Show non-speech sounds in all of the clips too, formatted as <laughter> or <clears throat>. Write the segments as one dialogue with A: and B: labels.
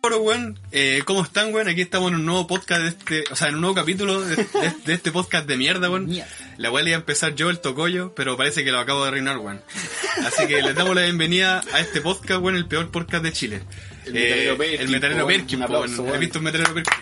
A: Pájaro, weón. Eh, ¿Cómo están, weón? Aquí estamos en un nuevo podcast de este, o sea, en un nuevo capítulo de, de- de este podcast de mierda, weón.
B: Mierda.
A: La weón le iba a empezar yo el tocollo, pero parece que lo acabo de reinar, weón. Así que les damos la bienvenida a este podcast, weón, el peor podcast de Chile. Eh,
C: El metalero Perkin,
A: El metalero
C: po, weón.
A: Perkin,
C: Un
A: po,
C: aplauso,
A: weón.
C: weón.
A: He visto un metalero Perkin.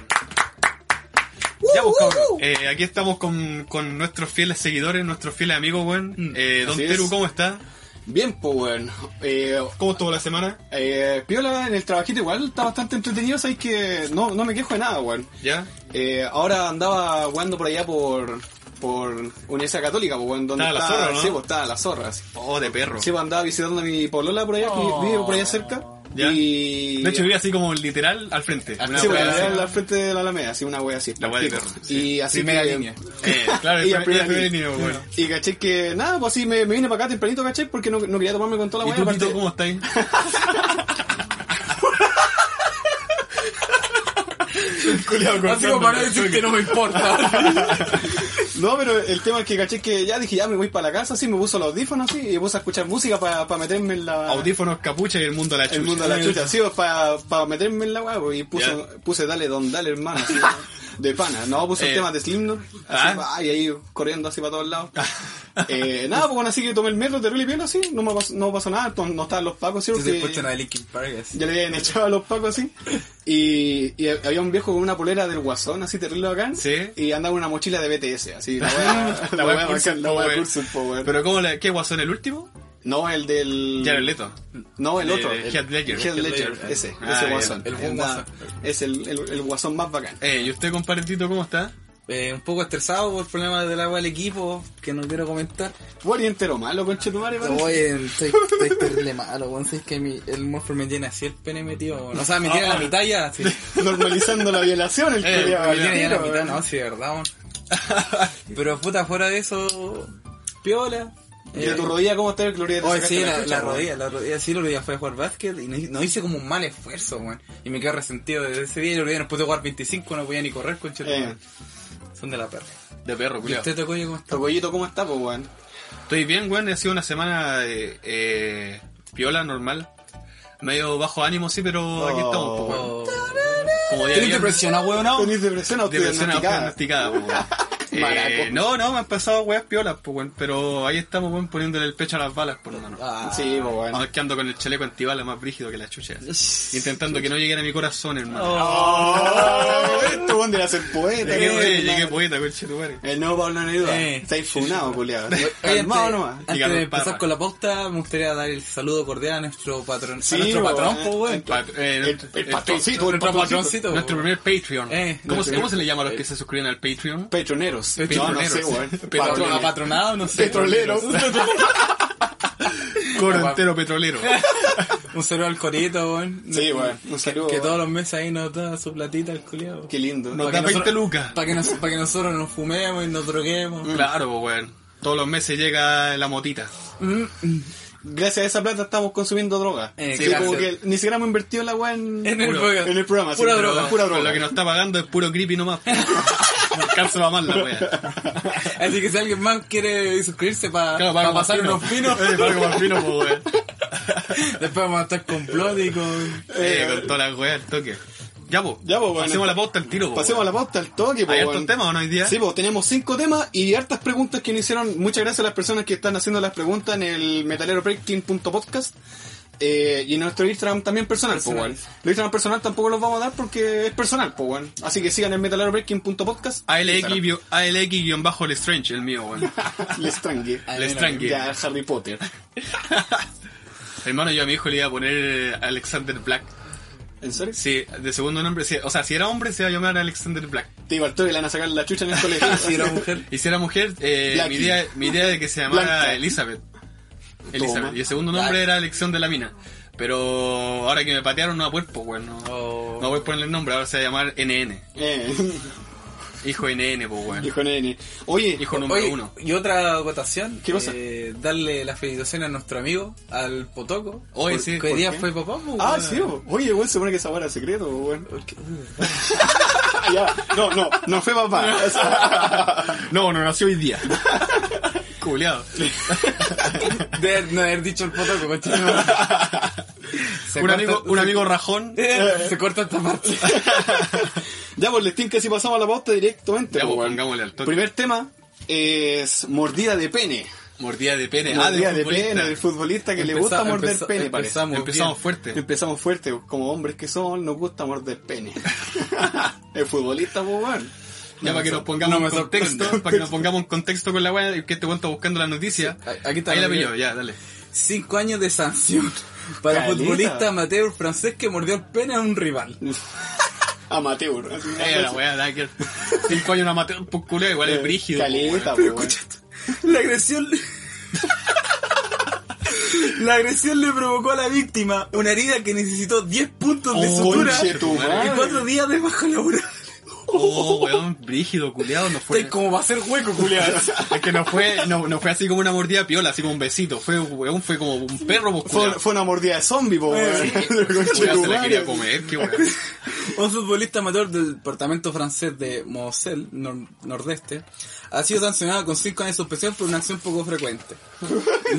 B: Ya, pues, cabrón.
A: Eh, aquí estamos con, con nuestros fieles seguidores, nuestros fieles amigos, weón. Eh, don
C: Así
A: Teru,
C: es.
A: ¿cómo está?
C: Bien, pues, weón. Eh,
A: ¿Cómo estuvo la semana?
C: eh, Piola en el trabajito igual está bastante entretenido, sabéis que no, no me quejo de nada, weón.
A: ¿Ya?
C: Eh, ahora andaba jugando por allá por, por Universidad Católica, pues, weón. Donde
A: Estaba la
C: está-
A: zorra, ¿no?
C: Sí, pues, estaba la zorra. Sí,
A: Oh, de perro.
C: Sí, pues, andaba visitando a mi polola por allá,
B: Oh.
C: que vive por allá cerca.
A: Ya.
C: Y...
A: De hecho, vive así como literal al frente.
B: Al
A: Una
C: Sí,
B: wea
C: pues,
A: weá
B: frente,
C: allá
A: así.
C: en la frente de la Alameda, así una wea así.
A: La wea de
C: pico.
A: perro,
C: Y así
B: Primera
C: que-
B: línea.
A: Eh, <laughs> claro, el
C: Ella
A: primer, el
C: primera
A: primer
C: línea.
A: niño, pues, weón.
C: Y caché que, nada, pues sí, me, me vine para acá tempranito, caché, porque no, no quería tomarme con toda la
A: ¿Y
C: wea.
A: tú,
C: aparte-
A: Pito, cómo <laughs> estáis?
B: Así como para decir que no me importa.
C: No, pero el tema es que caché que ya dije, ya me voy para la casa, sí, me puso los audífonos, sí, y me puse a escuchar música para meterme en la...
A: Audífonos, capucha y el mundo a la chucha.
C: El mundo de la
A: <laughs>
C: chucha, sí, para meterme en la weá, pues, y puse,
A: Ya.
C: puse dale don, dale hermano,
A: <laughs>
C: así, de pana, no, puse
A: Eh.
C: el tema de Slimno, así,
A: Ah.
C: pa, y ahí corriendo así para
A: <laughs>
C: todos lados. eh, nada, pues bueno, así que tomé el metro, terrible bien así, no me pasó, no pasó nada, no, no estaban los pacos, sí,
B: Entonces
C: porque
B: escuchan a Linkin Park así.
C: ya le habían echado a los pacos así, y, y había un viejo con una polera del guasón, así, terrible bacán,
A: Sí.
C: y andaba con una mochila de BTS, así,
A: <laughs>
C: la weá, la weá bacán, la weá Cursus, po, weón. Mm.
A: Pero ¿cómo le... ¿Qué guasón el último?
C: No, el del...
A: Ya, el Leto.
C: No, el
A: De-
C: otro.
A: de
C: el-
A: Heath Ledger.
C: Heath
A: Heath
C: Ledger,
A: Ledger.
C: ese,
A: Ah,
C: ese
A: ya.
C: guasón.
B: El buen
C: Es la-
B: guasón.
C: Es el, el, el guasón más bacán.
A: Eh, ¿y usted, compadrecito, cómo está?
B: Eh, un poco estresado por problemas del agua del equipo que no quiero comentar.
C: Buen y entero malo, conchetumare,
B: Pero,
C: madre.
B: Oye, estoy, estoy terrible malo, weón. Si es que mi, el Morpher me tiene así el pene metido. weón. O sea, me
C: Ah.
B: tiene la mitad
C: <laughs>
B: ya. sí.
C: <laughs> Normalizando la violación, el
A: Eh,
C: culiao,
B: Me tiene ya la
C: tiro,
B: mitad,
C: weón.
B: no, sí, de
C: <laughs>
B: verdad, weón. Pero puta, fuera de eso, piola.
C: ¿Y de
B: Eh,
C: tu rodilla cómo está el gloria?
B: Oye, sí, la, la rodilla, la rodilla, sí, el otro día fue a jugar básquet y no, hi- no hice como un mal esfuerzo, weón. Y me quedé resentido desde ese día y el otro día no pude jugar 25, no podía ni correr, con
C: Eh.
B: Son de la perra.
A: De perro,
B: ¿Y
A: culiao.
B: usted tocó yo cómo
C: ¿Tu
B: está?
C: collito cómo está, pues, weón?
A: Estoy bien, weón. Ha sido una semana eh, eh, piola, normal. Medio bajo ánimo, sí, pero aquí estamos, po, weón.
B: Oh.
A: Como día
B: ¿Tenés
A: viernes.
B: depresión, ah, weón? no?
C: ¿Tenís depresión o
A: Depresión
C: diagnosticada?
A: diagnosticada, po, weón. Eh,
C: Maraco.
A: no, no, me han pasado weas piolas, po, weón, pero ahí estamos weón, poniéndole el pecho a las balas, por lo menos.
B: Ah,
C: Sí, pues,
A: Vamos
C: weón.
A: a ver que ando con el chaleco antibalas más brígido que la chucha. Intentando que no lleguen a mi corazón,
B: Oh,
A: hermano.
C: Oh, esto, weón, de ser poeta.
A: llegué,
C: weón,
A: eh,
C: hermano.
A: llegué poeta, coche tu madre.
C: El nuevo Pablo Neruda.
B: Eh.
C: Estáis funado, culiado.
B: Oye, este,
C: Calmado
B: antes,
C: nomás.
B: antes
A: Dígalo,
B: de
A: parra.
B: empezar con la posta, me gustaría dar el saludo cordial a nuestro patrón,
C: Sí,
B: a nuestro
C: weón.
B: patrón, po, weón.
A: Pat- eh,
C: El, el
A: el
C: patroncito, el
B: nuestro
C: patroncito.
B: patroncito,
A: Nuestro
B: weón.
A: primer Patreon.
B: Eh,
A: ¿Cómo,
C: nuestro-
A: cómo se le llama a los que se suscriben al Patreon?
C: Petroneros.
A: Petroneros.
C: No, no sé, weón.
A: Petroneros.
B: Patron- Apatronado, no sé.
C: Petroleros.
A: Coro entero petrolero.
B: <laughs> Un saludo al corito, weón.
C: Sí, weón. Un saludo.
B: Que todos los meses ahí nos da su platita el culiado.
C: Qué lindo.
A: Nos
B: Pa' que
A: da 20
B: nosotros-
A: lucas. Mm.
B: Para que, nos- pa' que nosotros nos fumemos y nos droguemos.
A: <laughs> Claro, po, weón. Todos los meses llega la motita.
B: Mm.
C: Gracias a esa plata estamos consumiendo droga.
B: Eh,
C: Sí,
B: gracias.
C: como que ni siquiera hemos invertido la weá en,
B: En el
A: Puro-
B: programa.
C: en el programa. sí,
B: Pura
C: pero-
B: droga.
C: Pura
A: Pero
C: droga. <laughs>
A: lo que nos está pagando es puro creepy nomás. po. No alcanza para más la wea.
B: Así que si alguien más quiere suscribirse para
A: Claro, pago más
B: pasar
A: fino.
C: <laughs>
B: unos pinos,
A: <laughs> Eh, pago más fino,
C: pues,
A: po, weón.
B: después vamos a estar con Plot y con...
A: Eh, con todas las weas al toque. Ya, po.
C: Ya, po, weón.
A: Pasemos la posta al tiro, po,
C: Pasemos a la posta al toque, po,
A: ¿Hay
C: weón.
A: otros temas o no hoy día?
C: Sí, pues tenemos cinco temas y hartas preguntas que nos hicieron. Muchas gracias a las personas que están haciendo las preguntas en el metaleropretkin.podcast. Eh, y en nuestro Instagram también personal, pues
B: Personal.
C: weón. El Instagram personal tampoco los vamos a dar porque es personal, pues weón. Así que sigan el metaleropretkin.podcast. Instagram.
A: ALX-Lestrange, el mío,
C: <laughs>
A: weón.
C: Les trangue.
B: Ay,
A: Lestrange.
C: Ya, Harry Potter.
A: Hermano, yo a mi hijo le iba a poner eh, Alexander Black.
C: ¿En serio?
A: Sí, de segundo nombre. sí. o sea, si era hombre, se iba a llamar Alexander Black.
C: Te iba al toque, le van a sacar la
B: <laughs>
C: chucha en el colegio.
B: Si era mujer.
A: Y si era mujer, eh,
C: Blackie.
A: mi, idea, mi idea de que se llamara
C: Blanca.
A: Elizabeth. Elizabeth.
C: Toma.
A: Y el segundo nombre
B: Black.
A: era Elección de la Mina. Pero ahora que me patearon, no apuesto, pues, weón. No,
B: Oh.
A: no voy a ponerle el nombre, ahora se va a llamar NN.
C: Eh. <laughs>
A: Hijo NN, pues, weón.
C: Hijo nene. Oye,
A: Hijo número
B: Oye, <laughs>
A: uno.
B: Y otra votación.
C: ¿Qué cosa?
B: eh, darle las felicitaciones a nuestro amigo, al Potoco.
A: Oye,
B: por-
A: sí,
B: Que hoy
A: ¿por
B: día
C: qué?
B: fue papá, pues,
C: Ah,
B: weón.
C: sí, bo. oye, weón, se pone que esa vara es secreto, bo, weón.
B: Porque-
C: Ah, <laughs> ya, no, no, no fue papá. <laughs>
A: No, no nació hoy
B: <laughs>
A: día. Culeado.
C: <laughs>
B: De no haber dicho el Potoco, conchito. Se
A: un,
B: corta-
A: amigo, un
B: se-
A: amigo rajón.
B: <laughs> Se corta esta
C: <laughs>
B: parte.
C: Ya, pues les tinca si pasamos a la pauta directamente.
A: Ya,
C: pues,
A: pues,
C: weón.
A: pongámosle al toque.
C: Primer tema es mordida de pene.
A: Mordida de pene. ah,
C: mordida
A: del
C: de
A: futbolista.
C: pene, del futbolista que le
B: Empeza-
C: gusta morder
B: empeza-
C: pene, parece.
B: empezamos,
A: Empezamos
B: bien.
A: fuerte.
C: Empezamos fuerte, como hombres que son, nos gusta morder pene. <laughs> el futbolista, pues, weón.
A: Ya para que nos pongamos
B: no me
A: en contexto,
B: sorprende.
A: para que nos pongamos en contexto con la weá, que este weón está buscando la noticia.
B: Sí, a- aquí está
A: Ahí la
B: la
A: pilló,
B: video.
A: ya, dale.
B: Cinco años de sanción <laughs> para el
C: Caleta.
B: futbolista amateur francés que mordió el pene a un rival.
C: Amateur. así,
A: Eh, la weá, da
B: <laughs>
A: que- Cinco años una mateo por culo, pues, igual
B: Eh,
A: es brígido.
C: eh, Caleta,
B: Pero
C: po,
B: escucha esto. La agresión. <laughs> La agresión le provocó a la víctima una herida que necesitó 10 puntos de
C: Oh,
B: sutura
C: conche tu
B: y
C: madre.
B: 4 días de baja laboral.
A: Oh, weón, brígido, culiado, no
B: <laughs> Estoy
A: fue.
B: como va a ser hueco, culiado.
A: Es que no fue, no, no fue así como una mordida piola, así como un besito. Fue, weón, fue como un perro, pues,
C: Fue,
A: culiao.
C: fue una mordida de zombie, po, weón. <laughs> Conche
A: Weón,
C: tu
A: se la quería
C: madre.
A: comer, qué weón.
B: <laughs> Un futbolista amateur del departamento francés de Moselle, nor- nordeste, ha sido sancionado con 5 años de suspensión por una acción poco <laughs> frecuente.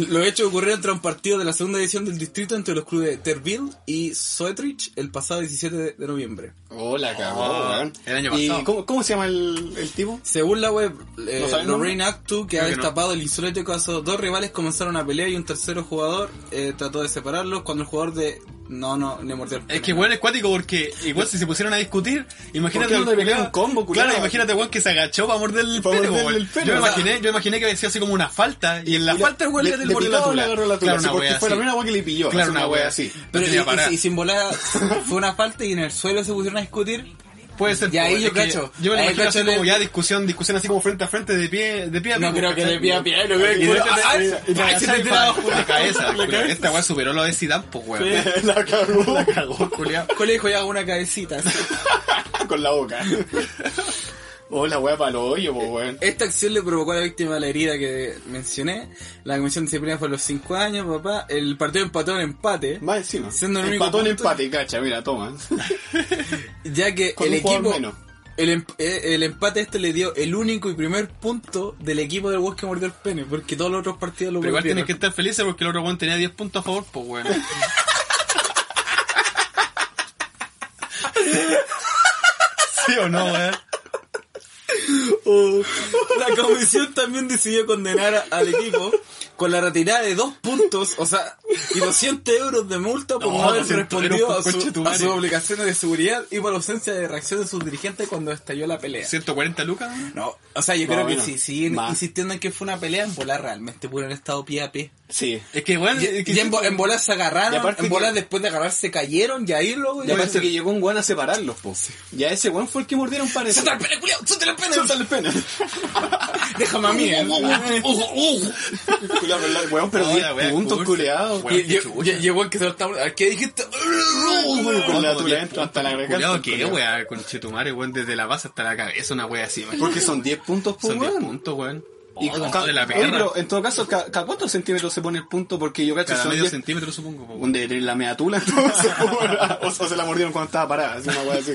B: Los hechos ocurrieron tras un partido de la segunda división del distrito entre los clubes de Terville y Soetrich el pasado 17 de- de noviembre.
C: Hola,
A: Oh,
C: cabrón, weón.
A: el año
C: ¿Y
A: pasado.
C: cómo, cómo se llama el, el tipo?
B: Según la web,
C: ¿No
B: eh,
C: saben
B: Lorraine Actu, que
A: Creo
B: ha
A: que no.
B: destapado el insólito caso, dos rivales comenzaron a pelear y un tercero jugador eh, trató de separarlos cuando el jugador de... No, no, le mordió el
A: Es
B: pene.
A: que weón es cuático porque igual si se pusieron a discutir, imagínate
C: ¿Por qué no
A: al
C: le pegaron
A: culiao-
C: combo, culiao?
A: Claro, imagínate weón que se agachó para morder el
C: Pa'
A: pene,
C: morderle
A: weón.
C: el pene,
A: yo me
C: o sea.
A: imaginé, yo imaginé que decía así como una falta y en la falta weón
C: le,
A: le,
C: le,
A: le mordió la
C: picó, le
A: tula.
C: agarró la tula.
A: Claro,
C: sí,
A: una
C: porque
A: wea
C: fue la
A: así.
C: primera wea que le pilló.
A: Claro,
C: así,
A: una wea así.
C: <laughs>
B: Pero
A: No
B: y,
A: tenía
B: y
A: parada.
B: si- y sin volar fue una falta y en el suelo se pusieron a discutir.
A: Puede ser.
B: Y ahí
A: pues,
B: yo
A: es que
B: cacho.
A: Yo me lo
B: Ahí
A: imagino
B: cacho
A: así como
B: el-
A: ya discusión, discusión así como frente a frente, de pie, de pie a pie.
B: No creo que de pie a pie, no creo que-
A: pues, Y de repente-
B: ¡Ah!
A: y de-
B: ¡Ay,
A: y
B: se
A: de-
B: le tiraba por
A: la cabeza.
C: la
A: culiao.
C: cabeza.
A: Esta weá superó lo de Zidane, pues weón.
C: la cagó.
A: La cagó, culiao.
B: El colegio ya hago una cabecita. así.
C: Con la boca. Hola, wea para los hoyos, po, weón.
B: Esta acción le provocó a la víctima la herida que mencioné. La comisión disciplinaria fue a los 5 años, papá. El partido empató en empate.
C: Más encima.
B: Siendo el único
C: Empató el
B: punto-
C: empate, cacha, mira, toma. <laughs>
B: Ya que
C: Con
B: el
C: un jugador
B: equipo.
C: menos.
B: El, emp- eh, el empate este le dio el único y primer punto del equipo del Wolves que mordió el pene, porque todos los otros partidos lo
A: Pero igual
B: perdieron.
A: tienes que estar felices porque el otro weón tenía 10 puntos a favor, pues weón. ¿Sí o no, weón?
B: Oh. La comisión también decidió condenar a- al equipo con la retirada de dos puntos, o sea, y 200 euros de multa por
A: No,
B: no, haber
A: 200
B: respondido
A: euros
B: a,
A: por coche tu
B: su, a
A: madre.
B: sus obligaciones de seguridad y por ausencia de reacción de sus dirigentes cuando estalló la pelea.
A: 140 lucas.
B: No, o sea, yo
C: No,
B: creo
C: bueno,
B: que si siguen
C: más.
B: insistiendo en que fue una pelea, en volar realmente pudieron haber estado pie a pie.
C: Sí.
A: Es que, weón,
B: Y,
A: es que
B: y en, bo- en bolas se
C: Y
B: agarraron,
C: aparte
B: en bolas
C: que-
B: después de agarrar se cayeron y ahí luego...
C: Y aparte que llegó un weón a separarlos, po. Ya ese weón fue el que mordieron para
B: ¡Suelta el pene, culiao! ¡Suelta el pene!
C: el pene. <laughs>
B: ¡Déjame a mí! eh!
C: Culeado, pero el weón
A: Ahora,
C: perdió
A: wea,
C: puntos,
A: curso.
C: culeado.
A: Weón,
B: Y,
A: qué
B: llegó
A: chucha.
B: y, el que se lo estaba... ¿Qué dijiste?
C: Con la
A: No,
C: tula
A: diez
C: dentro hasta la garganta,
A: Culeado, qué
C: culeado.
A: weón, con Chetumare, weón, desde la base hasta la cabeza, una weá así, imagínate.
C: Porque son 10 puntos, po,
A: Son 10
C: Pues, weón.
A: puntos, weón.
C: Y
A: Y con
C: ca-
A: de la
C: Oye,
A: perra.
C: pero en todo caso, ¿ca- ¿cada cuántos centímetros se pone el punto? Porque yo cacho
A: Cada
C: son
A: medio
C: 10
A: centímetro, supongo. pues, po.
C: ¿Dónde eres la
A: <laughs>
C: meatula entonces? pues, o, o se la mordieron cuando estaba parada, así una
A: <laughs>
C: wea así.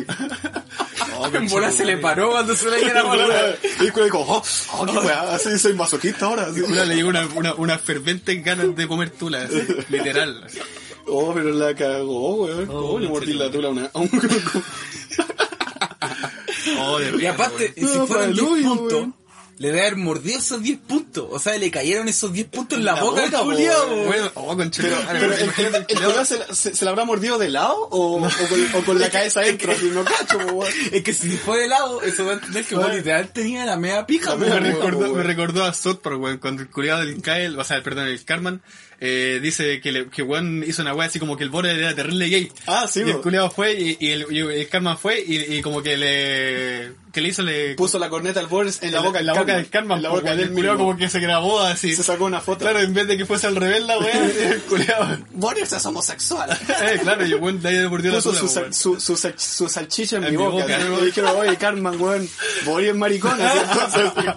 A: Oh,
C: <laughs>
B: En bola se le paró cuando se le llenaba la
C: y el culo dijo, oh, oh, qué wea, así soy masoquista ahora. así.
A: Una le llegó una, una, una fervente ganas de comer tula, así, literal.
C: Oh, pero la cagó, weón. Oh, le mordí la tula a una- a
A: <laughs>
C: un <laughs>
A: Oh, de
B: Y aparte,
C: No,
B: si fueron 10
C: aleluya,
B: puntos,
C: weón.
B: le debe haber mordido esos 10 puntos. O sea, le cayeron esos 10 puntos en la,
C: la
B: boca al
C: boca,
B: culiao.
C: weón.
B: weón.
A: Bueno, oh, con
C: Pero, pero el, el, el culiao se, la- se, se la habrá mordido de lado o, o, con, o con la cabeza dentro, así no cacho, po, weón.
B: Es que si fue de lado, eso va a entender que weón, literal tenía la media pija.
C: La
B: weón.
A: me,
C: media
B: Weón.
A: recordó,
C: weón.
A: me recordó a Sotpro, weón, cuando el culiado del Kyle, o sea, el- perdón, el Carman, eh, dice que, le, que weón hizo una weá así como que el borde era terrible gay.
C: Ah, sí,
A: Y el
C: weón.
A: culiado fue y, y el, y el Carman fue y, y como que le, que le hizo le...
C: Puso la corneta al Boris en la boca,
A: en la boca del Carman,
C: en la
A: pues,
C: boca
A: weón,
C: del
A: el culiao
C: mismo.
A: como que se grabó así.
C: Se sacó una foto.
A: Claro, en vez de que fuese al revés la
C: <laughs>
A: weá, el culiado...
C: Boris es homosexual.
A: Eh, claro, y el weón de ahí le mordió la
C: puso
A: tula,
C: su,
A: pues,
C: sal-
A: weón.
C: su, su, sal- su salchicha en,
A: En
C: mi
A: mi
C: boca.
A: boca.
C: así, Le dijeron, oye, Carmen, weón, voy en maricón. así, entonces.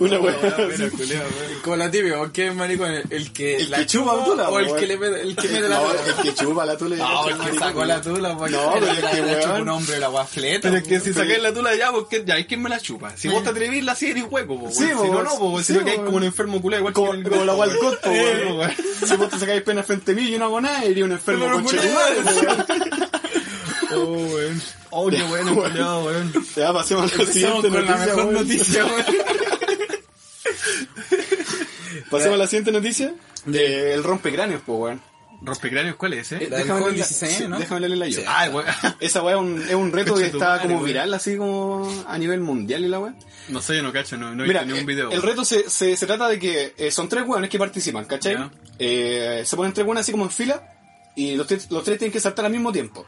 C: Una wea
A: Ah, Mira,
C: <laughs> así.
A: culiao, weón.
B: Como la tibia, ¿o qué maricón? ¿El, el que
C: El
B: la
C: que
B: chupa
C: chupa tula,
B: o el
C: weón.
B: que, le, mete- el que mete la
C: No,
B: tula?
C: el que chupa la tula.
B: No, el que sacó la tula, pues.
C: No, pero es
B: <laughs>
C: que,
B: la chupa
C: weón.
B: un hombre la guafleta.
A: Pero es que si sacáis la tula ya, porque ya es quien me la chupa. Si vos te atrevís, la sí eres hueco, po, weón.
C: Sí,
A: si
C: po,
A: no, no, po, weón.
C: sí,
A: si no que hay
C: po.
A: como un enfermo culiao, igual
C: Como,
A: que el-
C: como la Walcott, po,
A: Eh,
C: weón. Si vos te sacáis pena frente a mí, yo no hago nada, iría un enfermo
B: Pero,
C: con
B: culiao.
A: Oh, weón. Oh, qué
C: <laughs>
A: bueno, culiao, weón.
C: Ya, pasemos a la
B: Empezamos
C: siguiente
B: con
C: noticia.
B: la mejor
C: weón.
B: noticia, weón.
C: Pasemos a la siguiente noticia. De el rompecráneos, po, weón.
A: ¿Rompecráneos cuál es, eh?
B: La del
C: Déjame
B: joven
C: leerla-
B: 16
C: sí,
B: ¿no?
C: Déjame leerla yo.
B: Sí.
A: Ay, weón. <laughs>
C: Esa weá es un, es un reto
A: Concha
C: que
A: tu
C: está
A: madre,
C: como
A: weón.
C: viral, así como a nivel mundial y la weá.
A: No sé, yo no cacho, no, no he
C: Mira,
A: visto ni un
C: eh,
A: video.
C: el reto se, se, se trata de que eh, son tres hueones que participan, ¿cachai?
A: Ya.
C: Eh, se ponen tres hueones así como en fila y los, tres- los tres tienen que saltar al mismo tiempo.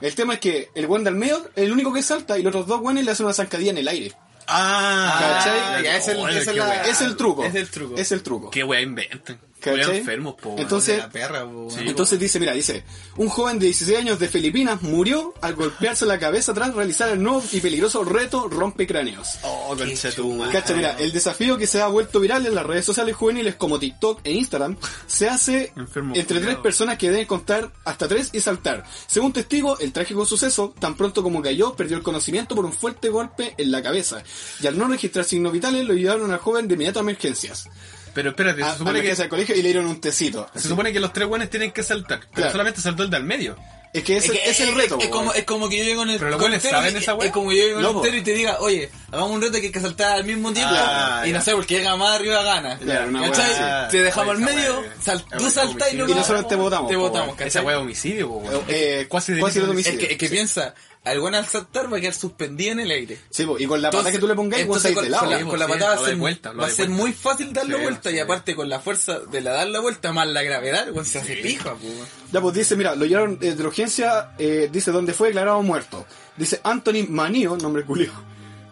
C: El tema es que el hueón del medio es el único que salta y los otros dos hueones le hacen una zancadilla en el aire.
A: Ah,
C: ¿Cachai?
A: ya,
B: es el-
A: oye,
B: es
A: qué
B: el-
A: weá.
C: es el truco.
B: es el truco.
C: Es el truco.
A: Qué weá inventan.
C: ¿Cachai?
A: Weá enfermos, po. weón.
C: Entonces-
B: De la perra, po,
A: Sí.
B: weón.
C: Entonces dice, mira, dice, un joven de 16 años de Filipinas murió al golpearse la cabeza tras realizar el nuevo y peligroso reto rompecráneos.
A: Oh, concha tu madre.
C: Cacha, mira, eh, el desafío que se ha vuelto viral en las redes sociales juveniles como TikTok e Instagram se hace
A: Enfermo
C: entre
A: culiao.
C: tres personas que deben contar hasta tres y saltar. Según testigo, el trágico suceso, tan pronto como cayó, perdió el conocimiento por un fuerte golpe en la cabeza. Y al no registrar signos vitales, lo llevaron al joven de inmediato a emergencias.
A: Pero espérate,
C: A,
A: se supone que
C: emergencias al colegio y le dieron un tecito.
A: se supone que los tres weones tienen que saltar. Pero
C: Claro.
A: solamente saltó el de al medio.
C: Es que ese es,
B: que
C: el reto.
B: Es,
C: po,
B: como,
C: weón.
B: es como que yo llego en el
A: Pero los
B: con
A: buenos
B: entero,
A: saben
B: es-
A: esa weá.
B: Es como yo llego en
C: No,
B: el
C: po.
B: entero y te diga, oye, hagamos un reto que hay que saltar al mismo tiempo.
A: Ah,
B: y no
A: ya.
B: sé, porque llega más arriba gana.
C: Claro, una weá
B: ¿Cachai?
A: así.
B: Te dejamos al
A: Esa weá
B: medio,
A: es-
B: sal-
A: es
B: tú
A: un
B: saltás y
A: homicidio.
C: Y nosotros te votamos.
B: Te
C: po,
B: votamos,
C: weón.
B: ¿cachai?
A: Esa weá es homicidio, po, weón.
C: pues, Eh,
A: Cuasi de-
C: cuasi de
B: Es
C: homicidio.
B: que, es que piensa, al buen al saltar va a quedar suspendido en el aire.
C: Sí, po, y con la pata que tú le pues, pongas, weón,
B: entonces
C: salís de
B: con,
C: lado.
B: con la,
A: Sí,
B: con la
A: sí,
B: patada
A: lo
B: va a
A: de
B: ser-
A: vuelta, lo
B: va a
A: de
B: ser
A: vuelta.
B: muy fácil dar la
A: Sí,
B: vuelta y
A: sí.
B: aparte con la fuerza de la dar la vuelta más la gravedad, weón, se hace pija, po, weón.
C: Ya, pues dice, mira, lo llevaron eh, de urgencia, eh, dice dónde fue declarado muerto. Dice Anthony Manio, nombre culio,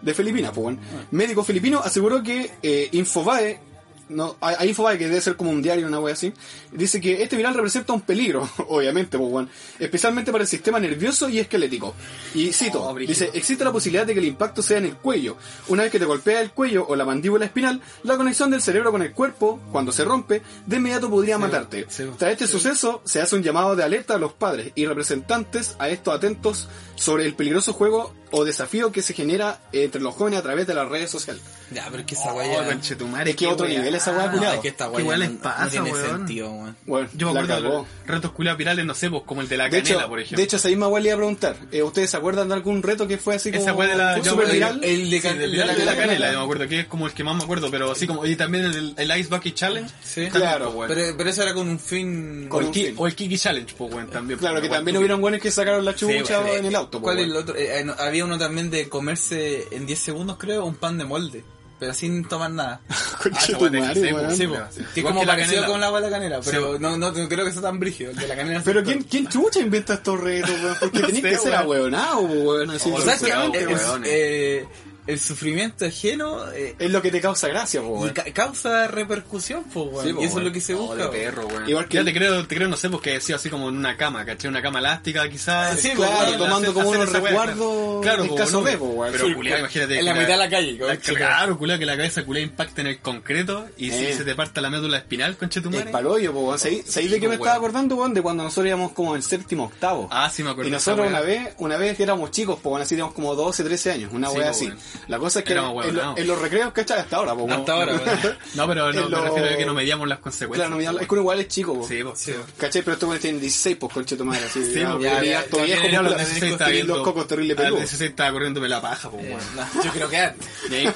C: de Filipinas, pues, weón.
B: Ah.
C: Médico filipino aseguró que eh, Infobae, no, hay, hay Infobae que debe ser como un diario, una wea así, dice que este viral representa un peligro, <laughs> obviamente, pues, weón, especialmente para el sistema nervioso y esquelético. Y cito,
A: Oh, brígido.
C: dice, existe la posibilidad de que el impacto sea en el cuello. Una vez que te golpea el cuello o la mandíbula espinal, la conexión del cerebro con el cuerpo, cuando se rompe, de inmediato podría matarte.
A: sí.
C: Tras este suceso, se hace un llamado de alerta a los padres y representantes a estos atentos sobre el peligroso juego o desafío que se genera entre los jóvenes a través de las redes sociales.
B: Ya, pero es que esa weá
A: Oh,
B: ya-
A: conchetumare,
C: Es que otro
A: weá.
C: nivel esa weá,
B: Ah,
C: culiao.
B: es que esta weá
A: Qué
B: ya
A: weá les
B: no-
A: pasa,
B: no tiene
A: weón.
B: sentido, weón.
C: Bueno,
A: Yo me
C: la
A: acuerdo de
C: cagó.
A: los retos culiados virales, no sé, pues como el de la
C: De
A: canela,
C: hecho,
A: por ejemplo.
C: de hecho, esa misma weá le iba a preguntar. eh, ¿Ustedes se acuerdan de algún reto que fue así como
A: Esa weá de la- Eh,
C: fue
A: yo
C: super
A: me-
C: viral?
B: El de,
A: Sí,
B: can-
A: del
B: de la,
A: viral de la canela, yo
B: weón.
A: me acuerdo que es como el que más me acuerdo, pero así como, y también el, el Ice Bucket Challenge.
B: Sí.
A: también,
C: Claro,
A: po, weón.
B: Pero, pero eso era con un fin...
A: o,
C: con
A: el
C: un
A: Ki-
C: fin.
A: o el Kiki Challenge, pues, weón, también.
C: Claro,
A: po,
C: que
A: weón.
C: también hubieron buenos que sacaron la
A: Sí,
C: chucha
A: weón.
C: en el auto. pues, po,
B: ¿Cuál es
C: weón.
B: el otro? Eh, eh, no, había uno también de comerse en 10 segundos, creo, un pan de molde. Pero sin tomar nada.
A: Ah, esa
C: Conche
A: weá
C: tu
A: te
C: madre,
A: casé, po.
C: weón.
B: Sí,
A: sí.
B: po. Que es
A: Igual
B: como
A: que la
B: parecido
A: canela.
B: con la agua de la canela. Pero
A: Sí,
B: no, no, no creo que sea tan brígido. El de la canela.
C: Pero
B: sí.
C: ¿quién, ¿quién chucha inventa estos retos, weón? Porque
A: No
C: tenés
A: sé,
C: que ser
A: weón.
C: ahueonado, weón. Así,
A: O
B: O sea, es que
A: Cuidado,
B: el, el-
A: weones.
B: eh, el sufrimiento ajeno eh,
C: es lo que te causa gracia, po,
B: y
C: pues, weón.
B: ca- causa repercusión, pues, weón.
C: Sí, po,
B: y eso es
C: weón.
B: lo que se
A: Oh,
B: busca.
A: de
B: weón.
A: perro, weón.
C: Igual que-
A: Ya te creo, te creo, no sé, porque decía así como en una cama, ¿cachai? Una cama elástica, quizás.
B: Sí,
C: Claro,
B: weón,
C: tomando
A: hacer-
C: como
A: hacer
C: unos
A: esa weá,
C: resguardos
A: claro,
C: en
A: po,
C: caso
A: no,
C: de, po, weón.
A: Pero,
C: Sí,
A: culiao, imagínate.
B: en la
A: que
B: mitad de la calle,
A: la-
B: coche,
A: Claro, culiao, que la cabeza culiao impacte en el concreto y si
C: Eh.
A: se te parta la médula espinal, conche tu
C: Es
A: madre.
C: palollo, po, weón. ¿Sabéis sabéis de qué me
A: weón.
C: estaba acordando, weón? De cuando nosotros íbamos como en séptimo octavo.
A: Ah, sí, me acuerdo.
C: Y
A: de esa
C: nosotros
A: weá.
C: una vez, una vez que éramos chicos, pues bueno, así teníamos como 12, 13 años, una
A: Sí,
C: wea
A: pues,
C: así.
A: bueno.
C: La cosa es que
A: Éramos
C: en, lo-
A: huevonados.
C: en los recreos, ¿cachai? Hasta ahora, pues
B: Hasta ahora,
C: <laughs>
B: weón.
A: No, pero no,
C: en
A: me
C: lo-
A: refiero a que no medíamos las consecuencias.
C: Claro, no, ya- es que uno igual es chico, po.
A: Sí, pues.
B: Sí,
A: Sí,
B: weón.
C: ¿Cachai? Pero estos weones tienen 16, pues conche tu madre. Así,
A: Sí,
C: ya,
A: pues,
C: ya,
B: ya,
C: ya,
B: ya,
C: harto
B: ya,
C: viejo,
B: ya,
A: Ya
C: con
A: los
C: la-
A: 16 estaba
C: terrible-
A: viendo- Ah,
C: los cocos terrible
A: Al
C: peludos.
A: 16 estaba corriéndome la paja, pues,
B: <laughs> Eh,
A: weón.
B: no, yo creo que antes.
A: Ni ahí-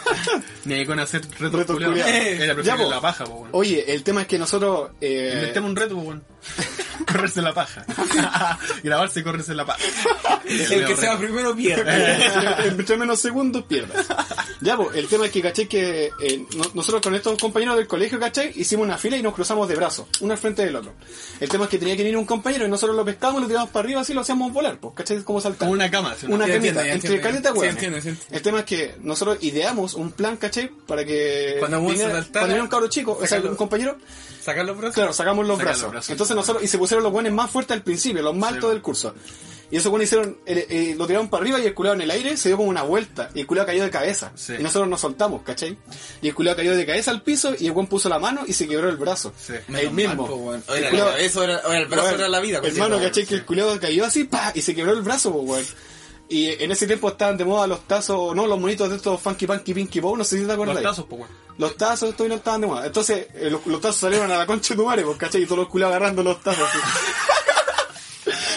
A: Ni ahí con hacer retos
C: Retos
A: culiao.
C: culiao.
A: Era
C: Ya,
A: preferir
C: po.
A: la paja, pues, weón.
C: Oye, el tema es que nosotros. eh, <laughs>
A: Inventemos un reto, pues, weón. Correrse la paja. Grabarse y correrse la paja.
B: El que sea primero pierde.
C: entre menos segundos pierdas. Ya, pues, el tema es que, ¿cachai? Que eh, no- nosotros con estos compañeros del colegio, ¿cachai? Hicimos una fila y nos cruzamos de brazos, uno al frente del otro. El tema es que tenía que venir un compañero y nosotros lo pescamos, lo tiramos para arriba, así lo hacíamos volar, pues, ¿cachai? Como saltar.
A: Como una cama, ¿sí?
C: una
B: Ya entiendo,
C: camita,
B: ya
C: entre
B: entiendo, ya.
C: caleta,
B: Sí,
C: weón.
B: entiendo, sí, entiendo.
C: El tema es que nosotros ideamos un plan, ¿cachai? Para que.
B: Cuando uno se
C: viniera-
B: saltara,
C: cuando viniera un cabro chico, o sea,
B: sacarlo.
C: un compañero,
B: Sacar los brazos.
C: Claro, sacamos los
A: Saca los
C: brazos.
A: brazos.
C: Entonces nosotros, y se pusieron los buenos más fuertes al principio, los más
A: Sí.
C: altos del curso. Y eso bueno hicieron, el- eh, lo tiraron para arriba y el culiao en el aire se dio como una vuelta. Y el culiao cayó de cabeza.
A: Sí.
C: Y nosotros nos soltamos, ¿cachai? Y el culiao cayó de cabeza al piso y el weón puso la mano y se quebró el brazo.
A: Sí.
C: Ahí
B: Menos
C: mismo.
B: mal, po, weón. O era
C: El
B: la
C: culiao-
B: cabeza, o era- o era el brazo,
C: Weón,
B: era la vida. pues,
C: Hermano,
B: sí,
C: ¿cachai? Que el culiao cayó así, pa, y se quebró el brazo, po, weón. Y eh, en ese tiempo estaban de moda los tazos, o no, los monitos de estos Funky Punky Pinky Bow, no sé si te acuerdas.
A: Los tazos, pues, weón.
C: Los tazos todavía no estaban de moda. Entonces, eh, los, los tazos salieron a la concha de tu madre, pues, ¿cachai? Y todos los culiados agarrando los tazos.
B: <laughs>
C: así.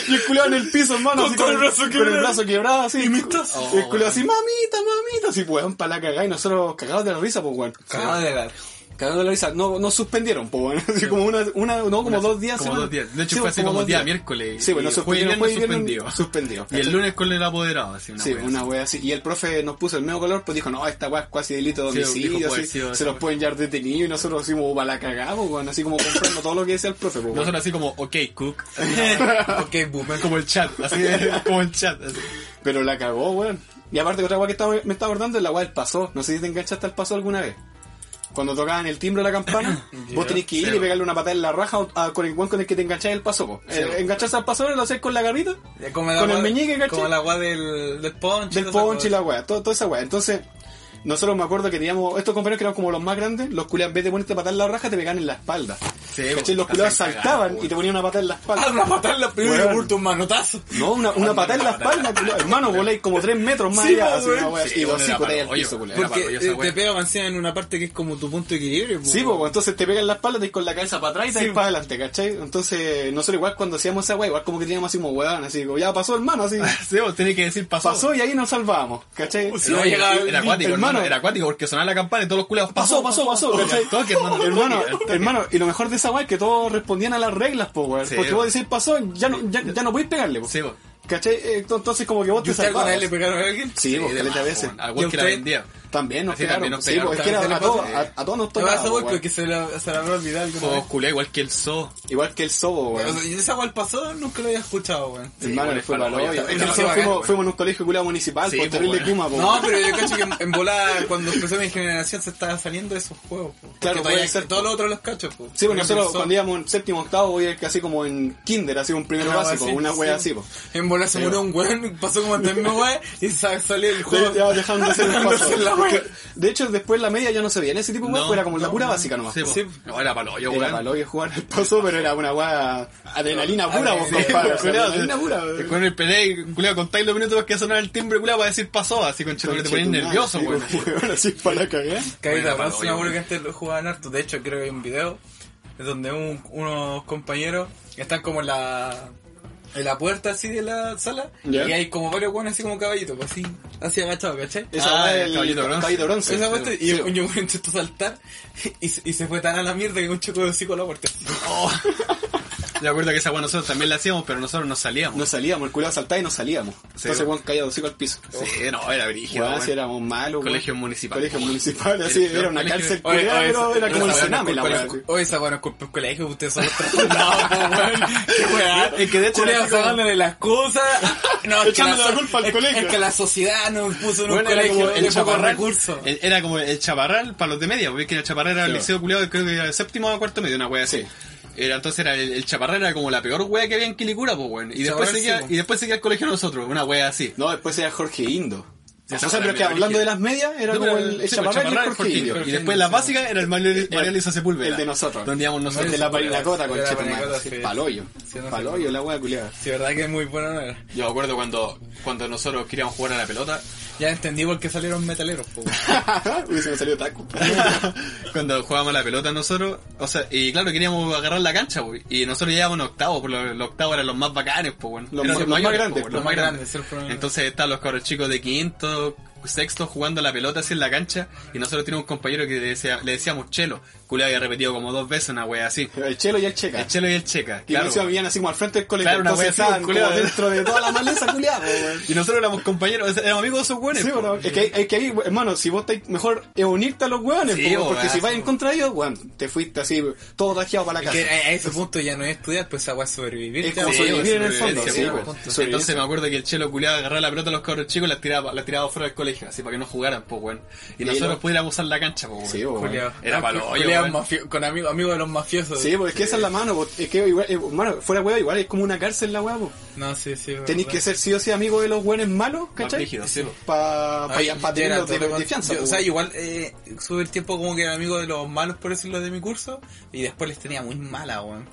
C: y el culiado en el piso, hermano,
B: Con
C: así
B: todo el brazo
C: con
B: quebrado.
C: el brazo quebrado, así.
B: Y mis tazos.
C: Y el culiado así, mamita, mamita, así, pues, weón, para la cagada. Y nosotros cagados de la risa, pues, weón.
B: Cagado de la-
C: Cagando de la risa. No, no suspendieron, pues, weón. <laughs> Así como una, una, no, como
A: Una-
C: dos días.
A: como
C: semana.
A: dos días. De hecho,
C: Sí,
A: fue así como
C: dos
A: día
C: días.
A: miércoles.
C: Sí, bueno,
A: Y
C: suspendido.
A: jueves y viernes
C: Suspendido. Suspendido.
A: Y el
C: ¿cachai?
A: lunes con el apoderado, así una
C: Sí,
A: wea
C: una
A: así.
C: wea así. Y el profe nos puso el mismo color, pues dijo, no, esta wea es casi delito de
A: Sí,
C: homicidio,
A: dijo,
C: así,
A: pues, sí, o
C: se
A: sea,
C: los
A: pues.
C: pueden llevar detenidos y nosotros así como para la cagada, pues, weón, así como comprando todo lo que decía el profe, pues, weón.
A: Nosotros así como, ok,
C: <laughs>
A: cook.
B: <laughs>
A: <laughs>
B: Ok, boomer.
A: como el chat, así <laughs> de- como el chat. así.
C: Pero la cagó, weón. Y aparte otra wea que estaba- me estaba acordando es la wea del paso. No sé si te enganchaste al paso alguna vez. Cuando tocaban el timbre de la
A: <coughs>
C: campana, vos tenés que ir y pegarle una patada en la raja o- a- con el weón con el que te engancháis el paso, pues. Eh, engancharse al paso lo haces con la garrita,
B: Ya Como el
C: Con
B: agua-
C: el meñique, ¿cachai?
B: Como el agua del, del ponche.
C: del ponche y la wea, todo- toda esa wea. Entonces, nosotros me acuerdo que teníamos, estos compañeros que eran como los más grandes, los culiados en vez de ponerte patada en la raja, te pegaban en la espalda.
A: Sí,
C: ¿Cachai?
A: pues,
C: Los culiados
A: hacen cagar,
C: saltaban
A: pues.
C: y te ponían una patada en la espalda.
B: Ah, una patada en la primera y
C: Weón.
B: bulto un manotazo.
C: No, una, una patada en la espalda, culiao. Hermano, voláis como tres metros más
B: Sí,
C: allá.
B: po,
C: así, una
B: weón.
C: wea así,
A: Sí,
C: y
A: bueno,
C: vos
A: era
C: cinco
A: para
C: al
A: el hoyo.
C: piso, culiao.
A: Era
B: Porque
A: barro, yo esa
B: eh, te
A: wea.
B: pega encima en una parte que es como tu punto de equilibrio. po,
C: Sí,
B: weón.
C: pues entonces te pegan la espalda, te con la cabeza para atrás y te
B: Sí,
C: vas para adelante, ¿cachai? Entonces, nosotros igual cuando hacíamos esa wea, igual como que teníamos así como weón, así como ya pasó
A: <laughs>
C: hermano, así
A: Sí, vos tenés que decir pasó.
C: pasó y ahí nos salvábamos, ¿cachai?
B: Sí,
A: No,
B: no
A: y-
B: llegaba el-
A: era acuático,
C: hermano.
A: hermano. Era acuático porque sonaba la campana y todos los culeados
C: Pasó, pasó, pasó, ¿cachai?
A: Al toque, hermano, al
C: hermano,
A: toque, al toque.
C: hermano, y lo mejor de esa wea es que todos respondían a las reglas, po, weón.
A: Sí,
C: porque
A: po.
C: vos decís pasó, ya no, ya, ya no podéis pegarle, po.
A: Sí, vos.
C: ¿Cachai? Eh, Entonces como que vos
B: ¿Y
C: te
B: usted alguna
C: salvabas.
B: vez le pegaron a alguien?
C: Sí, pues, caleta de veces.
A: Al
B: ¿Y
A: weón que la
B: usted?
A: vendía.
C: También nos
A: Sí,
C: pegaron.
A: también nos pegaron.
C: Sí, pues, es que era
B: También
C: a,
B: se le
C: todos,
B: pasó,
C: a,
B: eh.
C: a todos nos
B: Te vas
C: tocaba. po,
B: a porque
C: weón. Oh,
B: que se la, se la habrá olvidado alguna
A: Somos
B: vez.
A: culiados igual que el zoo.
C: Igual que el sobo,
B: O
C: weón.
B: sea, y esa cual pasó nunca lo había escuchado, weón.
A: Sí,
C: Hermano,
A: igual
C: le
A: es
C: fue
A: para
C: para
A: la
C: hoyo.
A: olla.
C: Es que
A: Está
C: nosotros
B: bacán,
C: fuimos,
B: weón.
C: fuimos en un colegio culiado municipal,
A: Sí,
C: por
A: po,
C: terrible
A: weón.
C: Kuma, po,
B: No,
C: weón.
B: pero yo cacho que en- en volada, cuando empezó mi generación, se estaba saliendo de esos juegos. Po.
C: Claro,
B: Que
C: puede
B: todavía
C: ser,
B: todos
C: po.
B: los otros los cachos. Po.
C: Sí,
B: Por
C: pues nosotros
B: ejemplo,
C: cuando íbamos en séptimo octavo, voy casi como en kinder, así un primero
A: Ah,
B: una wea
C: básico,
B: así,
C: una wea
B: sí.
C: así, po.
B: En volada se murió un weón, pasó como el mismo weón, y sa- salió el
C: Ya-
B: juego.
C: ya dejando de hacer el
B: Dejando de
C: paso.
B: hacer la wea.
C: De hecho, después la media ya no se veía en ese tipo de weas,
A: No,
C: pues era como la
A: no,
C: pura
A: no.
C: básica nomás.
A: Sí, po.
B: Sí.
A: No, era para el hoyo,
C: Era
A: weón.
C: malo que jugar el paso, pero era una wea adrenalina pura, vos,
B: Sí,
C: compadre.
A: po,
C: o sea,
A: Ah, pues, culiao,
C: Adrenalina pura,
A: Te
C: weón.
A: ponen el pelea y culiao, contáis los minutos que va a sonar el timbre, culiao, para decir pasó. Así con chico que te ponen nervioso,
C: Sí, <laughs>
A: weón.
C: weón, Así para la cagada.
B: Caída
A: Bueno, para
B: Bros, me
A: hoy,
B: acuerdo
A: güey.
B: que antes lo jugaban harto. De hecho, creo que hay un video donde un- unos compañeros están como en la, en la puerta así de la sala
C: Ya.
B: y hay como varios guanes así como caballitos, pues, así, así agachados, ¿cachai?
C: Esa
A: Ah,
C: wea
A: el
C: del
A: caballito bronce.
C: caballito bronce.
B: Esa vuelta, y
C: Sí,
B: un yo intentó saltar y, se- y se fue tan a la mierda que un choco de hocico a la puerta.
A: Oh. De acuerdo que esa weón nosotros también la hacíamos, pero nosotros no salíamos.
C: No salíamos, el culiado saltaba y no salíamos. Entonces
A: weón.
C: Juan caía dos al piso.
A: Sí, no, era brígido.
C: Weón,
A: weón.
C: si éramos malos.
A: Colegio
C: weón.
A: municipal. <laughs>
C: Colegio municipal, así,
A: Colegio-
C: era una
A: colegio-
C: cárcel
B: Oye,
C: culiada,
B: oye,
C: pero
B: esa-
C: era como el
B: esa weá
C: cename la
B: no es
C: weá.
B: culpa del- Oye, esa weá no es culpa del colegio, ustedes son los <laughs> transformados, po, weón. Qué weá.
A: Es que de hecho
B: Culeados
A: era así como-
B: sacándole las cosas. No, es que
C: Echándole la
B: so-
C: culpa al
B: es-
C: colegio.
B: Es que la sociedad nos puso en un
A: Bueno, era como
B: colegio
A: el
B: de pocos
A: chaparral.
B: recursos.
A: el- era como el chaparral para los de media, porque es que el chaparral era el
C: Sí.
A: liceo culiado, creo que era el séptimo o cuarto medio, una wea así.
C: Sí.
A: Era, entonces era el, el chaparral era como la peor wea que había en Quilicura, pues weón. Y después
B: Chaparral,
A: seguía,
B: sí, po.
A: y después seguía el colegio de nosotros, una wea así.
C: No, después era Jorge Indo.
A: Sí,
C: o
A: esa
C: sea, pero
A: weá
C: que
A: era brígida.
C: hablando de las medias, era
A: No,
C: como
A: pero-
C: el, el
A: sí, pues,
C: chaparral y el Jorge
A: Jorge Indo.
C: Indo.
A: Y después la básica era el Mario- María Elisa Sepúlveda.
C: el de nosotros.
A: Donde íbamos
C: El
A: nosotros.
C: de Este, la parinacota,
B: De la
C: concheta
B: parinacota, sí.
C: Paloyo.
B: Sí, no sé.
C: Paloyo, la wea culiada. <laughs>
B: Sí, verdad que es muy bueno. no era.
A: Yo me acuerdo cuando, cuando nosotros queríamos jugar a la pelota, <laughs>
B: Ya entendí por qué salieron metaleros, po, weón.
C: Uy, se me salió taco. <laughs>
A: cuando jugábamos a la pelota nosotros, o sea, y claro, queríamos agarrar la cancha, pues, y nosotros llegábamos en octavos, pues, los, los octavos eran los más bacanes, pues, bueno,
C: Los
A: Eran
C: más- los más
A: mayores,
C: grandes,
A: po,
C: pues,
A: los más grandes.
B: es el problema.
A: Entonces están los cabros chicos de quinto, sexto jugando a la pelota así en la cancha, y nosotros teníamos un compañero que decía- le decíamos chelo, culiao había repetido como dos veces una wea así,
C: El chelo y el checa.
A: el chelo y el checa,
C: Y claro.
A: claro.
C: encima vivían así como al frente del colegio.
A: Claro, una
C: entonces
A: wea así,
C: estaban como
A: culiao.
C: dentro de toda la maleza culiada, weón.
A: Y nosotros éramos compañeros, o sea, éramos amigos de esos weones.
C: Sí,
A: po.
C: bueno, es que, es que ahí, hermano, si vos estáis mejor es unirte a los hueones,
A: Sí,
C: po,
A: po,
C: porque
A: weón,
C: si vas
A: sí,
C: en contra de ellos, weón, te fuiste así, todo tajeado para la
B: Es
C: casa.
B: que a, a ese punto ya no es estudiar, pues esa weá es sobrevivir.
C: Es
B: ya,
C: como
B: po,
C: sobrevivir
B: weón,
C: en el fondo,
B: sobrevivencia,
A: sí, pues.
B: po, punto.
C: Sobrevivir.
A: Entonces me acuerdo que el chelo culiado agarraba la pelota a los cabros chicos y las tiraba, las tiraba fuera del colegio, así para que no jugaran, pues, weón. Y
C: Y
A: nosotros
C: lo-
A: pudiéramos usar la cancha, pues, weón.
C: Sí, po, weón.
B: Culeado.
A: Era eh.
B: Ah,
A: palo,
B: culeado eran mafio- con amigos amigos de los mafiosos.
C: Sí, porque es que esa es la mano, po. es que igual, eh, hermano, fuera hueá igual es como una cárcel la hueá, po.
B: No, sí, sí. es
C: Tenéis
B: verdad.
C: que ser sí o sí amigo de los buenos malos, ¿cachai?
A: brígido, sí, po.
C: Para
B: Ay,
C: pa, pa
B: yo era
C: tenerlos de,
B: todo lo
C: de fianza,
B: con- yo,
C: po,
B: O sea,
C: weón.
B: igual eh, sube el tiempo como que era amigo de los malos, por decirlo de mi curso, y después les tenía muy mala, weón.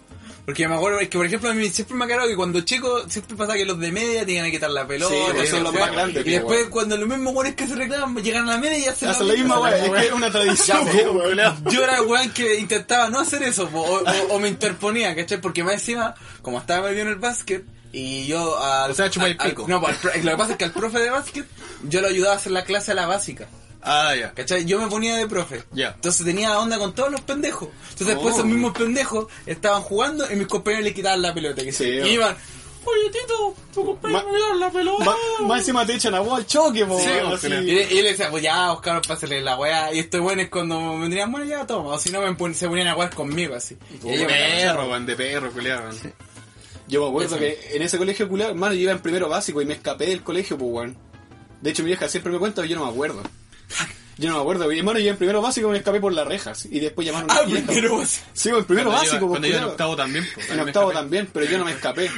B: Porque me acuerdo que, por ejemplo, a mí siempre me ha quedado que cuando chico, siempre pasa que los de media tenían que quitar la pelota.
C: Sí,
B: y,
C: pues son los
B: después-
C: más grandes,
B: y
C: pues,
B: después,
C: weón.
B: cuando los mismos weones que se reclaman llegan a la media y hacen,
C: Hacen la misma
B: hacen la
C: hueá, es
B: misma
C: que es
A: <laughs>
C: una tradición,
B: Ya, po,
C: po, weón.
B: yo era el weón que intentaba no hacer eso, po, o, o- o me interponía, ¿cachai? Porque más encima, como estaba metido en el básquet, y yo al,
A: O sea, chupaba el
B: al- al-
A: pico.
B: no, po, al pro- lo que pasa es que al profe de básquet, yo lo ayudaba a hacer la clase a la básica.
A: Ah, ya.
B: ¿Cachai? Yo me ponía de profe.
A: Ya.
B: Entonces tenía onda con todos los pendejos. Entonces después
A: Oh.
B: esos mismos pendejos estaban jugando y mis compañeros le quitaban la pelota. Que
C: Sí,
B: se-
C: oh.
B: y iban, oye Tito, tu compañero
C: Ma-
B: me dio la pelota.
C: Ma- Más encima te echan a vos al choque, po,
A: Sí,
C: weón,
A: po,
C: así.
A: pero-
B: Y, y le decía, pues ya, Oscar, pásale la weá. Y estos buenos cuando me tenían bueno, ya toma. O si no, me pon- se ponían a jugar conmigo así. Y
A: De
B: ellos me la
A: perro, weón, de perro, culiado, weón.
C: Yo me acuerdo que en ese colegio culiao, hermano, yo iba en primero básico y me escapé del colegio, pues, weón. De hecho, mi vieja siempre me cuenta, pero yo no
A: <laughs>
C: me acuerdo. Yo no me acuerdo, y, hermano, yo iba en primero básico y me escapé por las rejas. Y después llamaron a
B: <laughs> Ah,
C: la fiesta.
B: primero básico.
C: Sí, en primero
A: Cuando yo-
C: básico, pues,
A: Cuando yo en
C: culiao.
A: octavo también, po.
C: En
A: Ahí me
C: octavo
A: escapé.
C: también, pero yo no
A: <laughs>
C: me escapé.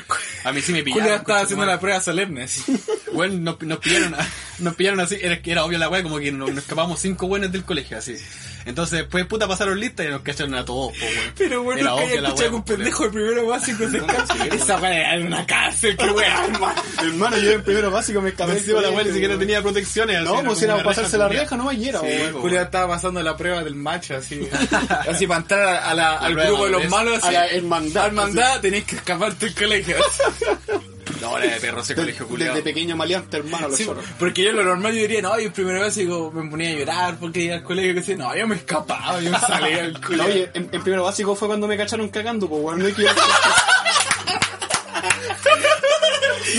A: A mí sí me pillaron.
B: Julia estaba
A: coche,
B: haciendo
A: madre.
B: la prueba solemne así. <laughs>
A: Bueno, nos, nos pillaron, nos pillaron así, era, era obvio la weá, como que nos, nos escapamos cinco buenos del colegio, así. Entonces, después, puta, pasaron listas y nos cacharon a todos, po, weón.
B: Pero
A: Era
B: bueno, que haya
A: obvio la
B: escuchado que
A: weá, pues,
B: un pendejo de
A: <laughs>
B: primero básico se Esa weá era una cárcel, qué weá, hermano.
C: hermano, yo iba en primero básico me escapé.
A: Más
C: del
A: encima la weá ni
C: colegio,
A: siquiera
C: weón.
A: tenía protecciones, así,
C: No, pues
A: como
C: era
A: una
C: pasarse la
A: culiao.
C: reja nomás y era,
A: Sí,
C: weón.
A: po.
B: Julia estaba pasando la prueba del
A: <laughs>
B: macho así. Así para entrar a, a la- al
A: prueba
B: grupo de
A: de
B: los
A: madurez.
B: malos.
C: A
B: así.
C: la hermandad.
B: Al mandar tenéis que escaparte del colegio.
A: No, era de perro ese
C: Desde-
A: colegio, culiado.
C: Desde pues, pequeño maleante, hermano, los
B: Sí,
C: zorros.
B: porque yo lo normal yo diría, no, yo en primera vez digo, me ponía a llorar porque iba al colegio que decía, no, yo me escapaba, yo me
C: <laughs>
B: salía del
C: No,
B: colegio.
C: oye, en, en primero básico fue cuando me cacharon cagando, pues, weón. No es que yo...
B: <laughs>
C: No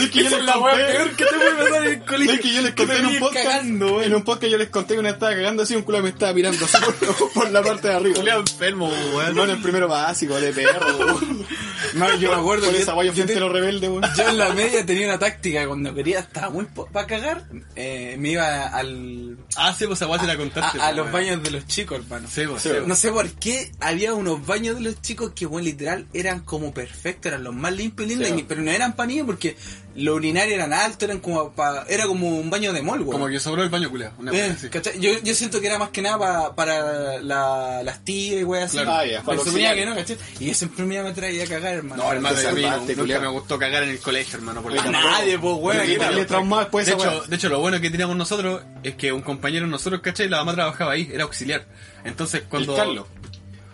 C: es que yo
B: Esa
C: les
B: es la wea
C: conté-
B: peor que te puede
C: <laughs>
B: pasar en el
C: no
B: colegio.
C: es que yo les
B: Que te
C: conté en un
B: venís
C: podcast.
B: cagando, weón.
C: en un podcast yo les conté que una estaba cagando así, un culo me estaba mirando así por, <laughs> por la parte de arriba.
A: Culiao enfermo, weón.
C: Hermano, en primero básico, de
B: <laughs>
C: perro, weón.
B: No, yo me acuerdo
C: Por
B: que
C: esa guaya
B: yo,
C: frente
B: te-
C: a los rebeldes, weón.
B: yo en la media tenía una táctica, cuando quería estaba muy para cagar, eh, me iba al,
A: Ah, sí, pues esa weá se la
B: a,
A: contaste.
B: a
A: po, weón.
B: los baños de los chicos, hermano.
A: Sí, pues, sí,
C: Sí,
A: pues.
B: No sé por qué había unos baños de los chicos que, bueno, literal, eran como perfectos, eran los más limpios y lindos,
C: Sí.
B: y- pero no eran pa' niños porque los urinarios eran altos, eran como pa- era como un baño de mol, weón.
A: Como que sobró el baño, culiao. Una
B: Eh,
A: weá así.
B: ¿cachai? yo, yo siento que era más que nada pa- para la- las tías y weas así.
A: Claro.
C: Ah, ya, para
B: Pero
C: los
B: suponía que no,
C: auxiliares.
B: ¿cachai? Y yo siempre me iba a meter ahí a cagar, hermano.
A: No, hermano,
C: te
A: a mí no-
C: salvaste,
A: nunca
C: culiao.
A: me gustó cagar en el colegio, hermano, por
B: A
A: la
B: nadie, pues, weón.
C: Pero que
B: aquí
C: también
B: era-
C: le traumaba después
A: de
C: esa
A: hecho,
C: weá.
A: de hecho, lo bueno que teníamos nosotros es que un compañero de nosotros, ¿cachai? La mamá trabajaba ahí, era auxiliar. Entonces, cuando.
C: El Carlos.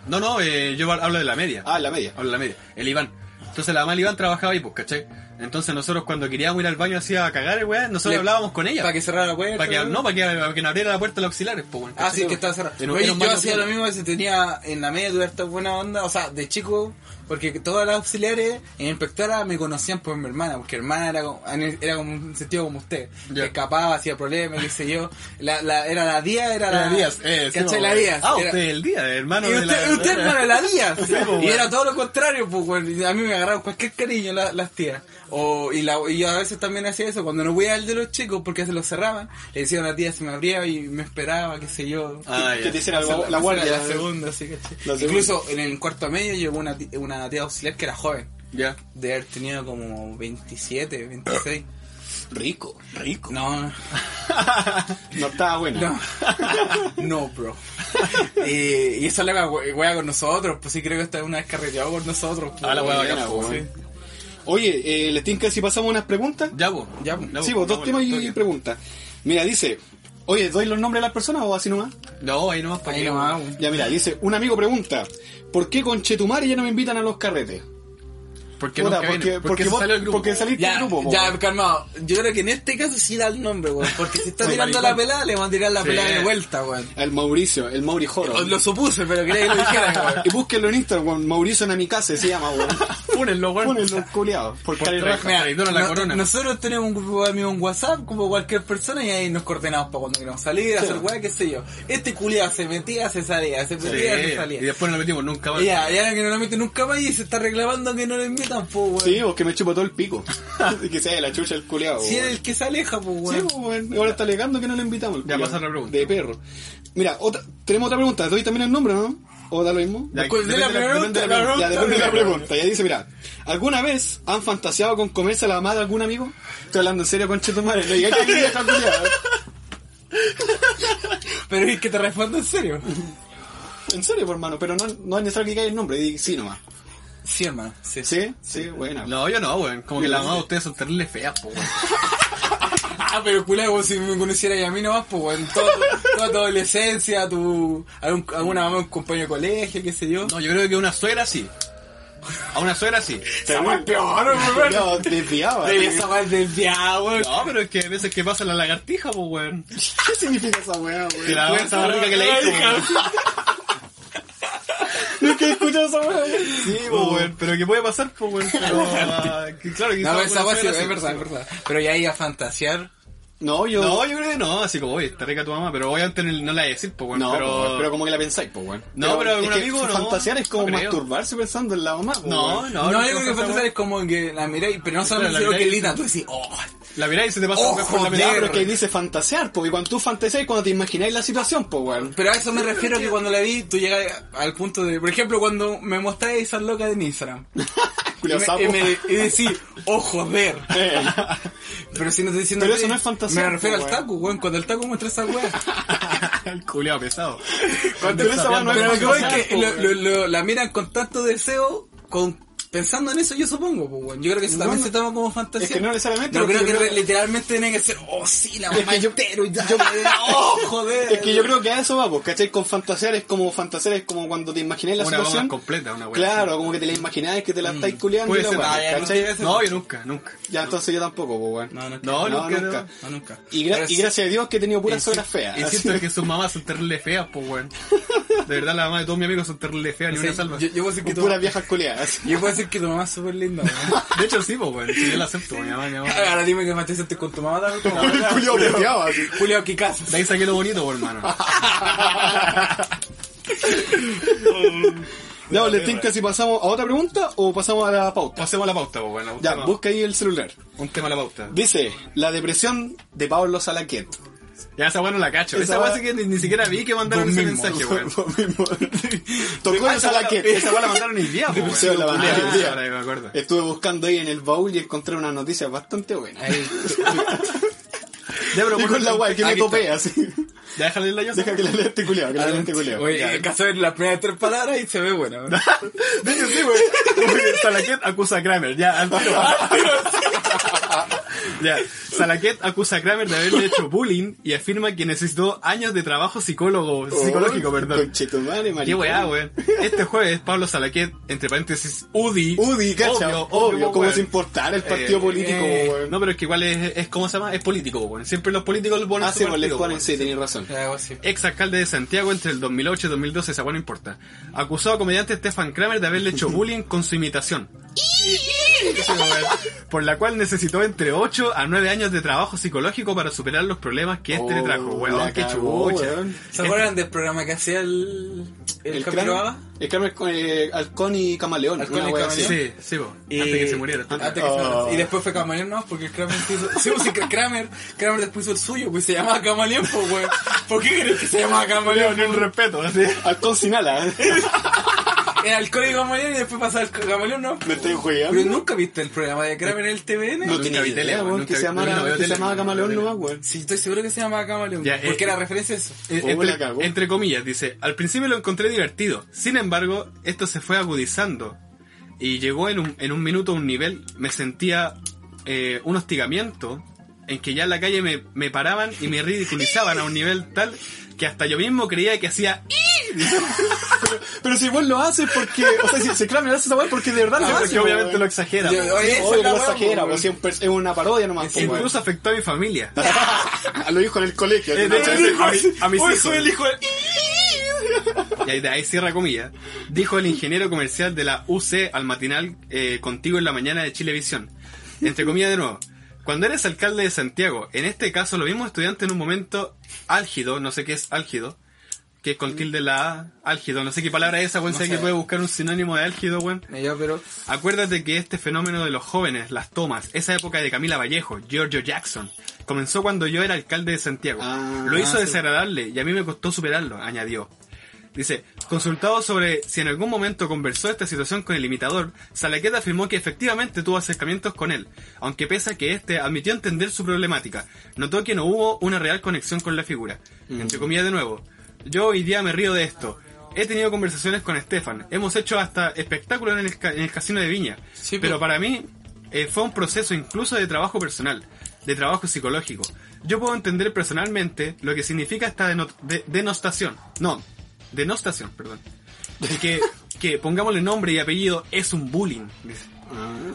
A: No, no, eh, yo hablo de la media.
C: Ah, la media.
A: Hablo de la media. El Iván. Entonces, la mamá del Iván trabajaba ahí, pues, ¿cachai? Entonces, nosotros cuando queríamos ir al baño así a cagar, weón, nosotros
B: Le-
A: hablábamos con ella.
B: Para que cerrara la puerta.
A: Para que,
B: weón.
A: no, para que, para que nos abriera la puerta los auxiliares, pues, weón,
B: Ah,
A: ¿cachai?
B: sí, que estaba cerrado.
A: Era un-
B: Oye,
A: era un
B: yo
A: baño
B: hacía lo
A: público.
B: mismo que se tenía en la media, tuve harta buena onda, o sea, de chico, porque todas las auxiliares en inspectora me conocían por mi hermana, porque hermana era como, en el- era como un sentido como usted,
A: Ya.
B: que escapaba, hacía problemas, qué sé yo. La, la, era la día, era la.
A: Era Díaz, eh, sí,
B: ¿Cachai?
A: no,
B: la Díaz.
A: Ah,
B: era-
A: usted el día, hermano.
B: y
A: de
B: usted,
A: la-
B: usted hermano, la tía.
A: po,
B: y
A: weón.
B: era todo lo contrario, pues, weón. Y A mí me agarraban cualquier cariño la- las tías. O, y, la, y yo a veces también hacía eso, cuando no voy al de los chicos porque se los cerraban, le decía a una tía, se me abría y me esperaba, qué sé yo.
A: Ah,
C: Que
A: ya.
C: te hicieran la, la
B: la
C: guardia.
B: La segunda, así, ¿cachai?
C: La segunda.
B: Incluso en el cuarto medio llegó una, ti- una tía auxiliar que era joven,
A: Ya.
B: de haber tenido como 27, 26.
C: Rico, rico.
B: No,
C: No estaba buena.
B: no, <laughs> no, bro. Eh, y esa es la we- wea con nosotros, pues sí creo que esta es una vez carreteado con nosotros. pues,
A: Ah, la wea
B: weón.
A: bacana, pues,
B: Sí.
C: Oye, eh, les tinca si pasamos unas preguntas.
A: Ya, vos.
B: Ya, po.
C: sí, vos, dos temas y preguntas. Mira, dice, oye, ¿doy los nombres de las personas o así nomás?
A: No, ahí nomás para
B: Ahí
A: que-
B: nomás, weón.
C: Ya, mira, dice, un amigo pregunta, ¿por qué con Chetumare ya no me invitan a los carretes?
A: Porque
C: Puta,
A: nunca
C: porque-
A: viene,
C: porque
A: porque se
C: vos-
A: salió el grupo.
C: porque saliste del
B: Ya,
C: grupo, po,
B: ya,
C: weón.
B: calmado. Yo creo que en este caso sí da el nombre, weón. Porque si está
A: Sí,
B: tirando
A: maricón.
B: la pelada, le van a tirar la
A: Sí.
B: pelada de vuelta, weón.
C: Al Mauricio, el Mauri Joro.
B: Lo, lo supuse, pero quería que lo dijera, weón.
C: Y búsquenlo en Instagram, Mauricio Namikaze se llama, weón.
A: Fúnenlo, weón.
C: Ponenlo culiado. Por cara
A: traidor.
C: raja.
B: Mira,
A: traidor a la
B: no-
A: corona.
B: Nosotros tenemos un grupo de amigos en WhatsApp, como cualquier persona, y ahí nos coordinamos para cuando queramos salir, hacer weá, qué sé yo. Este culiado se metía, se salía, se
A: Sí,
B: metía, se salía.
A: Y después no lo metimos nunca más.
B: Y ya, ya que no lo meten nunca más y se está reclamando que no le invitan, pues, weón.
C: Sí, o que me chupo todo el pico. <laughs> Y que sea de la chucha el culiado.
B: si es el que se aleja, pues,
C: Sí,
B: weón.
C: pues, bueno, ahora está alegando que no le invitamos. el
A: Ya,
C: culiao.
A: pasa la pregunta.
C: De perro. Mira, otra, tenemos otra pregunta. Doy también el nombre, ¿no? ¿O da lo mismo?
A: Ya,
B: ¿Cuál es
C: Depende
B: la
C: de la-
B: pregunta?
C: depende de la- ya, depende de la
B: pregunta.
C: pregunta. Ya dice, mira, ¿alguna vez han fantaseado con comerse a la mamá de algún amigo? Estoy hablando en serio, conche tu madre. No digas que aquí dejan culiado.
B: Pero es que te respondo en serio.
C: En serio, por hermano, pero no, no es necesario que caiga el nombre. Di, sí, nomás.
B: Sí, hermano. Sí.
C: Sí, sí, buena.
A: No, yo no, weón. Como que
C: Yo
A: la
C: sí.
A: mamá de ustedes son terrible feas, po, weón.
B: Ah, pero culé, vos si me conocieras a mí nomás, pues, weón. Toda, tu- toda tu adolescencia, tu. algún- alguna mamá, un compañero de colegio, qué sé yo.
A: No, yo creo que una suegra sí. A una suegra sí.
B: Esa weá es peor, weón.
C: No, desviaba.
B: Debería
C: ¿Qué
B: esa weá es desviada, weón.
A: No, pero es que a veces que pasa la lagartija, po, weón.
C: significa esa weá,
A: Que la
C: weón?
A: mamá está más rica que la hizo, weón.
C: <laughs> Nunca he escuchado esa weá. Sí, pues,
A: Po,
C: weón.
A: Oh, weón, Pero que puede pasar, po, weón. Pero, ah, que claro, que
B: No, pero
A: una
B: esa weá sí,
A: suegra
B: es
A: sí.
B: verdad, es verdad. Pero ya iba a fantasear.
C: No, yo.
A: No, yo creo que no, así como, oye, está rica tu mamá, pero obviamente no no la voy a decir, po, weón.
C: No,
A: pero...
C: po, weón, pero como que la pensáis, pues, weón.
A: No, pero algún
C: es que
A: amigo no,
C: Fantasear es como
A: no creo.
C: masturbarse pensando en la mamá, po,
A: No,
C: weón.
A: no,
B: No,
A: no
B: yo creo que
A: pasa,
B: fantasear
A: weón.
B: es como que la miráis, pero no
A: Claro,
B: solamente
A: la
B: sino que
A: miráis-
B: linda, tú decís, oh,
A: La mirada y se te pasa
B: Oh,
A: weón, por la
B: joder.
A: mirada.
C: Pero es que dice fantasear, porque cuando tú fantaseas es cuando te imagináis la situación, pues, weón.
B: Pero a eso me refiero que cuando la vi, tú llegas al punto de. Por ejemplo, cuando me mostraste esa loca de Instagram. <laughs> Y
C: Culiao
B: me-
C: sapo.
B: y, me,
C: <laughs>
B: y decís, oh joder.
C: Eh,
B: Pero si no estoy diciendo.
C: Pero
B: que-
C: eso no es fantasía,
B: Me refiero
C: po,
B: al
C: weón.
B: taco, weón. Cuando el taco muestra esa weá.
A: <laughs> El culiao pesado.
C: Cuando esa weá no es
B: Pero lo que voy es
C: fantasear,
B: que
C: po,
B: lo-
C: weón.
B: lo- lo- la miran con tanto deseo, con. Pensando en eso, yo supongo, pues, weón. Yo creo que eso
C: No,
B: también
C: no.
B: se toma como fantasía.
C: Es que no necesariamente,
B: Pero
C: porque
B: creo que
C: yo
B: re-
C: creo-
B: literalmente tiene que ser, oh, sí, la mamá
C: que yo-
B: entero y yo, oh, joder.
C: Es que yo creo que a eso va, pues, ¿cachai? Con fantasear es como fantasear es como cuando te imagináis la
A: Una
C: situación.
A: mamá completa, una weá.
C: Claro, como que te la imagináis que te la estáis culiando y
A: Puede
C: la
A: ser,
C: weá,
A: ah,
B: ya,
C: ¿cachai?
B: Mm. no. veces-
A: No, yo nunca, nunca.
C: Ya, entonces yo tampoco, pues, weón.
B: No, no, es que-
A: No,
C: No,
A: nunca.
C: nunca.
A: nunca.
B: No, nunca.
C: Y, gra-
B: Pero
C: y
B: sí-
C: gracias a Dios que he tenido puras
B: Insisto-
C: horas feas.
A: Y
C: así.
A: siento que sus mamás son terrible feas, pues, weón. De verdad, la mamá de todos mis amigos son terrible feas, ni
B: Sí,
A: una salva.
B: Yo, yo puedo decir que
C: Con
B: tu,
C: puras viejas
B: <laughs>
C: culiadas. <laughs>
B: yo puedo decir que tu mamá es súper linda. weón.
A: De hecho, sí, pues, weón. Sí, yo la acepto, mi mamá, mi mamá.
B: Ahora dime que mataste con tu mamá también. como-
C: El culiao peteado, así.
B: Julio, ¿qué casas?
A: De ahí saqué lo bonito, pues, hermano.
C: No, les tinca si pasamos a otra pregunta o pasamos a la pauta.
A: Pasemos a la pauta, pues, weón. Un
C: Ya,
A: tema-
C: busca ahí el celular.
A: Un tema a la pauta.
C: Dice, la depresión de Pablo Salaquet.
A: Ya, esa weón no la cacho.
C: Esa
A: Esa weón
C: weá-
A: sí que ni, ni siquiera vi que mandaron
B: Vos
A: ese
B: mismo.
A: mensaje,
C: <laughs>
A: weón. <laughs>
C: Tocó
A: Ah,
C: el
A: esa weá- <laughs>
C: Salaquet.
A: Esa
C: <laughs>
A: weón la mandaron hoy día, pues,
C: Depresión
A: weón.
C: la
A: Ah,
C: mandaron hoy día.
A: ahora que me acuerdo.
C: Estuve buscando ahí en el baúl y encontré una noticia bastante buena.
B: Ahí.
A: Ya, pero
C: Y
A: ponle
C: <laughs> con la guay que me
B: Aquí está.
C: topé así.
A: Ya, déjale irla yo.
C: Deja que la lea este culiao, que la lea este culiao.
B: Oye, el caso es las primeras tres palabras y se ve bueno.
C: <laughs>
B: weón.
A: De hecho, sí, güey. <laughs> Salaquet acusa a Kramer. Ya, al
C: <laughs>
A: tiro. ya. Salaquet acusa a Kramer de haberle hecho bullying y afirma que necesitó años de trabajo psicólogo, psicológico, perdón.
C: Conchetumare, maricón.
A: Qué weá, weón. Este jueves, Pablo Salaquet, entre paréntesis, UDI.
C: Udi, cacha.
A: Obvio,
C: Obvio, como
A: weón.
C: sin importar el partido
A: Eh,
C: político,
B: eh,
C: weón.
A: No, pero es que igual es, es ¿cómo se llama? Es político, weón. Siempre los políticos le ponen
C: Ah,
A: su
C: sí, pues les
A: partido,
C: ponen,
A: weón.
C: sí, tenéis razón.
B: Ya, algo así.
A: Ex alcalde de Santiago entre el 2008 y 2012, esa weá no importa. Acusó a comediante Stefan Kramer de haberle
C: <laughs>
A: hecho bullying con su imitación. Por la cual necesitó entre 8 a 9 años de trabajo psicológico para superar los problemas que este le trajo.
C: Oh,
A: Weón,
C: la
A: qué
C: cagó,
A: chucha.
C: weón.
B: ¿Se acuerdan del programa que hacía el. el, Capiroaga?
C: Kramer- El Kramer con eh, Halcón y Camaleón.
B: Halcón
C: una
B: y
C: wea
B: Camaleón.
C: así.
A: Sí, sí, po.
B: Y-
A: antes que se muriera. este
B: antes que
A: tema.
B: se muriera. Y
C: Oh.
B: después fue Camaleón, no, porque el Kramer se hizo. Sí, pues, sí, Kramer, Kramer después hizo el suyo, pues se llamaba Camaleón, pues, weón. ¿Por qué crees que se llamaba Camaleón?
A: Ni un respeto, así.
C: Halcón sin
A: <laughs>
C: ala.
B: Era el código Camaleón y después pasaba el Camaleón, no.
C: Me estoy
B: Pero
C: jugando.
B: nunca viste el programa de Kramer en el TVN.
C: No tenía
A: vi tele,
C: idea, weón,
A: nunca
C: que
A: vi-
C: se llamara-
A: no veo
C: que se
A: tele,
C: llamaba
A: no veo
C: Camaleón
A: tele.
C: nomás, weón.
B: Sí, estoy seguro que se llamaba Camaleón.
A: Ya,
B: porque
A: eh,
B: era referencia a eso.
A: Eh,
C: Oh, la cagó.
A: entre, entre comillas, dice, al principio lo encontré divertido, sin embargo, esto se fue agudizando y llegó en un, en un minuto a un nivel, me sentía eh, un hostigamiento en que ya en la calle me, me paraban y me ridiculizaban a un nivel tal que hasta yo mismo creía que hacía...
C: Pero si vos lo haces porque. O sea, si, si Kramer hace esa weá porque de verdad
A: "Ah",
C: lo hace.
A: porque obviamente
C: weón.
A: lo exagera.
B: Yo-
A: po.
B: oye, esa
C: Obvio
B: es
C: que
B: la
C: lo
B: weá,
C: exagera,
B: weón.
C: weón. Si es un per- es una parodia nomás, po, weón.
A: Incluso afectó a mi familia.
C: A los hijos en el colegio. así,
A: Eh, de-
C: ¿cachai?
A: de- a mi- a mis
B: Uy,
A: hijos.
B: soy el hijo de-
A: Y ahí, de ahí cierra comillas. Dijo el ingeniero comercial de la UC al matinal eh, Contigo en la Mañana de Chilevisión. Entre comillas de nuevo. Cuando eres alcalde de Santiago, en este caso lo mismo estudiante en un momento álgido, no sé qué es álgido, que es con tilde la A, álgido, no sé qué palabra es esa, weón,
B: No
A: sé
B: sé.
A: que puede buscar un sinónimo de álgido, weón.
B: Ya, pero.
A: Acuérdate que este fenómeno de los jóvenes, las tomas, esa época de Camila Vallejo, Giorgio Jackson, comenzó cuando yo era alcalde de Santiago.
C: Ah,
A: Lo hizo
B: sí.
A: desagradable y a mí me costó superarlo, añadió. Dice, Consultado sobre si en algún momento conversó esta situación con el imitador, Salaqueta afirmó que efectivamente tuvo acercamientos con él, aunque pese a que este admitió entender su problemática, notó que no hubo una real conexión con la figura. Entre comillas de nuevo, yo hoy día me río de esto. He tenido conversaciones con Estefan, hemos hecho hasta espectáculos en el, ca- en el casino de Viña,
B: Sí,
A: pero
B: po.
A: para mí eh, fue un proceso incluso de trabajo personal, de trabajo psicológico. Yo puedo entender personalmente lo que significa esta deno- de- denostación. No, denostación, perdón. Y que, que pongámosle nombre y apellido es un bullying, dice.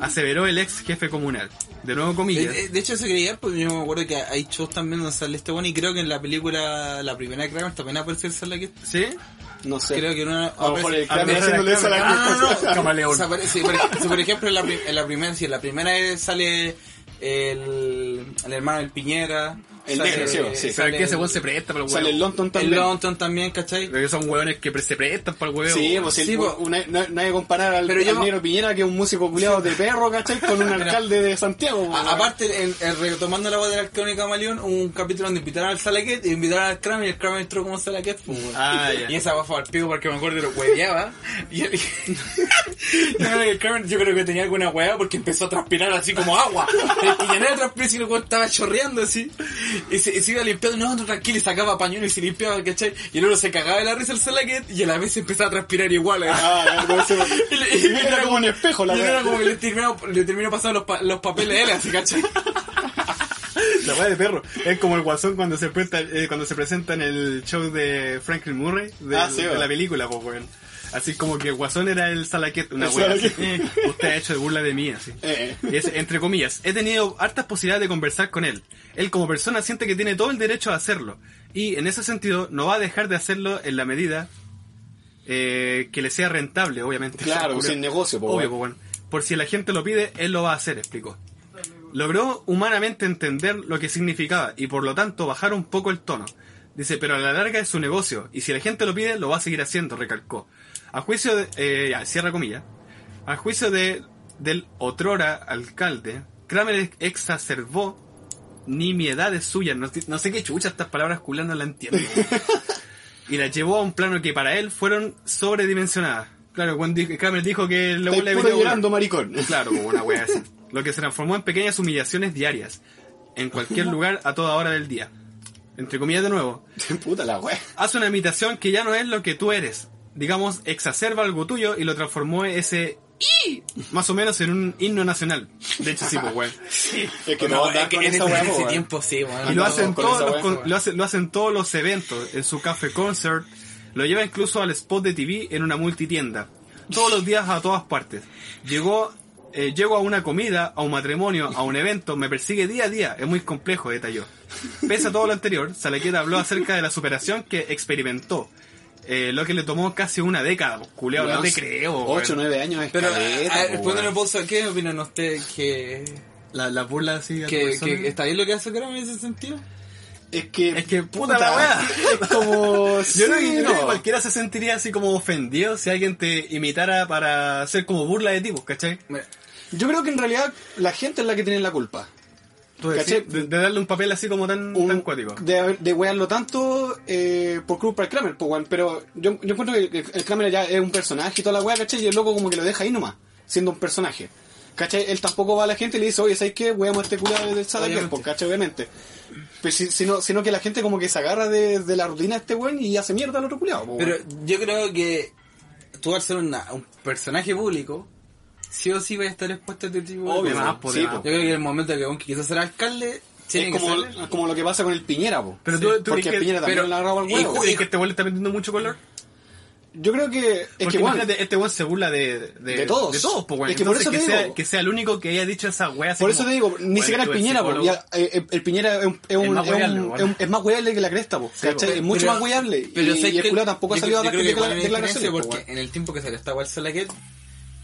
A: aseveró el ex jefe comunal. De nuevo
B: De,
A: comillas.
B: Eh, de- de hecho, se creía, pues yo me acuerdo que hay shows también donde sale este bueno y creo que en la película, la primera de Kramer también aparece el Salaqueta.
A: ¿Sí? Ah,
C: No sé.
B: Creo que en una...
C: A lo mejor el
A: A lo
C: Kramer
A: mejor
C: haciéndole
A: el
C: eso a la
A: Kramer.
B: No, no, no.
D: Camaleón.
B: O sea, por, sí, por ej- sí, por ejemplo, en la, pri- en la primera, sí, en la primera vez sale el, el hermano del Piñera.
C: El
B: sale-
C: negro, sí, sí.
B: eh, sale
A: Pero que ese
B: el-
A: weón se presta para el
C: Sale el
A: weón.
C: Lonton
B: El
C: también.
B: Longton también, ¿cachai?
A: Pero que son weones que pre- se prestan para el weón.
C: Sí, pues el-
B: Sí, pues.
C: una- na- nadie comparar al,
B: Pero yo
C: al
B: no-
C: negro Piñera, que es un músico culiado de perro, ¿cachai? Con
B: <laughs>
C: un alcalde de Santiago.
B: A- aparte, en, en retomando la voz de la crónica Malión, hubo un capítulo donde invitaron al Salaquet y invitaron al Kramer y el Kramer entró como Salaquet. pues, weón.
A: Ah, ya.
B: Y esa va fue al pico porque me acuerdo que lo hueveaba. Y <laughs> el, yo, creo que el Kramer, yo creo que tenía alguna hueá porque empezó a transpirar así como agua. El que llenaba de transpirar y el weón estaba chorreando así. Y se, y se iba limpiando, no, no, tranquilo, y sacaba pañuelo y se limpiaba, ¿cachai? Y luego se cagaba de la risa el Salaquet y a la vez empezaba a transpirar igual.
C: <laughs>
B: ¿eh? <laughs>
C: Ah, no, se-
B: Y le- y
C: Era como un espejo, la
B: y era
C: verdad.
B: como que le terminó, le terminó pasando los, pa- los papeles a él, así, ¿cachai?
A: <laughs> La weá de perro. Es como el guasón cuando se, presta- eh, cuando se presenta en el show de Franklin Murray de,
C: Ah, sí,
A: de
C: weón.
A: la película, pues weón. Así como que el guasón era el salaquet, una
C: El
A: weá. así.
C: Salaquet.
A: <laughs> Usted ha hecho de burla de mí, así.
C: Eh.
A: Y <laughs> es, entre comillas, he tenido hartas posibilidades de conversar con él. Él como persona siente que tiene todo el derecho a hacerlo. Y en ese sentido no va a dejar de hacerlo en la medida eh, que le sea rentable, obviamente. <laughs>
C: Claro, sin negocio, po,
A: Obvio,
C: weón.
A: po, weón. Por si la gente lo pide, él lo va a hacer, explicó. Logró humanamente entender lo que significaba y por lo tanto bajar un poco el tono. Dice, pero a la larga es su negocio y si la gente lo pide, lo va a seguir haciendo, recalcó. A juicio de... eh, ya, cierra comillas. A juicio de, del otrora alcalde, Kramer exacerbó nimiedades suyas. No, no sé qué chucha estas palabras culas no la
C: <laughs>
A: entiendo. y las llevó a un plano que para él fueron sobredimensionadas. Claro, cuando di- Kramer dijo que la
C: Estáis
A: bola de
C: puro
A: video-
C: llorando, maricón. <laughs>
A: Claro, como una wea así. Lo que se transformó en pequeñas humillaciones diarias, en
C: <laughs>
A: cualquier lugar, a toda hora del día. Entre comillas de nuevo,
C: Puta la wea.
A: hace una imitación que ya no es lo que tú eres. Digamos, exacerba algo tuyo y lo transformó ese i, más o menos en un himno nacional. De hecho, sí, pues, weón.
C: Es que no,
B: es que en ese,
C: esa wea,
B: en
C: po,
B: ese
C: weón.
B: tiempo sí, bueno,
A: Y lo
B: no,
A: hacen,
B: con
A: todos
B: esa
A: los,
B: wea,
A: con-
B: weón.
A: lo, hacen, lo hacen todos los eventos, en su café concert, lo lleva incluso al spot de TV en una multitienda, todos los días a todas partes. Llegó, eh, llego a una comida, a un matrimonio, a un evento, me persigue día a día, es muy complejo, detalló. Pese a todo lo anterior, Salaqueta habló acerca de la superación que experimentó. eh, lo que le tomó casi una década, pues, culiao, no
C: Weón, ah,
A: te creo. weón.
C: 8 o 9 años es
B: Pero,
C: caleta,
B: a- a-
C: po,
B: respondiendo
C: weón.
B: al bolso, ¿qué opinan ustedes que,
A: La, la burla así a tu
B: que,
A: persona.
B: que está bien lo que hace Kramer en ese sentido?
C: Es que.
A: Es que puta la wea.
C: Es <laughs> como.
A: Yo creo
C: sí,
A: que- yo creo que
C: no.
A: cualquiera se sentiría así como ofendido si alguien te imitara para hacer como burla de ti, pues, ¿cachai?
C: Yo creo que en realidad la gente es la que tiene la culpa.
A: Tú decís,
C: ¿Cachai?
A: de, de darle un papel así como tan,
C: un-
A: tan cuático.
C: De, haber- de wearlo tanto eh, por culpa del Kramer, po, weón. Pero yo, yo encuentro que el, el Kramer ya es un personaje y toda la wea, ¿cachai? Y el loco como que lo deja ahí nomás, siendo un personaje. ¿Cachai? Él tampoco va a la gente y le dice, oye, ¿sabes qué? Voy a este culo del salario,
B: Obviamente.
C: po, ¿cachai? Obviamente. Pero si, sino, sino que la gente como que se agarra de, de la rutina de este weón y hace mierda al otro pues, culiado,
B: Pero yo creo que tú al ser una- un personaje público, sí o sí vas a estar expuesto a este tipo de
C: Obvio,
B: cosas.
A: Demás, po,
C: sí,
A: demás.
B: Yo creo que en el momento que aunque quizás ser alcalde, tiene
C: es
B: que
C: como,
B: ser...
C: como lo que pasa con el Piñera, po.
A: Pero tú, tú
C: Porque
A: crees que,
C: Piñera también
B: pero-
C: le agarraba al
A: ¿y
C: huevo.
A: tú crees que este weón le está metiendo mucho color?
C: Yo creo que es
A: Porque
C: que weón,
A: imagínate, este weón se burla de, de,
C: De todos.
A: De todos, pues, weón.
C: Es que por
A: Entonces,
C: eso te
A: que, sea,
C: digo.
A: que sea el único que haya dicho esa wea así
C: Por eso
A: como,
C: te digo, ni
A: "Weón,
C: siquiera el
A: tú eres
C: Piñera, po,
A: psicólogo".
C: ya, eh, eh, el Piñera es, un- es un-
A: Es más
C: es un-
A: hueable, weón.
C: es un- es más hueable que la cresta, po, ¿cachai?
B: pero-
C: es mucho
B: pero-
C: más hueable.
B: pero
C: y,
B: sé
C: y el
B: que-
C: culo tampoco
B: yo-
C: ha salido a
B: yo
C: dar
B: creo que igual
C: decla-
B: hay
C: declaraciones.
B: diferencia
C: po,
B: porque
C: pues, weón.
B: en el tiempo que se le estaba el Salaquet,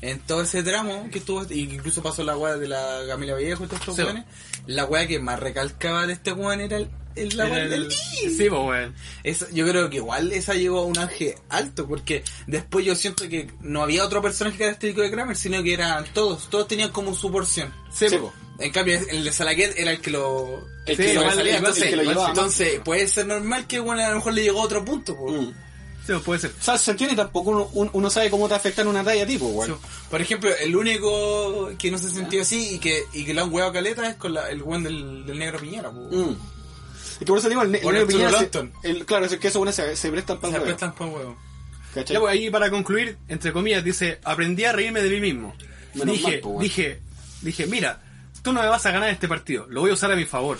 B: en todo ese tramo que estuvo, y que incluso pasó la weá de la Camila Vallejo y todos estos
A: Sí.
B: weones, la weá que más recalcaba de este weón era el, el- la
A: Era
B: weá
A: el-
B: del
A: Sí, pues, weón.
B: Eso- yo creo que igual esa llegó a un auge alto, porque después yo siento que no había otro personaje característico de Kramer, sino que eran todos, todos tenían como su porción.
A: Sí,
C: Sí,
A: po.
C: po.
B: En cambio, el de Salaquet era el que lo...
C: El
A: que
B: lo
A: igual-
B: salía.
A: igual- el
B: entonces,
A: que lo
C: llevaba.
B: entonces, puede ser normal que bueno, a lo mejor le llegó a otro punto. po.
C: Mm.
A: Sí, chiste o pues, puede ser.
C: O sea, se entiende, tampoco uno, un- uno sabe cómo te afectan una talla a ti, pues, weón.
B: Por ejemplo, el único que no se sintió así y que, y que le han huevo caleta es con la- el weón del, del negro piñera. po.
C: Mm. Y que por eso digo, el, ne- el
B: Por
C: negro
B: Arturo
C: Piñera se-
B: Lawton.
C: el- claro, es que esos buenos se, se prestan para
B: Se
C: el huevo,
B: apretan pa' huevo.
C: ¿cachai?
A: Ya, pues, ahí para concluir, entre comillas, dice, aprendí a reírme de mí mismo.
C: Menos
A: dije,
C: mal, po, weón.
A: dije, dije, mira, tú no me vas a ganar este partido, lo voy a usar a mi favor.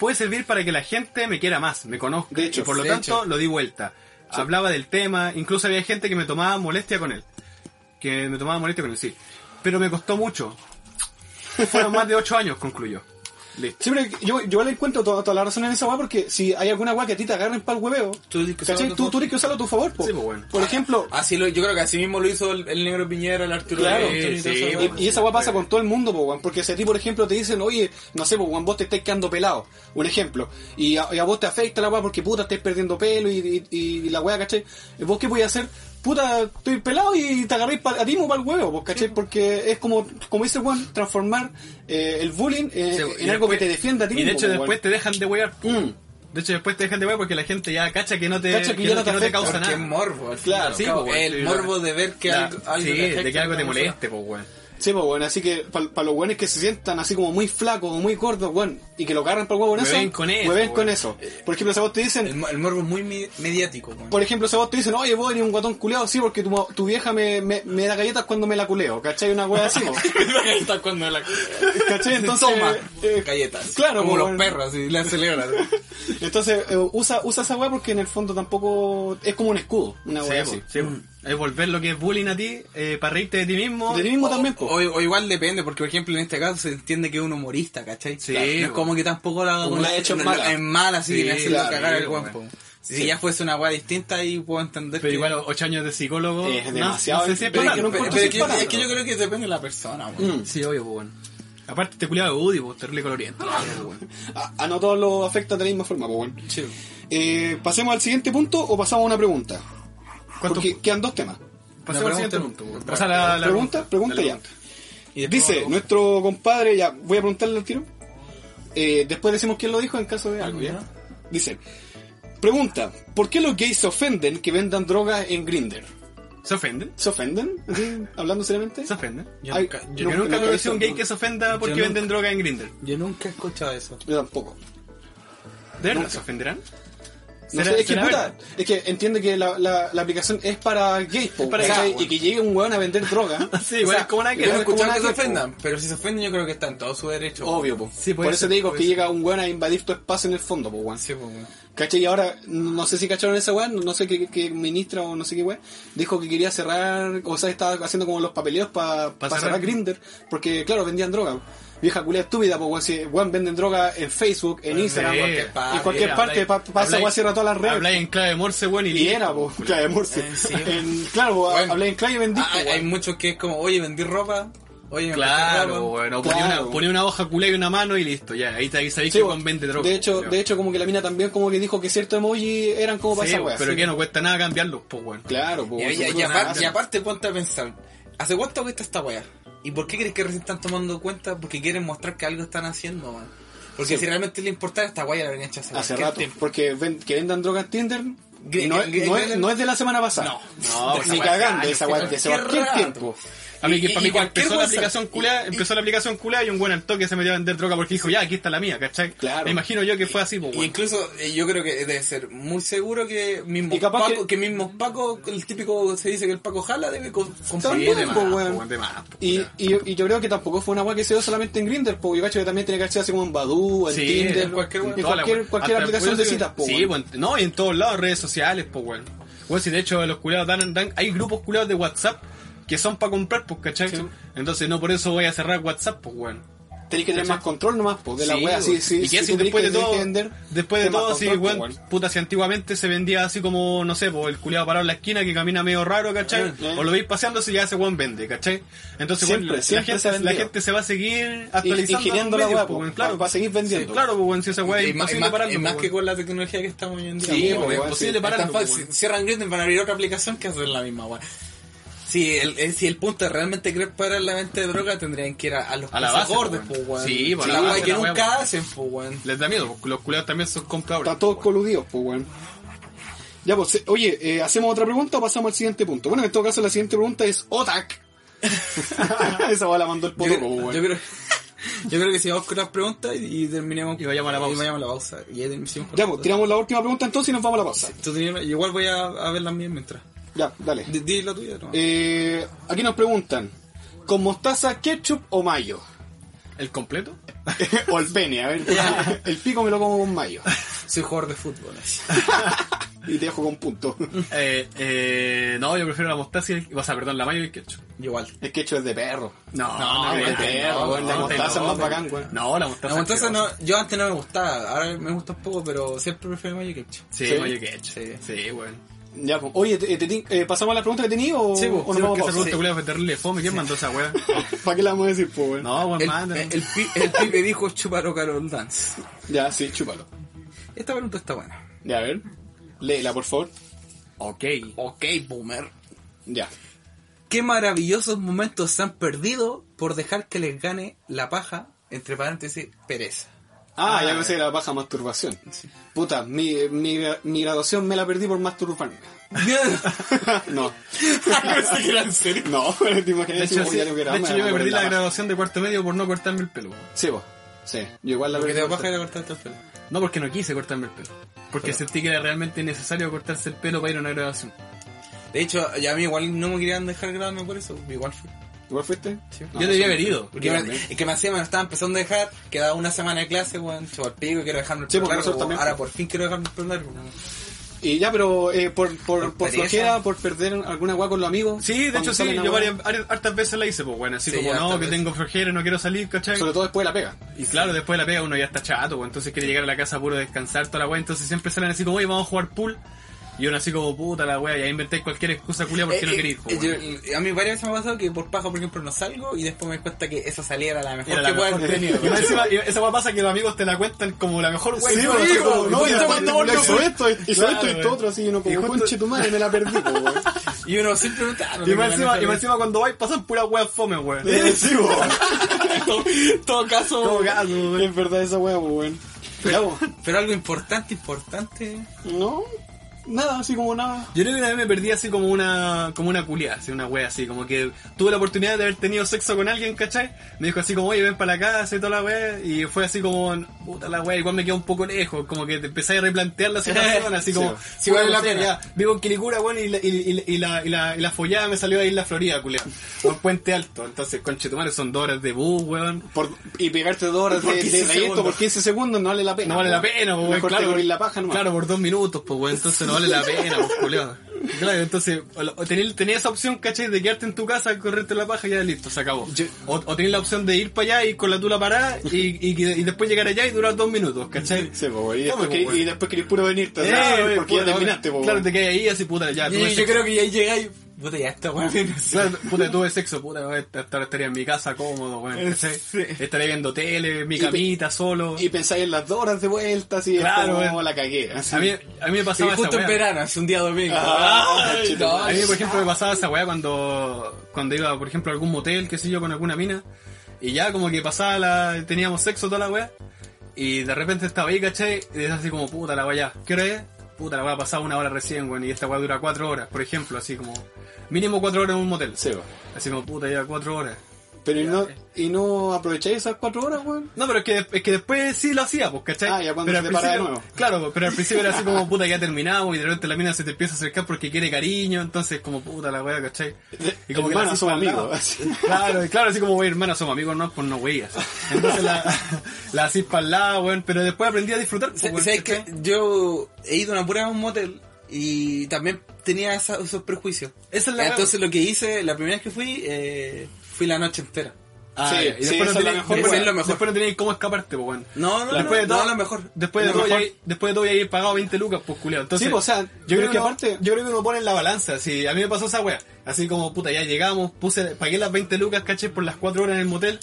A: Puede servir para que la gente me quiera más, me conozca.
C: De hecho,
A: y por lo
B: de
A: tanto
B: hecho.
A: lo di vuelta. Hablaba del tema, incluso había gente que me tomaba molestia con él. Que me tomaba molestia con él, sí. Pero me costó mucho. Fueron más de ocho años, concluyó. Listo.
C: Sí, pero yo, yo le encuentro toda, toda la razón en esa weá porque si hay alguna weá que a ti te agarren para el hueveo,
B: Tú tienes que
C: ¿cachai?
B: usarlo
C: tú,
B: a tu favor.
C: tú tienes que usarlo a tu favor, po.
A: Sí, pues, bueno.
C: Por ejemplo,
B: Así lo, yo creo que así mismo lo hizo el, el negro piñera, el Arturo
C: Claro,
B: Lawton y
A: sí,
B: todo
A: sí,
B: eso,
A: bueno.
B: weón.
C: Y, y esa weá pasa con todo el mundo, po, weón. Porque si a ti, por ejemplo, te dicen, oye, no sé, po, weón, vos te estáis quedando pelado. Un ejemplo. Y a, y a vos te afecta la weá porque puta, estáis perdiendo pelo y, y- y la weá, ¿cachai? ¿Vos qué podías hacer? Puta, estoy pelado y te agarréis pa- a ti mismo para el huevo, po, ¿cachai? Porque es como, como dice Juan, transformar eh, el bullying eh,
A: Sí,
C: en
A: y
C: algo
A: después-
C: que te defienda a ti
A: Y de
C: mismo,
A: hecho
C: po,
A: después
C: weón.
A: te dejan de wear.
C: Mm.
A: De hecho después te dejan de wear porque la gente ya cacha que no te,
C: Cacha que ya no te
A: te
C: afecta,
A: causa
B: Porque
A: nada.
B: es morbo, al fin
C: Claro,
B: y al
A: sí,
B: cabo.
A: pues,
B: el
A: sí,
B: morbo
A: claro.
B: de ver que
A: La-
B: algo, algo
A: sí,
B: te afecta
A: de que algo
B: a
A: te
B: la persona.
A: moleste, pues, weón.
C: Sí, pues bueno, así que para los weones que se sientan así como muy flacos o muy gordos, weón, y que lo agarran para el huevo en eso,
A: Hueven con eso,
C: hueven
A: weón.
C: con eso. Por ejemplo, si a vos te dicen,
B: El, mo- el morbo es muy mi- mediático, weón.
C: Por ejemplo, si a vos te dicen, oye, vos eres un guatón culeado, sí, porque tu, mo- tu vieja me, me, me da galletas cuando me la culeo, ¿cachai? Una wea así, po.
B: Galletas cuando la
C: ¿cachai? Entonces,
B: toma
C: eh,
B: galletas.
C: claro,
B: como
C: weón.
B: los perros y las celebran.
C: entonces eh, usa, usa esa wea porque en el fondo tampoco es como un escudo, una
A: Sí,
C: wea
A: po,
C: así.
A: sí, po. Es volver lo que es bullying a ti eh, para reírte de ti mismo.
C: pues. De ti mismo también,
B: O,
C: po.
B: o igual depende, porque por ejemplo en este caso se entiende que es un humorista, ¿cachai?
A: Sí,
B: Claro. No es
A: bo.
B: como que tampoco la
C: Como la ha hecho en
B: en
C: mala.
B: En mala, así que
A: Sí,
B: le hacen
C: claro,
B: cagar al
A: sí,
B: guapo.
A: bueno.
B: Si ya fuese una weá distinta ahí puedo entender
A: Pero
B: que...
A: igual ocho años de psicólogo.
C: Es
A: no,
C: demasiado,
A: no sé si es para
C: pero es que
A: tanto.
C: no
B: Pero-
C: encuentro
B: pero es,
C: sin
B: que,
C: palabras.
B: es que yo creo que depende de la persona, weón.
C: Mm.
A: Sí, obvio, pues, weón. Aparte, te culiado de Woody, pues, terrible coloriente.
C: Ah,
A: pues, weón.
C: A, a no todos los afecta de la misma forma, po, weón.
B: Sí.
C: Eh, ¿Pasemos al siguiente punto o pasamos a una pregunta?
A: ¿Cuánto-
C: Porque quedan dos temas.
A: Pasemos al
B: pregunta,
A: siguiente punto.
B: pregunta.
A: weón. O sea, la, la
C: ¿Pregunta? Pregunta
A: Dale,
C: ya.
B: Y después-
C: Dice nuestro compadre, ya voy a preguntarle al tiro. Eh, después decimos quién lo dijo en caso
A: Ah,
C: de algo, ¿ya? Dice, pregunta, ¿por qué los gays se ofenden que vendan drogas en Grindr?
A: ¿Se ofenden?
C: ¿Se ofenden? Así, Hablando seriamente.
A: ¿Se ofenden?
B: Yo
C: Ay,
B: nunca-
A: Yo nunca
C: lo he
A: conocí a un
C: visto,
A: gay que se ofenda porque
B: nunca.
A: venden droga en Grindr.
B: Yo nunca he escuchado eso.
C: Yo tampoco.
A: ¿De verdad se ofenderán? <laughs>
C: No
A: ¿Será-
C: sé, es, que,
A: será
C: puta,
A: verdad?
C: es que entiende que la, la- la aplicación es para gays, po,
A: para
C: ¿cachai?
A: gays, bueno.
C: y que llegue un weón a vender droga.
A: <laughs> Sí, igual es como una que-
B: Yo no he
C: es como
B: escuchado
C: una
B: que se
C: que, po.
B: ofendan, pero si se ofenden yo creo que está en todo su derecho.
C: Obvio, po.
A: Sí, puede
C: por eso
A: ser,
C: te digo
A: puede
C: que
A: ser.
C: llega un weón a invadir tu espacio en el fondo, po, weón.
B: Sí, pues, weón.
C: ¿Cachai? Y ahora, no sé si cacharon esa weá, no sé qué, qué ministra o no sé qué weá, dijo que quería cerrar, o sea, estaba haciendo como los papeleos para
A: Pa
C: cerrar,
A: cerrar.
C: Grinder, porque claro, vendían droga. Vieja culia estúpida, pues weón, si weón venden droga en Facebook, en Instagram,
A: Sí,
C: cualquier-
B: pa-
C: en cualquier
A: habláis-
C: parte, pa- pa- esa
A: habláis-
C: weá cierra todas las redes.
A: Habláis en clave morse, weón, y
C: Y era,
A: listo,
C: pues, clave Morse.
B: Eh, sí.
C: En- claro, po,
B: Bueno.
C: hablé en clave y vendí.
B: Ah,
C: po,
B: hay, hay
C: weón.
B: muchos que es como, oye, vendí ropa. Oye, me compré
A: Claro,
B: ropa.
A: bueno,
C: pues. Claro.
A: ponía una, ponía una hoja culé y una mano y listo, ya, ahí te sabéis
C: Sí,
A: que
C: po.
A: Juan vende droga.
C: de hecho, de hecho, como que la mina también como que dijo que cierto emoji eran como para
A: Sí,
C: esa weá.
A: pero
C: sí.
A: que no cuesta nada cambiarlos, pues bueno.
C: Claro, po,
B: Y,
C: por
B: y- y
C: supuesto,
B: aparte,
C: nada.
B: y aparte ponte a pensar, ¿hace cuánto cuesta esta weá? ¿Y por qué crees que recién están tomando cuenta? Porque quieren mostrar que algo están haciendo, weón. Porque
C: Sí.
B: si realmente le importara esta weá la habrían hecho hace,
C: hace
B: cualquier
C: rato.
B: tiempo.
C: Porque ven- que vendan droga en Tinder
B: Gre-
C: no, es-
B: gre-
C: no
B: gre-
C: es, no es de la semana pasada.
B: No,
A: No, pues,
B: esa
C: ni
B: weá hace
C: cagando,
B: años
C: esa
B: que
C: weá
B: está.
C: de ese cualquier
B: rato.
C: tiempo.
A: A mí,
B: Y-
A: que-
B: y-
A: para mí
B: y
A: cuando
B: cualquier
A: empezó la
B: WhatsApp.
A: aplicación culea, empezó la aplicación culea y un buen al toque se metió a vender droga porque dijo, ya, aquí está la mía, ¿cachai?
C: Claro.
A: Me imagino yo que fue así, pues
B: Y
A: bueno.
B: incluso eh, yo creo que debe ser muy seguro que mismos
C: Y capaz que-
B: Paco, que... mismos Paco, el típico se dice que el Paco jala debe con, con-
C: También,
B: Sí, de
C: po,
B: más.
C: weón.
A: pues, de más, pues,
C: Y,
A: culiao.
C: y, y yo creo que tampoco fue una weá que se dio solamente en Grindr, porque yo cacho que también tiene que hacerse así como en Badoo, en
A: Sí,
C: Tinder, en
A: en cualquier,
C: cualquier, en
A: en toda la-
C: cualquier, cualquier
A: hasta
C: aplicación de
A: después
C: citas, po,
A: Sí,
C: weón.
A: pues, no, y en todos lados, redes sociales, pues, weón. Weón, si de hecho los culeados dan, dan- hay grupos culeados de WhatsApp que son para comprar, pues, ¿cachai?
C: Sí.
A: Entonces no por eso voy a cerrar WhatsApp, pues, weón.
C: Tenés que tener más control nomás, po, de la
A: Sí,
C: wea,
A: weón.
C: sí, sí.
A: y que
C: sí,
A: si
C: tú tenés
A: después de
C: que- tenés
A: todo,
C: que vender,
A: después de
C: tenés más
A: todo, si
C: control, po,
A: weón,
C: weón.
A: puta, si antiguamente se vendía así como, no sé, pues el culiado parado en la esquina que camina medio raro, ¿cachai?
C: Eh.
A: O lo veis paseándose y ya ese weón vende, ¿cachai? Entonces, weón,
C: Siempre,
A: la,
C: siempre se ha
A: gente, la
C: vendido.
A: gente se va a seguir
C: Y-
A: actualizando.
C: ingeniando
A: los
C: la
A: medios,
C: wea,
A: po,
C: po,
A: weón, claro.
C: para seguir vendiendo.
A: Sí, claro, pues, weón, si esa wea es
B: Y más, y
A: imposible
B: más-
A: pararlo,
B: y más
A: po,
B: que
A: weón.
B: con la tecnología que estamos hoy en día.
A: Sí, pues,
C: Sí,
A: po,
C: weón,
A: es
C: sí.
A: imposible
B: Es tan
A: pararlo, po,
B: fácil.
A: weón.
B: pues, Cierran Grindr van a abrir otra aplicación que hacer la misma, weón. Si el, eh, si el punto es realmente creer parar la venta de droga, tendrían que ir a, a los
A: A la base,
B: pasacortes,
A: po, weón.
B: po, weón.
A: Sí, po, a la
B: la
A: base,
B: weá que
A: la weá, pues.
B: nunca
A: po.
B: hacen, po, weón.
A: pues, Les da miedo, porque los culeados también son compradores.
C: Están todos
A: po, weón.
C: coludidos, pues, weón. pues, Ya, pues, eh, oye, eh, ¿hacemos otra pregunta o pasamos al siguiente punto? Bueno, en todo caso, la siguiente pregunta es
A: <laughs>
C: OTAC. Esa va la mandó el
B: Yo,
C: poto.
B: creo, yo, creo, <laughs> yo creo que sigamos con las preguntas y, y terminemos.
A: Y vayamos a la pausa.
B: Y vayamos a la pausa. Y ahí terminamos con
C: Ya,
B: las
C: pues,
B: preguntas.
C: tiramos la última pregunta entonces y nos vamos a la pausa.
B: Tú tenías una- igual voy a, a ver las mías mientras.
C: Ya, dale.
B: Di- Di la tuya, ¿no?
C: Eh, aquí nos preguntan, ¿con mostaza, ketchup o mayo? <laughs>
A: ¿El completo?
C: o el pene, a ver. el pico me lo como con mayo.
B: Soy jugador de fútbol. así.
C: Y te dejo con punto.
A: Eh, eh, no, yo prefiero la mostaza y el, o sea, perdón, la mayo y el ketchup.
B: <laughs> Igual.
C: El ketchup es de perro.
A: No,
C: no,
A: creo.
C: el perro, weón, la
A: no,
C: mostaza es
A: no,
C: más
A: no,
C: bacán, weón.
A: No, la mostaza.
B: La mostaza
A: es
B: no,
A: asquerosa.
B: yo antes no me gustaba, ahora me gusta un poco, pero siempre prefiero mayo que ketchup.
A: Sí,
C: Sí.
A: mayo y ketchup. Sí, bueno.
C: Ya, pues. Oye, te- te tin- eh, ¿pasamos a la pregunta que tenía o,
A: Sí,
C: o
A: pues, sí,
C: nos vamos
A: porque
C: a
A: esa
C: pausa?
A: pregunta, culiao, fue terrible fome. ¿Quién mandó esa weá?
C: <laughs> ¿Para qué la vamos a decir, pues, weón?
A: No, weón,
B: El,
A: manda.
B: el, pi- el pibe dijo chuparo Carol Dance.
C: Ya, sí, chúpalo.
B: Esta pregunta está buena.
C: Ya, a ver. Léela, por favor.
A: Ok.
B: Ok, boomer.
C: Ya.
B: ¿Qué maravillosos momentos se han perdido por dejar que les gane la paja, entre paréntesis, pereza?
C: Ah, ya pensé que la baja masturbación. Puta, mi, mi, mi graduación me la perdí
A: <laughs>
C: por masturbarme. no.
B: <laughs> Pensé que era en serio.
C: No, <laughs> pero te imaginas
A: De
C: si
A: hecho, sí,
C: moría lo que era,
A: de hecho, yo me
C: acuerdo
A: perdí
C: de
A: la
C: baja.
A: graduación de cuarto medio por no cortarme el pelo.
C: Sí, vos. Sí, yo igual la
B: Porque
C: perdí.
B: te
C: por
B: baja
C: cortar.
B: y la cortaste el pelo.
A: No, porque no quise cortarme el pelo. Porque
B: Pero-
A: sentí que era realmente necesario cortarse el pelo para ir a una graduación.
B: De hecho, ya a mí igual no me querían dejar grabarme por eso, igual fui.
C: ¿Igual fuiste?
B: Sí.
A: yo debía haber ido.
B: Porque
C: Yo
B: me-
C: también.
B: es que me hacía, me lo estaba empezando a dejar, quedaba una semana de clase, weón, chaval pico, quiero dejarme el
C: Sí,
B: pelo
C: porque
B: largo,
C: nosotros también,
B: ahora
C: pues.
B: por fin quiero dejarme el pelo largo. weón.
C: Y ya, pero eh, por, por, por,
B: Por pereza.
C: flojera, por perder alguna guay con los amigos.
A: Sí, de
C: cuando
A: hecho sí,
C: salen
A: yo
C: a hueá.
A: varias, varias- hartas veces la hice, pues bueno, así
B: Sí,
A: como
B: hartas
A: no, que
B: veces.
A: tengo flojera, no quiero salir, ¿cachai?
C: Sobre todo después de la pega.
A: Y claro, después de la pega uno ya está chato, pues, entonces quiere llegar a la casa puro descansar toda la wea, entonces siempre salen así como, oye, vamos a jugar pool. Y uno así como, puta la wea, y ahí inventé cualquier excusa culia porque
B: Eh,
A: no
B: eh,
A: quería ir, pues,
B: eh,
A: weón.
B: yo- a mí varias veces me ha pasado que por paja, por ejemplo, no salgo y después me doy cuenta que esa salida era la mejor
A: Era
B: que
A: la
B: pueda
A: mejor
B: haber tenido.
A: Y más encima, y esa wea pasa que los amigos te la cuentan como la mejor wea.
C: Sí,
A: que
C: pero
A: puedes
C: sí,
A: hacer,
C: como,
A: pues,
C: no, y
A: puta,
C: después
A: cuando
C: no,
A: volvió,
C: hizo
A: pues.
C: esto, hizo
A: Claro,
C: esto y esto
A: weón.
C: otro, así, y uno
A: Y
C: como,
A: justo-
C: conche tu madre, me la perdí, po, <laughs> weón.
B: Y uno siempre pregunta, ah, no
A: Y
B: tengo
A: más encima,
B: ganas de
A: y más
B: salir.
A: encima cuando vais pasan puras weas fome, weón.
C: Eh, sí, po, weón.
B: En todo caso,
A: Como gato, weón.
C: Es verdad esa weá, po, weón. Ya, po.
B: pero algo importante, importante.
C: No, nada, así como nada.
A: Yo creo que una vez me perdí así como una como una culia, así una wea así, como que tuve la oportunidad de haber tenido sexo con alguien, ¿cachai? Me dijo así como, oye, ven para la casa y toda la wea, y fue así como, puta la wea, igual me quedó un poco lejos, como que te empecé a replantear la situación, así como,
C: <laughs> Sí,
B: sí, vale
A: puta,
B: la
A: no sé,
B: pena.
A: ya, vivo en Quilicura, weón, y la, y, y- y la, y la, y la follada me salió ahí en la Florida, culia, por Puente Alto, entonces, conchetumare, son dos horas de bus, weón.
C: Por- y pegarte dos horas
B: Por
C: de, de
B: 15
C: trayecto por
B: segundos.
C: 15 segundos no vale la pena.
A: No vale
C: po.
A: la pena, pues,
C: Mejor
A: claro,
C: te comís la paja nomás.
A: Claro, por dos minutos, pues, weón, entonces no vale
C: <laughs>
A: la pena, pues, culiao. Claro, entonces, o la- o tenés, tenés esa opción, ¿cachai? De quedarte en tu casa, correrte la paja y ya listo, se acabó.
B: Yo-
A: O, o tenés la opción de ir para allá y con la tula parada y, y, que- y después llegar allá y durar dos minutos, ¿cachai?
C: Sí, po, weón. Y
A: Come,
C: después
A: po,
C: querís-
A: weón.
C: y después querís puro venirte,
A: Eh,
C: ¿sabes?
A: weón,
C: porque ya
A: puta,
C: terminaste, po,
A: Claro,
C: weón.
A: te quedas ahí así, puta, ya.
B: Y
A: tuve
B: yo
A: sexo.
B: creo que ya llegáis, puta, ya está bueno.
A: Claro, puta, tuve sexo, puta, weón, hasta ahora estaría en mi casa cómodo, weón. ¿cachai?
B: Sí.
A: Estaría viendo tele, mi
C: pe-
A: camita, solo.
C: Eh. Y pensáis en las dos horas de vuelta, así,
A: Claro,
C: es como
A: weón.
C: la cagué. así.
A: A mí, a mí me
B: Y
A: pasaba esa
B: justo en
A: weá.
B: verano, es un día domingo.
C: Ah,
B: Ay,
C: chido.
B: no,
A: A mí, por ejemplo, me pasaba esa weá cuando, cuando iba, por ejemplo, a algún motel, qué sé yo, con alguna mina. Y ya como que pasaba la... Teníamos sexo toda la weá. Y de repente estaba ahí, caché, y es así como, puta la weá, ya. ¿Qué hora es? Puta la weá, pasaba una hora recién, weón. Y esta weá dura cuatro horas, por ejemplo, así como... Mínimo cuatro horas en un motel.
C: Sí, po.
A: Así como, puta, ya cuatro horas.
C: Pero y no, y no aprovecháis esas cuatro horas, weón.
A: No, pero es que, es que después sí lo hacía, pues, ¿cachai?
C: Ah, ya cuando
A: pero
C: se
A: al
C: te para de
A: principio-
C: nuevo.
A: Claro, pues, pero al principio era así como,
C: <laughs>
A: puta, ya terminamos, y de repente la mina se te empieza a acercar porque quiere cariño, entonces como, puta la weá, ¿cachai? Y como
C: Hermana,
A: la haces
C: somos
A: para el lado.
C: amigos, así.
A: Claro, y claro, así como, wey, hermana, somos amigos, no, pues no, wey, así. Entonces la, <laughs> la así para el lado, weón, pero después aprendí a disfrutar, pues,
B: Sa-
A: weón,
B: ¿Sabes
A: ¿cachai?
B: que Yo he ido a una pura a un motel y también tenía esa- esos prejuicios.
A: Esa es la
B: Entonces lo que hice, la primera vez que fui, eh, fui la noche entera.
A: Ah,
C: Sí,
A: ya, y
C: sí,
A: después no
C: esa es la
A: tenías-
C: mejor,
A: después-
B: weón. Es lo mejor.
A: Después no tenías cómo escaparte, pues, weón.
B: No, no,
A: Después
B: no,
A: de todo,
B: no, lo mejor.
A: Después de,
B: Lo
A: todo, ya
B: mejor.
A: hay- después de todo, ya hay pagado 20 lucas, pues, culiao. Entonces,
C: Sí, pues, o sea,
A: yo creo que aparte, yo creo que uno pone en la balanza. Si a mí me pasó esa wea, así como, puta, ya llegamos, puse, pagué las 20 lucas, caché, por las 4 horas en el motel.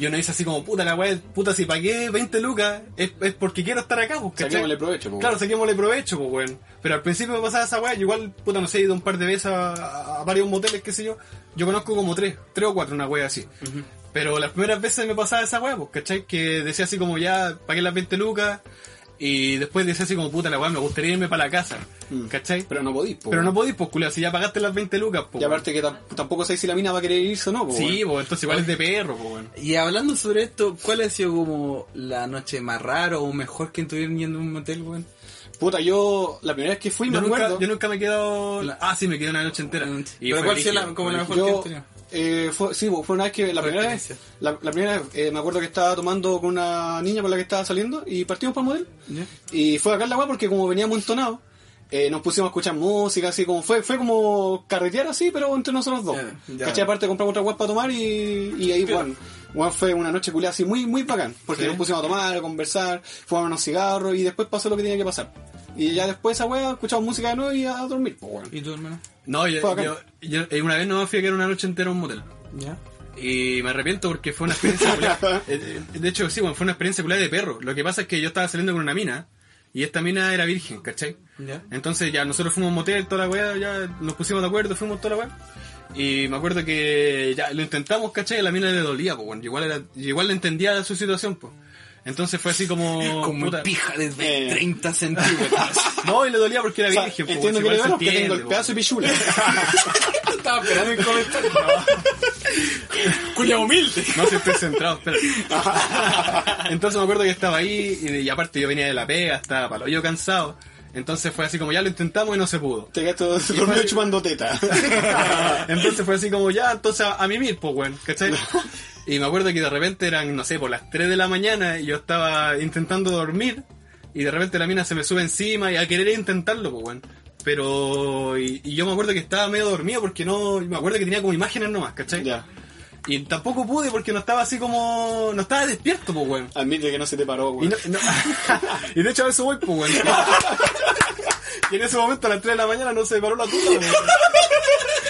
A: Y uno dice así como, puta, la wea, puta, si pagué 20 lucas, es, es porque quiero estar acá, pues, ¿cachai?
C: Saquémosle provecho, pues,
A: Claro,
C: weón.
A: saquémosle provecho, pues, weón. Pero al principio me pasaba esa wea, yo igual, puta, no sé, he ido un par de veces a, a- a varios moteles, qué sé yo. Yo conozco como tres, tres o cuatro, una wea así. Pero las primeras veces me pasaba esa wea, pues, ¿cachai? Que decía así como ya, pagué las 20 lucas, Y después dice así como puta la weá, me gustaría irme para la casa.
C: Mm.
A: ¿Cachai? Pero,
C: Pero no podís, po,
A: no
C: weón.
A: podís, pues culiao, si ya pagaste las 20 lucas, pues.
C: Y aparte que tam- tampoco sé si la mina va a querer irse o no, po,
A: Sí,
C: weón.
A: pues entonces igual es de perro, pues bueno.
B: Y hablando sobre esto, ¿cuál ha sido como la noche más rara o mejor que estuvieron yendo a un motel, weón?
C: Puta, yo la primera vez que fui,
A: Yo
C: me
A: nunca,
C: acuerdo.
A: yo nunca me he quedado.
B: La-
A: Ah, sí, me quedé una noche entera.
B: Mm,
A: Y
B: pero
A: fue
B: ¿cuál fue la-
A: brígido,
B: como la
A: fue
B: mejor-
A: brígido.
B: que
C: Yo,
B: has tenido?
C: eh, fue, sí, fue una vez que la
B: Fue
C: primera vez,
B: experiencia.
C: la, la primera vez, eh, me acuerdo que estaba tomando con una niña con la que estaba saliendo y partimos para el modelo.
B: ¿Ya?
C: Y fue acá en la weá porque como veníamos entonados, eh, nos pusimos a escuchar música, así como fue, fue como carretear así, pero entre nosotros dos.
B: Ya, ya.
C: ¿Cachai? Aparte compramos otra weá para tomar y, y ahí,
B: Pero-
C: bueno, fue una noche culiada así muy, muy bacán. Porque
A: Sí.
C: nos pusimos a tomar, a conversar, fumamos unos cigarros y después pasó lo que tenía que pasar. Y ya después esa weá escuchamos música de nuevo y a dormir, pues weón.
B: ¿Y tú, hermano?
A: No, yo,
C: Fue bacán.
A: yo- yo- eh, una vez no me fui a quedar una noche entera a un motel.
B: ¿Ya?
A: Y me arrepiento porque fue una experiencia
C: <laughs>
A: culiá. Eh, eh, De hecho, sí, bueno, fue una experiencia culiá de perro. Lo que pasa es que yo estaba saliendo con una mina y esta mina era virgen, ¿cachai?
B: ¿Ya?
A: Entonces ya nosotros fuimos a un motel, toda la weá, ya nos pusimos de acuerdo, fuimos toda la weá. Y me acuerdo que ya lo intentamos, ¿cachai? Y a la mina le dolía, pues bueno, igual, era, igual le entendía su situación, pues. Entonces fue así
C: <laughs>
A: como...
B: Como
A: Oh, puta.
B: pija desde
C: Eh.
B: 30 centímetros.
A: No, y le dolía porque era
C: O sea,
A: virgen, po,
C: entiendo que
A: pues, igual
C: le
A: se
C: veo que tengo
A: entiende, pues.
C: el
A: po.
C: pedazo de pichula.
A: <laughs>
B: Estaba esperando el <laughs> comentario. Cuña humilde.
A: No, si estoy centrado, espera. Entonces me acuerdo que estaba ahí y, y aparte yo venía de la pega, estaba palo yo cansado. Entonces fue así como ya lo intentamos y no se
C: <laughs>
A: pudo.
C: Te gasto dormido
A: <laughs>
C: chupando teta.
A: Entonces fue así como ya, entonces a, mi mimir, pues weón, ¿cachai? Y me acuerdo que de repente eran, no sé, por las 3 de la mañana y yo estaba intentando dormir y de repente la mina se me sube encima y a querer intentarlo, pues weón. Pero, y, y yo me acuerdo que estaba medio dormido porque no, me acuerdo que tenía como imágenes nomás, ¿cachai?
C: ya.
A: Y tampoco pude porque no estaba así como, no estaba despierto, pues weón.
C: Admite que no se te paró,
A: Y,
C: güey.
A: no- no- <laughs> y de hecho a eso voy, pues, weón. <laughs> Y en ese momento a las 3 de la mañana no se me paró la tuya, weón.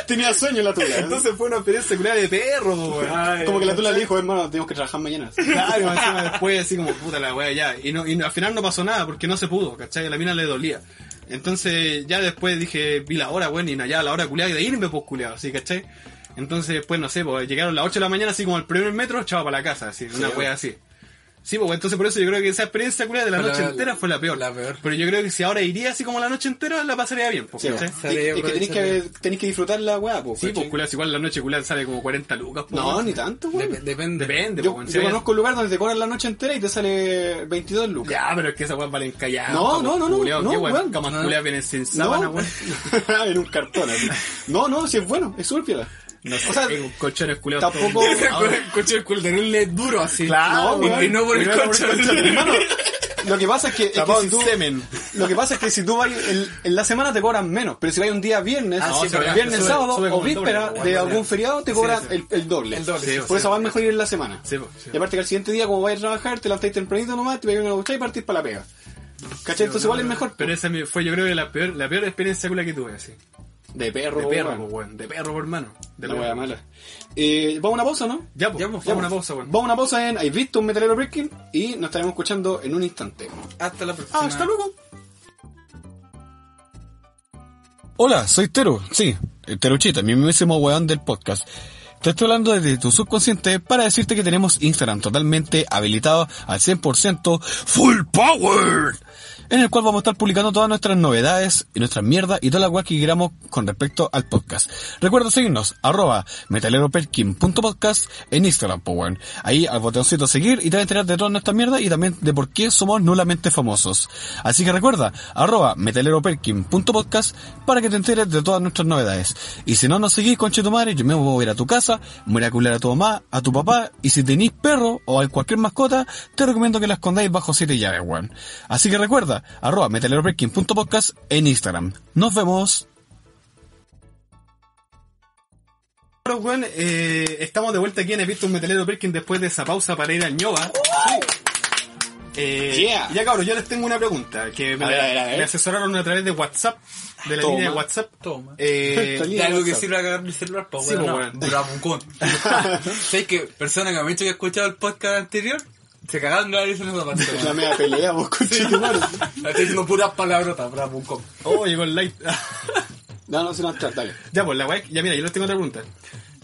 C: Tenía sueño la
A: <laughs>
C: tula.
A: Entonces fue una experiencia culiada de perro, po, weón.
C: como que la tula le dijo, hermano, tenemos que trabajar mañana.
A: Claro, encima después así como puta la weá ya. Y, no, y no- al final no pasó nada porque no se pudo, ¿cachai? A la mina le dolía. Entonces ya después dije, vi la hora, weón, y allá la hora culiada de irme, pues culiado, así, ¿cachai? Entonces después, no sé, pues llegaron las 8 de la mañana así como al primer metro, chava para la casa, así, una
C: Sí,
A: weá así. Sí, pues entonces por eso yo creo que esa experiencia culiada de la
B: Fue la-
A: noche entera fue la peor.
B: la peor.
A: Pero yo creo que si ahora iría así como la noche entera, la pasaría bien, pues,
C: Sí,
A: ¿cachai?
C: po. Y- es que tenés que, tenés que disfrutar la weá, po.
A: Sí, pues
C: ¿cachai?
A: culiado, igual la noche culiada sale como 40 lucas, pues, po,
C: No,
A: weón.
C: ni tanto, güey.
B: Dep- depende.
A: Depende,
C: Yo,
A: po, weón, si
C: yo
A: hay-
C: conozco un lugar donde te cobran la noche entera y te sale 22 lucas.
A: Ya, pero es que esa weá valen calladas.
C: No,
A: po,
C: no, no, no,
A: culiao,
C: no,
A: qué
C: weón.
A: camas
B: No.
A: culiadas vienen sin sábana,
C: no,
A: weón.
C: <laughs> en un cartón. así. No, no, si es bueno, es súper piola.
A: No sé,
C: o sea,
A: tengo colchones culiados.
C: tampoco... <laughs>
B: El coche del culterón le es duro así.
A: Claro,
B: No, y- y no por el
A: Primero por
B: coche.
A: el colchón.
C: <laughs>
B: <laughs>
C: hermano, lo que pasa es que, es que
A: Tapado
C: si
A: en
C: tú-
A: semen.
C: Lo que pasa es que si tú vas el- en la semana te cobran menos, pero si vas un día viernes,
A: Ah,
C: sí,
A: sí, pero
C: viernes,
A: sube-
C: sábado
A: sube como
C: o
A: el doble,
C: víspera
A: como
C: de
A: el
C: algún
A: doble.
C: feriado te cobran
B: sí.
C: El, el doble.
B: El doble,
A: sí,
C: Por
A: sí,
C: eso vas mejor ir en la semana.
A: Sí, po, sí.
C: Y aparte que al siguiente día, como vas a trabajar, te levantáis tempranito nomás, te pegáis una ducha y partís para la pega. ¿Cachai? Entonces igual es mejor.
A: Pero esa mi- fue, yo creo, que la peor, la peor experiencia culiada que tuve, así.
C: de perro,
A: De perro, po,
C: weón.
A: weón. De perro, por hermano. De
C: La
A: perro.
C: wea mala. Eh, vamos a una pausa, ¿no?
A: Ya, pues,
B: Ya, po,
A: vamos a
B: vamos.
A: una pausa, weón.
C: Vamos a una pausa en ¿Has visto un metalero breaking? Y nos estaremos escuchando en un instante.
B: Hasta la próxima.
C: Hasta luego.
D: Hola, soy Teru. Sí, eh, el Teruchita, mi mismísimo weón del podcast. Te estoy hablando desde tu subconsciente para decirte que tenemos Instagram totalmente habilitado al 100% Full Power, en el cual vamos a estar publicando todas nuestras novedades y nuestras mierdas y todas las weas que queramos con respecto al podcast. Recuerda seguirnos, arroba metaleroperkin.podcast en Instagram, Power. Ahí al botoncito seguir y te vas a enterar de todas nuestras mierdas y también de por qué somos nulamente famosos. Así que recuerda, arroba metaleroperkin.podcast para que te enteres de todas nuestras novedades. Y si no nos seguís, conche tu madre, yo me voy a ir a tu casa, me voy a ir a culiar a tu mamá, a tu papá, y si tenís perro o hay cualquier mascota, te recomiendo que la escondáis bajo siete llaves, weón. Así que recuerda, arroba metaleroperkin.podcast en Instagram. Nos vemos.
A: Pero, weón, eh, estamos de vuelta aquí en He visto un metalero Perkin después de esa pausa para ir al ñoba. Eh,
C: ¡Oh! Yeah.
A: Ya, cabros, yo les tengo una pregunta que me,
C: A ver, a ver, a ver.
A: me asesoraron a través de WhatsApp, de la
C: Toma.
A: línea de WhatsApp.
B: Toma.
A: Eh,
C: <laughs> Está
B: De algo que
C: WhatsApp.
B: sirva a cagar mi celular, pa'
A: Sí,
B: weón.
A: po,
B: no,
A: weón.
B: bravucón. <laughs> ¿Sabes que Personas que me han dicho que he escuchado el podcast anterior, se cagaron de la risa en esa parte.
C: La
B: weón.
C: media pelea, vos, conchetumare.
B: <laughs> Estoy diciendo puras palabrotas, bravucón.
A: oh, llegó el light.
C: No, no, si no, entrar, dale.
A: Ya, pues la weá, ya mira, yo les tengo otra pregunta.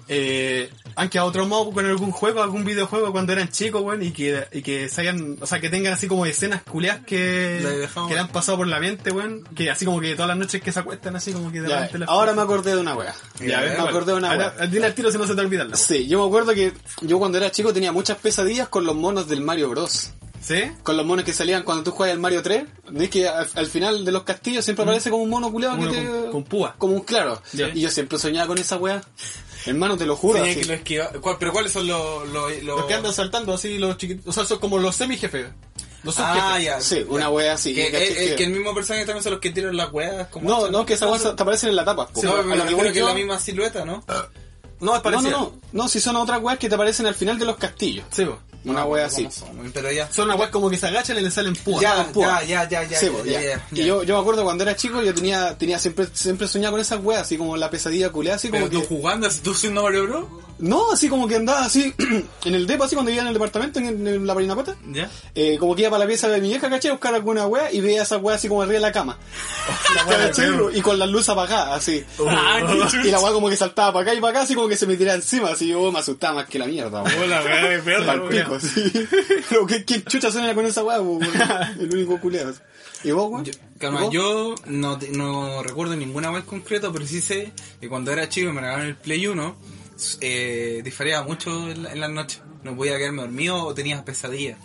A: Eh, han quedado traumados con algún juego, algún videojuego cuando eran chicos, weón, y que, y que se hayan, o sea, que tengan así como escenas culeas
B: La
A: que,
B: dejamos.
A: que le han pasado por la mente, weón, que así como que todas las noches que se acuestan así como que de
C: Ya,
A: repente las-
C: ahora me acordé de una wea.
A: Ya,
C: me
A: ves, weón.
C: acordé de una
A: Ahora,
C: wea.
A: Dile al tiro si no se te olvida. la-
C: Sí, yo me acuerdo que yo cuando era chico tenía muchas pesadillas con los monos del Mario Bros.
A: ¿Sí?
C: Con los monos que salían cuando tú jugabas al Mario 3. ¿Ves que al, al final de los castillos siempre aparece como un mono culeado que
A: Uno
C: te...
A: con- con púa.
C: Como un claro.
A: Ya.
C: Y yo siempre soñaba con esa wea. Hermano, te lo juro.
B: Tenía
C: así.
B: que lo esquivar. ¿Cuál- ¿Pero cuáles son los...? los, los-
A: Los que andan saltando así, los chiquitos. O sea, son como los semi-jefes. Los
B: Ah,
A: subjefes.
B: ya.
C: Sí, una wea así.
B: Que,
C: ¿cachai?
B: eh, eh, que el mismo personaje también son los que tiran las weas. Como
C: No, no, que esa wea te aparecen en la tapa. po.
B: Sí, no,
C: A lo
B: me
C: que
B: imagino
C: voy
B: que
C: yo-
B: es la misma silueta, ¿no?
A: No, es
C: No, no,
A: parecido.
C: no. No, si son otras weas que te aparecen al final de los castillos.
A: Sí, po.
C: Una wea así.
B: Ah, Pero ya.
A: Son unas weas como que se agachan y le salen púas.
B: Ya,
C: púa.
B: ya, ya, ya, ya.
C: Sí,
B: ya,
C: pues,
B: ya,
C: ya.
B: ya,
C: Y
B: ya.
C: yo, yo me acuerdo cuando era chico, yo tenía, tenía siempre, siempre soñaba con esas weas, así como la pesadilla culeada, así como
B: Pero tú
C: que,
B: jugando, tú siendo Mario Bros.
C: No, así como que andaba así, <clears throat> en el depa, así cuando vivía en el departamento, en, en la parinapata,
B: Ya.
C: eh, como que iba para la pieza de mi vieja, caché, a buscar alguna wea, y veía esa wea así como arriba de la cama.
A: <laughs> La wea de
C: ¿Cachai?
A: perro.
C: y con la luz apagada, así.
B: <laughs> Ah, qué
C: Y la wea como que saltaba para acá y para acá, así como que se me tiraba encima, así yo me asustaba más que la mierda, wea.
A: Hola, wea de perro,
C: Pal
A: wea.
C: pico, sí. <laughs> Pero ¿qué, qué chucha suena con esa wea, po, wea? El único culeado. ¿Y vos, wea?
B: Yo, calma,
C: ¿Y vos?
B: yo no, te- no recuerdo ninguna vez concreta, pero sí sé que cuando era chico y me regalaron el Play 1, eh, disfariaba mucho en, la- en las noches. No podía quedarme dormido o tenía pesadillas.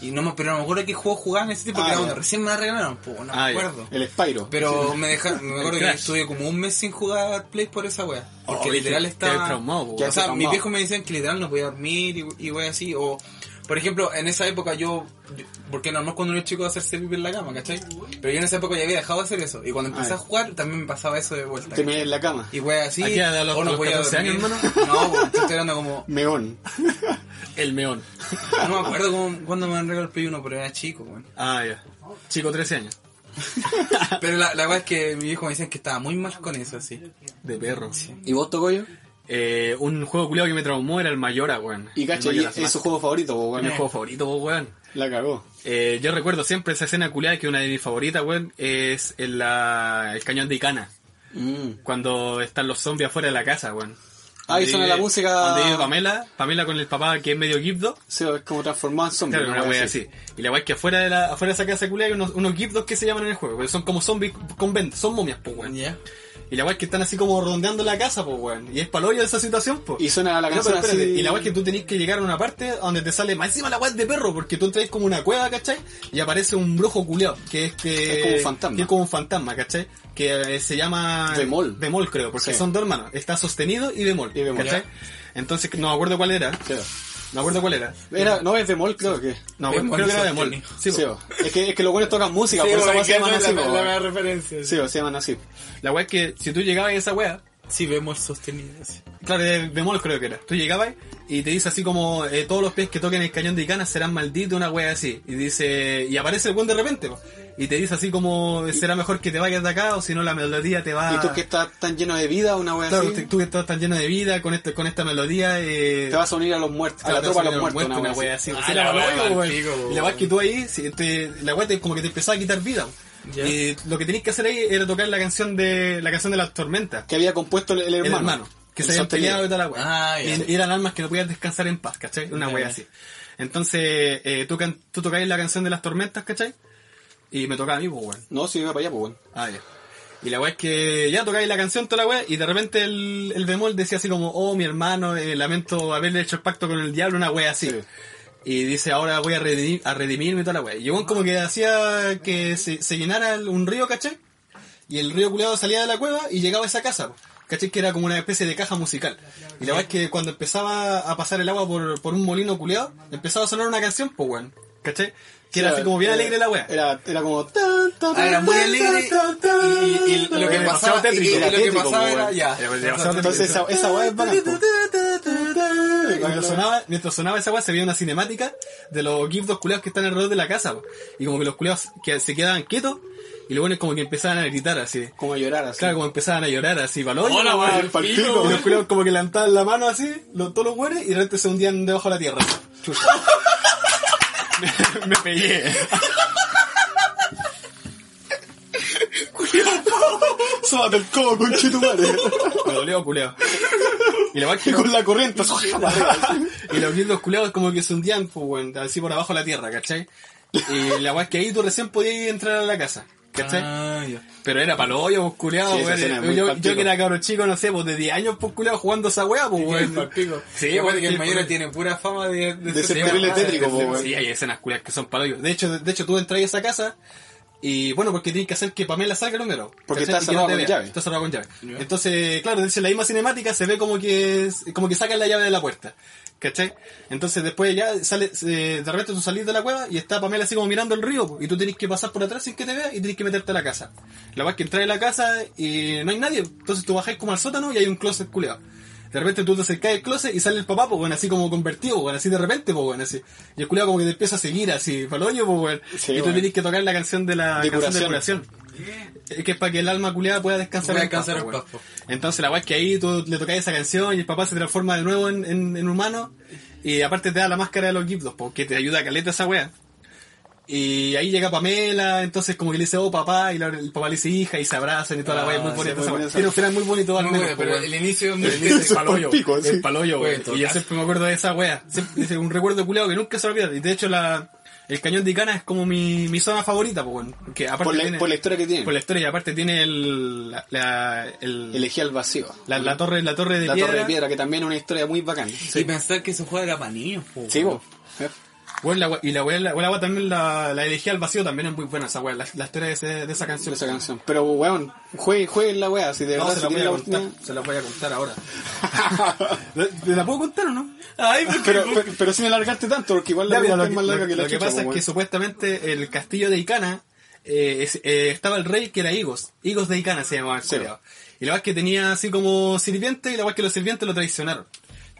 B: Y no me, pero no me acuerdo qué juego jugaba en ese tiempo,
C: Ah,
B: que era
C: ya.
B: cuando recién me la regalaron, pues, no
A: Ah,
B: me
A: ya.
B: acuerdo.
C: El Spyro.
B: Pero me dejaron, me acuerdo que
A: Crash.
B: estuve como un mes sin jugar Play por esa wea. Porque
A: Oh,
B: literal
A: que-
B: estaba.
A: que traumado, po,
B: o
C: weón.
B: sea, mis
C: Traumado.
B: viejos me decían que literal no podía dormir y, y wea así. O, por ejemplo, en esa época yo. yo- porque normal cuando uno es chico hacerse pipí en la cama, ¿cachai? Pero yo en esa época ya había dejado de hacer eso. Y cuando empecé
C: Ah.
B: a jugar también me pasaba eso de vuelta.
C: Te meé en la cama.
B: Y wea así.
A: ¿A qué edad? ¿A los-
B: o
A: a
B: no
A: los
B: podía
A: 14 años,
B: dormir.
A: hermano?
B: No, weón, te estoy hablando como.
C: Meón.
A: El meón.
B: No me acuerdo cómo- cuándo me han regalado el Play 1, pero era chico, weón.
A: Ah, ya. Chico, 13 años.
B: Pero la, la wea es que mis viejos me decían que estaba muy mal con eso, así.
A: De perro.
C: ¿Y vos, Tocoyo?
A: Eh, un juego culiado que me traumó era el Mayora, weón.
C: Y cacho,
A: El
C: y
A: Mayora
C: es su
A: Smash.
C: juego favorito, po,
A: Fue
C: weón.
A: Mi juego favorito, po, weón.
C: La cagó.
A: Eh, yo recuerdo siempre esa escena culiada que una de mis favoritas, weón, es en la, el cañón de Icana. Cuando están los zombies afuera de la casa, weón.
C: Ah, y
A: Donde
C: suena
A: vive-
C: la música-
A: Donde vive Pamela, Pamela con el papá que es medio gibdo.
C: Sí, es como transformado en zombie.
A: Claro, una wea así. Y la wea es que afuera de, la, afuera de esa casa culiada hay unos, unos gibdos que se llaman en el juego, que son como zombies con vent- son momias, pues, weón.
B: Ya.
A: Y la weá es que están así como redondeando la casa, pues, weón. Y es paloyo esa situación, pues.
C: Y suena la
A: No,
C: canción
A: pero espérate,
C: así.
A: Y la weá es que tú tenés que llegar a una parte donde te sale más encima la weá es de perro, porque tú entras como una cueva, ¿cachai? Y aparece un brujo culeado, que es que.
C: Es como un fantasma.
A: Que es como un fantasma, ¿cachai? Que eh, se llama.
C: Bemol.
A: Bemol, creo, porque
C: Sí.
A: son dos hermanos. Está sostenido y bemol.
C: Y Bemol.
A: ¿cachai? Entonces, no me acuerdo cuál era.
C: Claro.
A: No me acuerdo cuál era.
C: Era, no, es bemol, creo que.
A: No,
B: Bemol
A: creo que era bemol.
B: sostenido.
A: Sí,
C: Sí,
A: po.
C: po. es que, es que los buenos tocan música, por eso se llaman así, po, weón.
B: referencia.
C: Sí, po, se llaman así.
A: La weá es que si tú llegabas a esa weá,
B: Sí, vemos sostenido. sí.
A: Claro, de bemol creo que era. Tú llegabas y te dice así como eh, todos los pies que toquen el cañón de Icana serán malditos, una wea así. Y dice, y aparece el buen de repente, po. y te dice así como será mejor que te vayas de acá o si no la melodía te va.
C: Y tú que estás tan lleno de vida, una wea
A: Ah. claro,
C: así,
A: tú que estás tan lleno de vida con este, con esta melodía. Eh,
C: te vas a unir a los muertos, a
A: claro,
C: la
A: Ah, te
C: tropa
A: vas
C: de los muertos,
A: muertos,
C: una wea así.
A: así.
B: Ah,
A: Sí,
B: la
A: la
B: wea
A: wea,
B: del
A: wea.
B: pico,
A: Y la wea es que tú ahí, si te- la wea te- como que te empezaba a quitar vida. po.
B: Ya.
A: Y lo que tenías que hacer ahí era tocar la canción de la canción de las tormentas
C: Que había compuesto el, el
A: el
C: hermano.
A: hermano, que se habían
C: sostenido.
A: peleado y toda la weá.
B: Ah, ya.
A: y, y eran almas que no podían descansar en paz, ¿cachai? Una
B: Ya,
A: weá
B: ya.
A: así. Entonces, eh, tú, can- tú tocáis la canción de las tormentas, ¿cachai? Y me tocaba a mí, pues, weón.
C: No, sí, iba para allá, pues, weón.
A: Ah, ya. Y la weá es que ya tocáis la canción, toda la weá, y de repente el, el bemol decía así como, oh, mi hermano, eh, lamento haberle hecho el pacto con el diablo, una weá así.
C: Sí.
A: Y dice, ahora voy a, redimir, a redimirme y toda la weá. Y el weón como que hacía que se, se llenara el- un río, ¿cachai? Y el río culeado salía de la cueva y llegaba a esa casa, po. ¿cachai? Que era como una especie de caja musical. Y la verdad es que cuando empezaba a pasar el agua por, por un molino culeado, empezaba a sonar una canción, pues, weón. ¿Cachai? Que era así como
C: eh,
A: bien alegre la weá.
C: Era, era como. tan, tan,
B: Ah, era muy
C: tan,
B: alegre.
C: tan, tan,
B: Y, y
C: tan.
B: lo que
A: Era demasiado
B: pasaba,
A: tétrico.
B: y- y lo
C: Era
B: que
C: tétrico,
B: pasaba era
C: weón.
B: ya.
A: Era demasiado
C: Entonces, esa, esa weá es bacán, po.
A: Mientras sonaba, mientras sonaba esa weá se veía una cinemática de los gifdos culeados que están alrededor de la casa. po. Y como que los culeados que se quedaban quietos y los buenos como que empezaban a gritar así.
C: Como llorar así.
A: Claro, como empezaban a llorar así, valor.
B: Hola, weón,
A: Y
C: palpico,
A: los
C: weón.
A: culiados como que levantaban la mano así, los, todos los güeyes, y de repente se hundían debajo de la tierra. Chucha. <laughs> me, me pegué.
C: Sóbate el codo, conchetumare. <laughs>
A: Me dolió, culiao. Y la weá que
C: con la corriente.
A: Y los grillos culeados como que se hundían, pues, weón, así por abajo de la tierra, ¿cachai? Y la weá es que ahí tú recién podías ir a entrar a la casa, ¿cachai?
B: Ah, ya.
A: Pero era para los hoyos, pues, culeado,
C: Sí, esa
A: weón.
C: escena es muy
A: Yo,
C: palpico.
A: yo que era cabro chico, no sé, pues de 10 años, pues, culeado, jugando esa weá, pues,
B: Bueno,
A: weón.
B: pico.
A: Sí,
B: Sí,
A: weón,
B: que
A: sí,
B: el mayor
A: weón.
B: tiene pura fama de,
C: De
B: de, ser
C: ser
B: tema.
C: terrible tétrico, po, weón.
A: Sí, hay escenas culiadas que son palos. De hecho, de hecho, tú entras a esa casa y bueno, porque tienes que hacer que Pamela salga primero.
C: Porque
A: ¿cachai?
C: está
A: Y que
C: cerrado
A: te
C: con
A: vea.
C: llave.
A: Está cerrado con llave. Entonces, claro, dice la misma cinemática se ve como que es- como que sacan la llave de la puerta. ¿Cachai? Entonces después ya sale, se- de repente tú salís de la cueva y está Pamela así como mirando el río po, y tú tenés que pasar por atrás sin que te vea y tenés que meterte a la casa. La verdad es que entras a la casa y no hay nadie, entonces tú bajáis como al sótano y hay un closet culeado. De repente tú te acercás al closet y sale el papá, pues bueno, así como convertido, bueno, así de repente, pues bueno, así. Y el culeado como que te empieza a seguir así, paloño, pues bueno.
C: Sí,
A: y tú
C: bueno.
A: tenés que tocar la canción de la
C: De
A: canción de
C: curación.
A: curación. Es que es para que el alma culeada pueda descansar
B: Pueda
A: en paz,
B: descansar en
A: pues,
B: paz,
A: weón.
B: pues.
A: Entonces la weá es que ahí tú le tocas esa canción y el papá se transforma de nuevo en, en- en humano. Y aparte te da la máscara de los Gibdos, porque te ayuda a caleta esa weá. Y ahí llega Pamela, entonces como que le dice, oh papá, y la- el papá le dice hija, y se abrazan y toda
B: Ah,
A: la weá, es muy
B: sí,
A: bonita
C: muy
A: esa weá.
C: bonita esa
A: Tiene un final muy bonito al
B: Muy
A: menos, pues,
B: bueno, Ah, pero
A: weón.
B: el
C: <laughs>
B: inicio es
A: El inicio es paloyo,
C: palpico,
A: el
C: sí.
A: paloyo,
B: Bueno,
A: güey.
B: en todo
A: Y yo
B: caso.
A: siempre me acuerdo de esa wea. Siempre- es un recuerdo culeado que nunca se va a olvidar. Y de hecho, la, el cañón de Icana es como mi, mi zona favorita, pues, bueno. Porque aparte
C: Por la,
A: tiene-
C: por la historia que tiene.
A: por la historia, y aparte tiene el, la, la- el-
C: Elegí al vacío.
A: la, la torre, la torre de
C: La
A: piedra.
C: Torre de Piedra, que también es una historia muy bacana.
B: Y pensar que se juega era para niños, po.
C: Sí, vos.
A: Bueno, la wea- y la wea, la, wea también la, la elegí al vacío, también es muy buena esa wea, la, la historia de, ese- de esa canción.
C: Esa canción. Pero, weón, jueguen juegue la weá. Si de
A: No,
C: verdad
A: se
C: si
A: la voy
C: tienen
A: a
C: la
A: contar,
C: oportunidad.
A: se la voy a contar ahora. ¿Te la puedo contar o no?
B: Ay, porque
C: <laughs> pero, pero, pero sin alargarte tanto, porque igual la
A: Ya, mira,
C: vida
A: lo,
C: es
A: que,
C: más larga
A: lo-
C: que la
A: lo que
C: chucha,
A: pasa es
C: weón.
A: que supuestamente el castillo de Icana eh, es- eh, estaba el rey que era Higos. Higos de Icana se llamaba el
C: Sí.
A: culiao. Y la verdad es que tenía así como sirviente y la verdad es que los sirvientes lo traicionaron.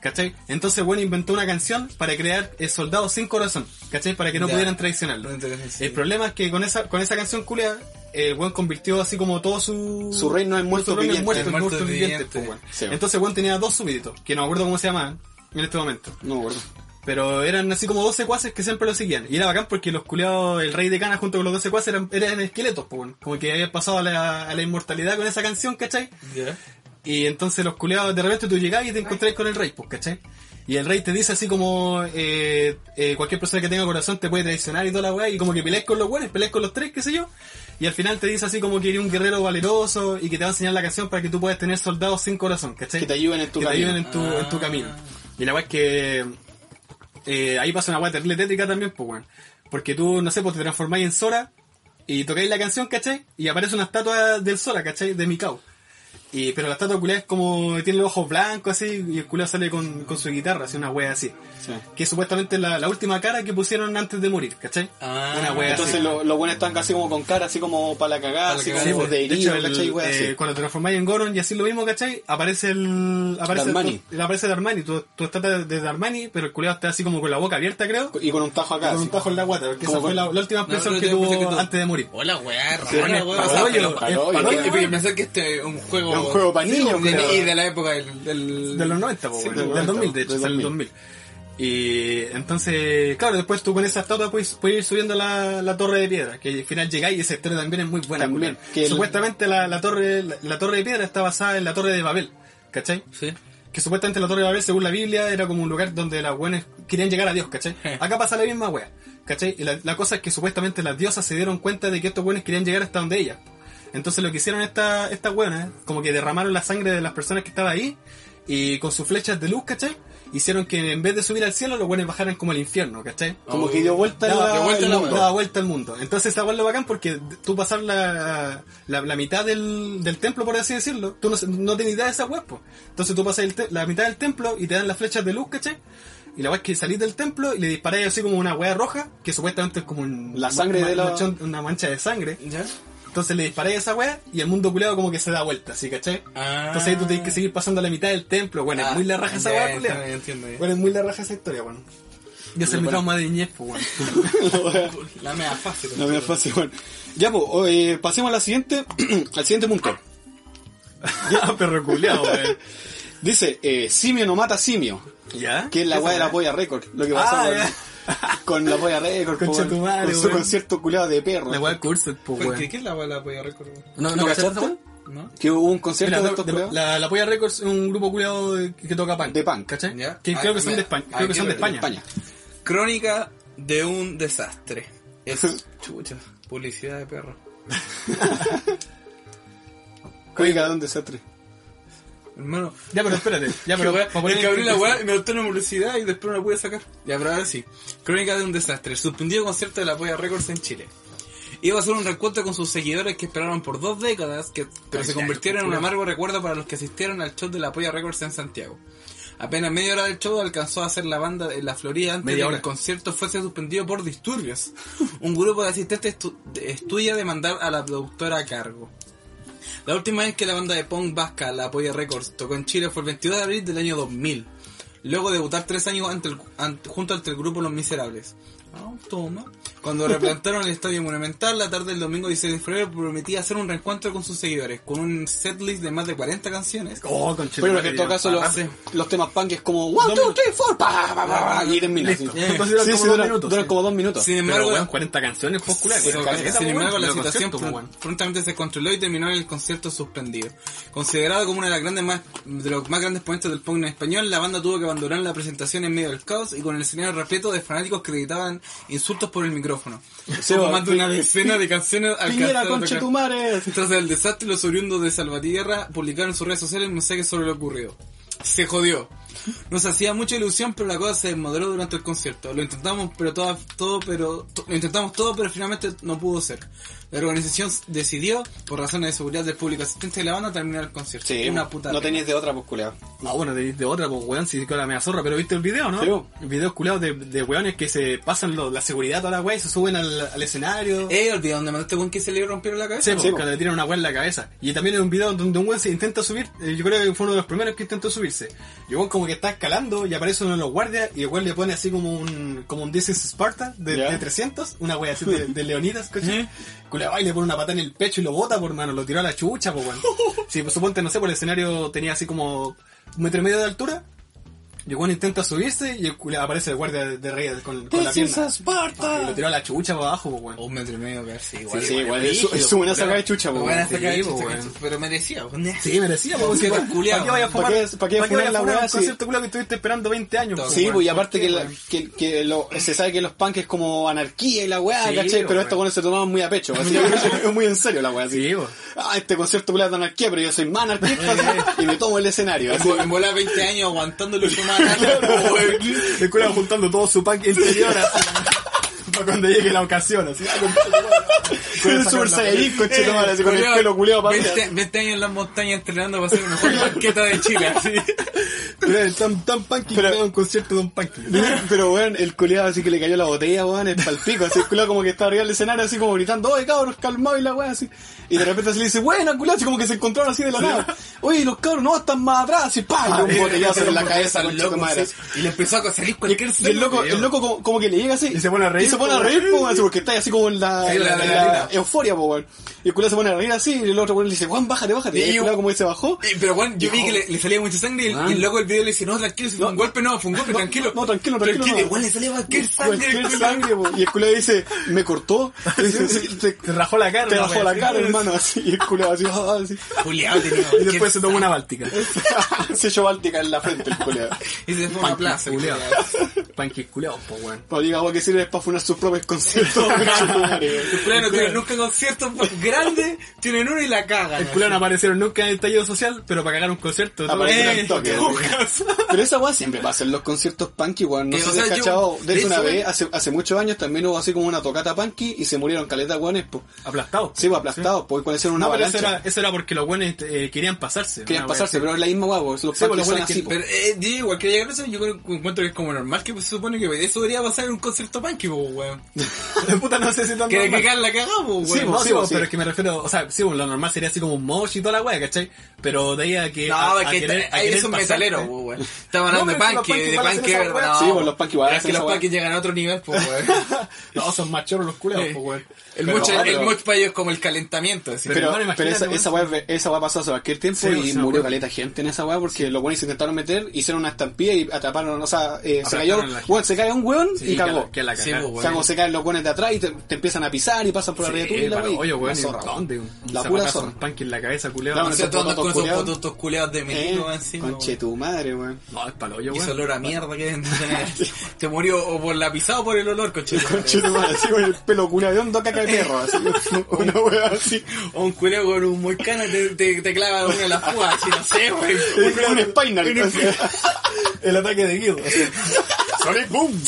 A: ¿Cachai? Entonces, bueno, inventó una canción para crear eh, soldados sin corazón. ¿Cachai? Para que no
B: Ya.
A: pudieran traicionarlo.
B: Entonces, sí.
A: El problema es que con esa, con esa canción culea, el buen convirtió así como todo su...
C: Su reino en muerto
A: su reino en
C: viviente.
A: muerto,
B: En
A: en
B: muerto
A: muerto viviente,
B: viviente.
A: pues, weón.
C: Sí.
A: Entonces, bueno, tenía dos súbditos, que no me acuerdo cómo se llamaban en este momento.
C: No, gordo.
A: Pero eran así como 12 secuaces que siempre lo seguían. Y era bacán porque los culeados, el rey de Cana junto con los 12 secuaces eran, eran esqueletos, po, weón. como que había pasado a la, a la inmortalidad con esa canción, ¿cachai?
B: Ya.
A: Y entonces los culeados, de repente tú llegás y te encontrás con el rey, pues, ¿cachai? Y el rey te dice así como, eh, eh, cualquier persona que tenga corazón te puede traicionar y toda la weá, y como que peleas con los buenos, peleas con los tres, qué sé yo. Y al final te dice así como que eres un guerrero valeroso y que te va a enseñar la canción para que tú puedas tener soldados sin corazón, ¿cachai?
C: Que te ayuden en tu
A: que te
C: camino.
A: ayuden en tu, en tu camino. Y la weá es que eh, ahí pasa una weá terrible tétrica también, pues weón. Porque tú, no sé, pues te transformáis en Sora y tocáis la canción, ¿cachai? Y aparece una estatua del Sora, ¿cachai? De Mikau. Y, pero la estatua culiada es como, tiene los ojos blancos así, y el culiado sale con, con su guitarra, así una wea así.
C: Sí.
A: Que es supuestamente la, la última cara que pusieron antes de morir, ¿cachai?
B: Ah,
A: una wea
C: Entonces
A: así.
C: lo- los buenos están casi como con cara, así como para la cagada,
B: Para la
C: así
B: cagada.
A: Sí,
C: como
A: pues,
C: de
A: de hecho,
C: herido,
A: el-
C: ¿cachai? Weá,
A: eh,
C: así.
A: cuando te transformáis en Goron y así lo mismo, ¿cachai? Aparece el... Aparece
C: Darmani.
A: tu- aparece Darmani. Tú, tú estás de, de Darmani, pero el culiado está así como con la boca abierta, creo.
C: Y con un tajo acá.
A: con un
C: así.
A: tajo en la guata, porque
C: Como
A: esa fue
C: con-
A: la, la última expresión
B: No,
A: que
B: no, no,
A: tuvo
B: no, no, no.
A: antes de morir.
B: Hola, weá,
A: Bueno,
B: rara,
A: es
B: weá.
A: paloyo,
C: pero
A: es
C: paloyo,
A: paloyo,
C: weón.
B: Y pensar que este es un juego.
C: Es un juego pa' niños,
B: de-
C: pero-
B: Y de la época del. del-
A: De los 90, po,
C: Sí,
A: weón.
C: del
A: del
C: 90,
A: 2000, de hecho,
C: del
A: sale el 2000. Y entonces, claro, después tú con esa estatua puedes, puedes ir subiendo la, la torre de piedra, que al final llegáis y esa historia también es muy buena.
C: También,
A: culiao.
C: que el-
A: Supuestamente la, la torre, la, la torre de piedra está basada en la torre de Babel, ¿cachai?
B: Sí.
A: Que supuestamente la torre de Babel, según la Biblia, era como un lugar donde las buenas querían llegar a Dios, ¿cachai? Acá pasa la misma wea, ¿cachai? Y la, la cosa es que supuestamente las diosas se dieron cuenta de que estos buenos querían llegar hasta donde ellas. Entonces lo que hicieron estas esta buenas, como que derramaron la sangre de las personas que estaban ahí, y con sus flechas de luz, ¿cachai? Hicieron que en vez de subir al cielo, los buenos bajaran como al infierno, ¿cachai?
C: Como que dio vuelta
A: Daba
C: la-
A: vuelta
C: el
A: la-
C: mundo.
A: daba vuelta al mundo. Entonces esa hueá es lo bacán porque tú pasar la, la, la mitad del, del templo, por así decirlo, tú no, no tienes idea de esa hueá, po. Entonces tú pasas el te- la mitad del templo y te dan las flechas de luz, ¿cachai? Y la hueá es que salís del templo y le disparáis así como una hueá roja, que supuestamente es como un-
C: La sangre
A: ma-
C: de la-
A: manchón- una mancha de sangre.
B: ¿Ya?
A: Entonces le disparáis a esa hueá y el mundo culeado como que se da vuelta, ¿sí? ¿cachai?
B: Ah.
A: Entonces ahí tú tienes que seguir pasando la mitad del templo. Bueno,
B: Ah,
A: es muy la raja esa
B: ya,
A: hueá,
B: entiendo,
A: culeado.
B: ya entiendo, ya.
A: Bueno, es muy la raja esa historia, bueno. Yo soy mi trauma de niñez, pues, bueno.
B: La mea fácil.
C: No me fácil, weón. Ya, pues, oh, eh, pasemos a la siguiente, <clears throat> al siguiente punto.
A: Ya, perro culiao, wey.
C: Dice, eh, simio no mata simio,
A: ¿Ya?
C: que es la weá de la polla récord. Lo que pasó
A: Ah,
C: con- con, la polla récord,
A: Concha
C: con,
A: tu madre,
C: con su
A: weón.
C: concierto culeado de perro.
A: La weá de Curset, pues,
B: Porque,
A: weón.
B: ¿Qué es la weá la voy a recordar?
C: ¿No cachaste?
A: weón?
B: ¿No?
C: Que hubo un concierto
A: Mira,
C: de
A: de-
C: estos
A: de-
C: culiados.
A: la, la Polla Records es un grupo culiado de- que toca punk.
C: De punk.
A: ¿cachai?
B: Ya.
A: Que creo
B: Ah,
A: que son de
B: mira.
A: España.
B: Ah,
A: Creo que
B: qué
A: son de
B: bueno.
A: España.
C: España.
B: Crónica de un desastre.
A: <laughs>
B: Es chucha. Publicidad de perro.
C: Oiga, ¿dónde está tres?
B: Hermano.
A: Ya, pero espérate. Ya, pero
B: que,
A: para poner
B: es que abrí
A: en
B: la
A: contexto.
B: weá y me adoptó una publicidad y después no la pude sacar. Ya, pero ahora sí. Crónica de un desastre. Suspendido concierto de la Polla Records en Chile. Iba a ser un reencuentro con sus seguidores que esperaron por dos décadas, que, pero se convirtieron en un amargo recuerdo para los que asistieron al show de la Polla Records en Santiago. Apenas media hora del show alcanzó a hacer la banda en la Florida antes
A: Media
B: de que
A: hora.
B: el concierto fuese suspendido por disturbios. Un grupo de asistentes estu- estudia demandar a la productora a cargo. La última vez que la banda de punk vasca, la Polla Records, tocó en Chile fue el 22 de abril del año 2000. Luego de debutar tres años ante el- ante- junto al grupo Los Miserables. Ah, toma. Cuando replantaron el Estadio Monumental, la tarde del domingo 16 de febrero prometía hacer un reencuentro con sus seguidores, con un setlist de más de 40 canciones.
A: Oh, conche,
C: Pero
A: madre,
C: en todo
A: ya.
C: caso, los,
B: Ah, sí.
C: los temas punk es como 1, 2, 3, 4, pa, pa, pa, pa, y termina.
A: Listo.
C: así.
A: Entonces duran
C: Sí,
A: como
C: sí,
A: dos
C: duran-
A: minutos,
C: duran
A: sí.
C: como dos minutos.
B: Sin
A: Pero,
B: embargo,
A: weón, 40 canciones pues, populares.
B: Sí,
A: caleta,
B: sin
A: weón,
B: embargo, la
A: pero
B: situación
A: concierto,
B: pr-
A: pues, weón.
B: prontamente se controló y terminó en el concierto suspendido. Considerado como una de las grandes más, de los más grandes exponentes del punk en español, la banda tuvo que abandonar la presentación en medio del caos y con el escenario repleto de fanáticos que gritaban insultos por el micrófono. Hubo más de una decena de canciones
C: Piñera,
B: alcanzaron a
C: conche
B: tocar.
C: tu madre.
B: Tras el desastre, los oriundos de Salvatierra publicaron en sus redes sociales un mensaje sobre lo ocurrido. Se jodió. Nos hacía mucha ilusión, pero la cosa se desmoderó durante el concierto. Lo intentamos, pero todo, todo pero to- lo intentamos todo, pero finalmente no pudo ser. La organización decidió, por razones de seguridad del público asistente de la banda, terminar el concierto.
C: Sí,
B: una puta.
C: no
B: pena.
C: tenías de otra, pues, culiao.
A: No, Ah, bueno, de, de otra, pues, weón, si la media zorra, pero viste el video, ¿no?
C: Sí, po.
A: Videos culados de, de weones que se pasan lo- la seguridad toda la weá y se suben al, al escenario.
B: Eh, olvidé donde mandaste buen que se le rompieron la
A: Sí,
B: cabeza.
A: po,
C: sí, po.
A: que le tiran una weá en la cabeza. Y también hay un video donde un weón se intenta subir, eh, yo creo que fue uno de los primeros que intentó subirse. Y el weón como que está escalando y aparece uno de los guardias y el weón le pone así como un, como un This is Sparta de,
C: Ya.
A: de 300, una weá así de, de Leonidas, coche. Culeado, y le pone una pata en el pecho y lo bota, por mano, lo tiró a la chucha, po,
C: <laughs>
A: weón. Sí, pues suponte, no sé, por el escenario tenía así como un metro y medio de altura. Y el weón intenta subirse y el culeado aparece el guardia de, de reyes con, con la pierna. Y lo tiró a la chucha para abajo, po, weón.
B: Un metro y medio, a ver, sí,
C: Sí,
B: igual.
C: sí,
B: igual.
C: igual. Es es una saca de chucha,
B: Lo
C: pues.
B: van a
C: weón.
B: sacar de
A: sí,
B: chiste,
A: weón.
B: pero merecía. weón.
A: Sí, merecía, pues, si
B: Sí, culiao.
A: ¿Para qué vaya a fumar?
C: ¿Para qué- para qué
A: ¿Para qué
C: fumar
A: vaya a
C: la
A: fumar
C: weá
A: un
C: si-
A: concierto culiao que estuviste esperando 20 años?
B: Sí,
A: pues,
C: Sí,
A: weón?
C: pues, y aparte
A: ¿Por
C: que,
A: qué,
C: la-
A: weón?
C: que, que lo- se sabe que los punk es como anarquía y la weá,
A: Sí, pues,
C: ¿cachai? Pero
A: weón.
C: estos buenos se tomaban muy a pecho, así
A: <laughs>
C: <laughs> es muy en serio la weá, así.
A: Sí, weón.
C: Ah, este concierto culiao de anarquía, pero yo soy más anarquista <laughs> así, y me tomo el escenario, así.
B: En bola 20 años aguantándolo y fumando.
A: pues. El culiao juntando todo su pack interior así, <laughs> para cuando llegue la ocasión, así.
C: Con el Super Saiyajin, coche, tomar, así, con el pelo culiao para
B: 20, 20 años en las montañas entrenando para ser una banqueta de Chile, así.
A: Culiao, tan, tan punky que
C: Pero-
A: era un concierto de un punky.
C: <laughs> Pero weón, el culiado así que le cayó la botella, weón, el palpico, así el culiado como que está arriba del escenario, así como gritando, oye cabros, calmado y la weá así. Y de repente se le dice, bueno, culiado, así como que se encontraron así de la nada. Oye, los cabros no están más atrás, así pa, y un botellazo en la cabeza,
B: al
C: concha tu
B: loco,
C: madre.
B: así. Y le empezó a salir
C: Y,
B: cualquier
C: y el loco, el loco como, como que le llega así.
A: Y se pone a reír,
C: Y se pone a
A: po,
C: reír,
A: weón.
C: po, weón, así, porque está así como en la,
B: Sí,
C: en la-
B: la-
C: en
B: la-
C: la
B: la-
C: euforia, po, weón. Y el culiado se pone a reír así, y el otro weón le dice, Juan, bájate, bájate. Y
B: Y
C: el
B: yo-
C: culiado como que se
B: <laughs>
C: bajó.
B: Y- Pero bueno, yo vi que le, le salía mucha sangre y el, y el loco del video le dice, no, tranquilo, si fue un golpe, no, fue un golpe,
C: Ah. no,
B: tranquilo.
C: no, tranquilo, tranquilo, no.
B: Igual le salía cualquier sangre.
C: Cualquier
B: <laughs>
C: sangre, po. Y el culiado dice, me cortó. Y dice, "Sí, te,
A: Te rajó la cara. <laughs>
C: te
A: una
C: bajó
A: wea
C: la
A: así.
C: cara, hermano, así. Y el culiado así, ah, así. <laughs>
B: Juliado tenía
A: Y después se
B: cualquier
A: tomó una báltica.
C: se echó báltica en la frente, el culiado.
B: sangre. <laughs> Y se fue a una plaza.
A: Culiao.
B: culiao.
A: Punky culiao, po, weón.
C: No diga, weón, que sirve para funar sus propios conciertos. concha tu madre, weón.
B: Los culiados no tienen nunca conciertos grandes, tienen uno y la cagan.
A: El culiao no aparecieron nunca en el tallido social, pero para cagar un concierto. todo-
C: Aparecieron
A: ¡Eh!
C: al toque,
A: te
C: weón.
A: buscas.
C: Pero esa weá siempre pasa en los conciertos punky, weón. No
B: Eh,
C: sé
B: o
C: si has
B: sea, yo-
C: cachado. De
B: de eh,
C: hecho, una
B: eso-
C: vez, hace, hace muchos años, también hubo así como una tocata punky y se murieron caletas weones, pues.
A: Aplastado.
C: Sí, pues aplastados, pues cuando hicieron una
A: No, pero eso
C: avalancha.
A: era, eso era porque los buenos eh, querían pasarse.
C: Querían
A: una wea
C: pasarse,
A: así.
C: pero es la misma weá, pues. Los
A: Sí, pues,
C: punky
A: los
C: son
A: weones
C: así,
A: que-
C: po.
B: Pero eh, digo, igual que llegar a eso, yo creo que encuentro que es como normal que pues, se supone que eso debería pasar en un concierto punky, po, weón.
A: <laughs> Puta, no sé si tan
B: Que de
A: normal.
B: cagar la cagamos, po,
A: Sí,
B: weón.
A: po,
C: no,
A: sí,
C: sí,
A: po,
C: sí.
A: pero es que me refiero, o sea, sí, po, lo normal sería así como un mosh y toda la wea, ¿cachai? Pero de ahí a que.
B: Eh, No,
A: a,
B: es
A: a
B: que
A: querer- a
B: ahí
A: querer
B: es un
A: pasarte, <laughs>
B: metalero, po, po, weón. Estamos hablando de
C: pero si los
B: panque,
C: panque
B: de
C: igual hacen
B: panque,
C: esa
B: ¿verdad?
C: weá. Sí, pues, los panque igual
B: Es
C: hacen
B: que
C: esa
B: los
C: weá.
B: panque llegan a otro nivel,
C: <laughs>
B: po, weón.
A: No, son más choros los culeros,
B: Sí.
A: po, weón.
B: El
C: Pero
B: moch,
C: no,
B: el
C: pero-
B: moch para ellos es como el calentamiento, así.
C: Pero,
A: hermano,
C: pero esa,
A: imagínate,
C: esa weá esa weá pasó hace cualquier tiempo
A: Sí, pues,
C: y
A: sí, me
C: murió
A: acuerdo.
C: caleta gente en esa weá porque los buenos se intentaron meter, hicieron una estampida y atraparon, o sea, eh, se cayó,
A: Aplastaron a la gente.
C: weón, se cae un weón
A: Sí,
C: y
A: que a la-
C: cagó.
A: que a la
B: Sí,
A: cagada.
B: po,
C: O
B: weón.
C: sea, como se caen los buenos de atrás y te, te empiezan a pisar y pasan por arriba
A: Sí,
C: de tú y la
A: eh, para-
C: weá.
A: oye,
C: la
A: weón,
C: zorra,
A: ¿dónde?
C: La
A: Se
C: pura
A: abacazo,
C: zorra.
A: un panque en la cabeza,
C: La
A: culeado.
B: O
C: bueno,
B: sea, tú andas con
C: esos
B: esos
C: culeados.
B: fotos culeados de
C: Eh,
B: menino encima.
C: Conche
B: weón.
C: tu
A: <laughs>
C: madre, weón.
A: No, es para el hoyo,
B: Y ese
A: weón.
B: olor a mierda que
C: <laughs>
B: deben tener. Se murió o por la pisada o por el olor, conche. tu madre.
C: Conche tu madre, así con el pelo culo de hondo caca de perro, <laughs> así. Una weá así.
B: O un culeo con un moicano te, te, te clava una de las púas, así, no sé,
C: Un,
B: güey.
C: un spinal. así.
A: El ataque de Guido. <laughs>
C: Sonic boom.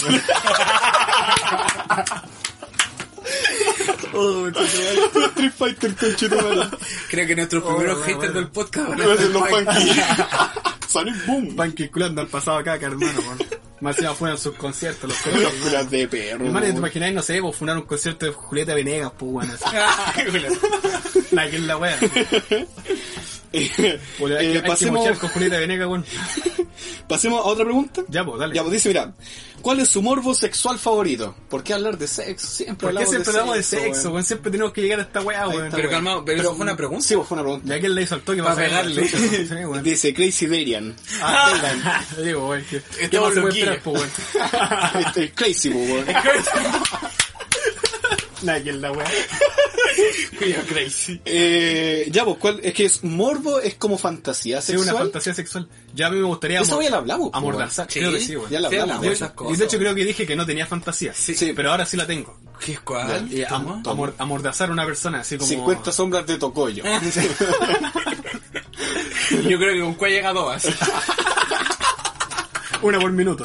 B: Oh, conche tu madre.
C: Street Fighter, conche tu madre.
B: Creo que nuestros
A: Oh,
B: primeros haters del podcast van a
C: Los
B: ser punk.
C: panquillos. Sonic boom.
A: Panque culeando han pasado acá, hermano, weón. Más encima fueron sus conciertos, los
C: Los
A: culeros.
C: culas de perro.
A: Hermano, ¿te
C: weón.
A: imagináis, no sé, vos funar un concierto de Julieta Venegas, pues, weón? así.
B: <laughs>
A: La que es la
C: <laughs>
A: wea.
C: Eh,
A: Pues, hay que- hay que
C: pasemos,
A: mochear con Julieta Venegas, weón.
C: pasemos a otra pregunta.
A: Ya, pues, dale.
C: Ya, pues dice, mira, ¿cuál es su morbo sexual favorito? ¿Por qué hablar de sexo? Siempre
A: ¿Por qué
C: hablamos
A: siempre
C: de
A: hablamos de
C: sexo,
A: sexo,
C: weón.
A: weón? Siempre tenemos que llegar a esta wea,
C: Ahí
A: weón.
C: está,
B: Pero
C: weón.
B: calmado, pero, eso fue
A: <laughs>
B: una pregunta.
C: Sí, pues fue una pregunta.
A: Ya que él le hizo el toque
B: Pa'
A: sacar la
B: pegarle.
A: chucha, weón. Sí,
C: <laughs>
A: weón.
C: Dice Crazy <laughs> Darian.
A: <laughs> Ah, Dylan. Digo, weón, que- ¿Qué más
B: Estamos
A: se puede
B: loquillos.
A: esperar, pues, weón?
C: Este, el Crazy, pues, weón.
A: La que es
C: <laughs>
A: la wea.
B: Cuidado, crazy.
C: Eh, ya, pues, ¿cuál? Es que es morbo, es como fantasía
A: Sí,
C: sexual.
A: una fantasía sexual. Ya a mí me gustaría
C: Eso
A: amor-
C: ya lo hablamos, pues,
A: amordazar.
B: Sí,
A: Creo que sí, weón.
C: ya la
B: Sí,
C: hablamos de
A: Yo-
B: esas
A: y
B: cosas.
A: de hecho creo que dije que no tenía fantasía,
C: Sí.
A: pero ahora sí la tengo.
B: ¿Qué cuál?
A: Eh, am- amor- amordazar a una persona, así como...
C: 50 sombras
A: <laughs>
C: de Tocoyo.
B: <laughs> Yo creo que con cuál llega a dos. así. <laughs>
A: Una por minuto.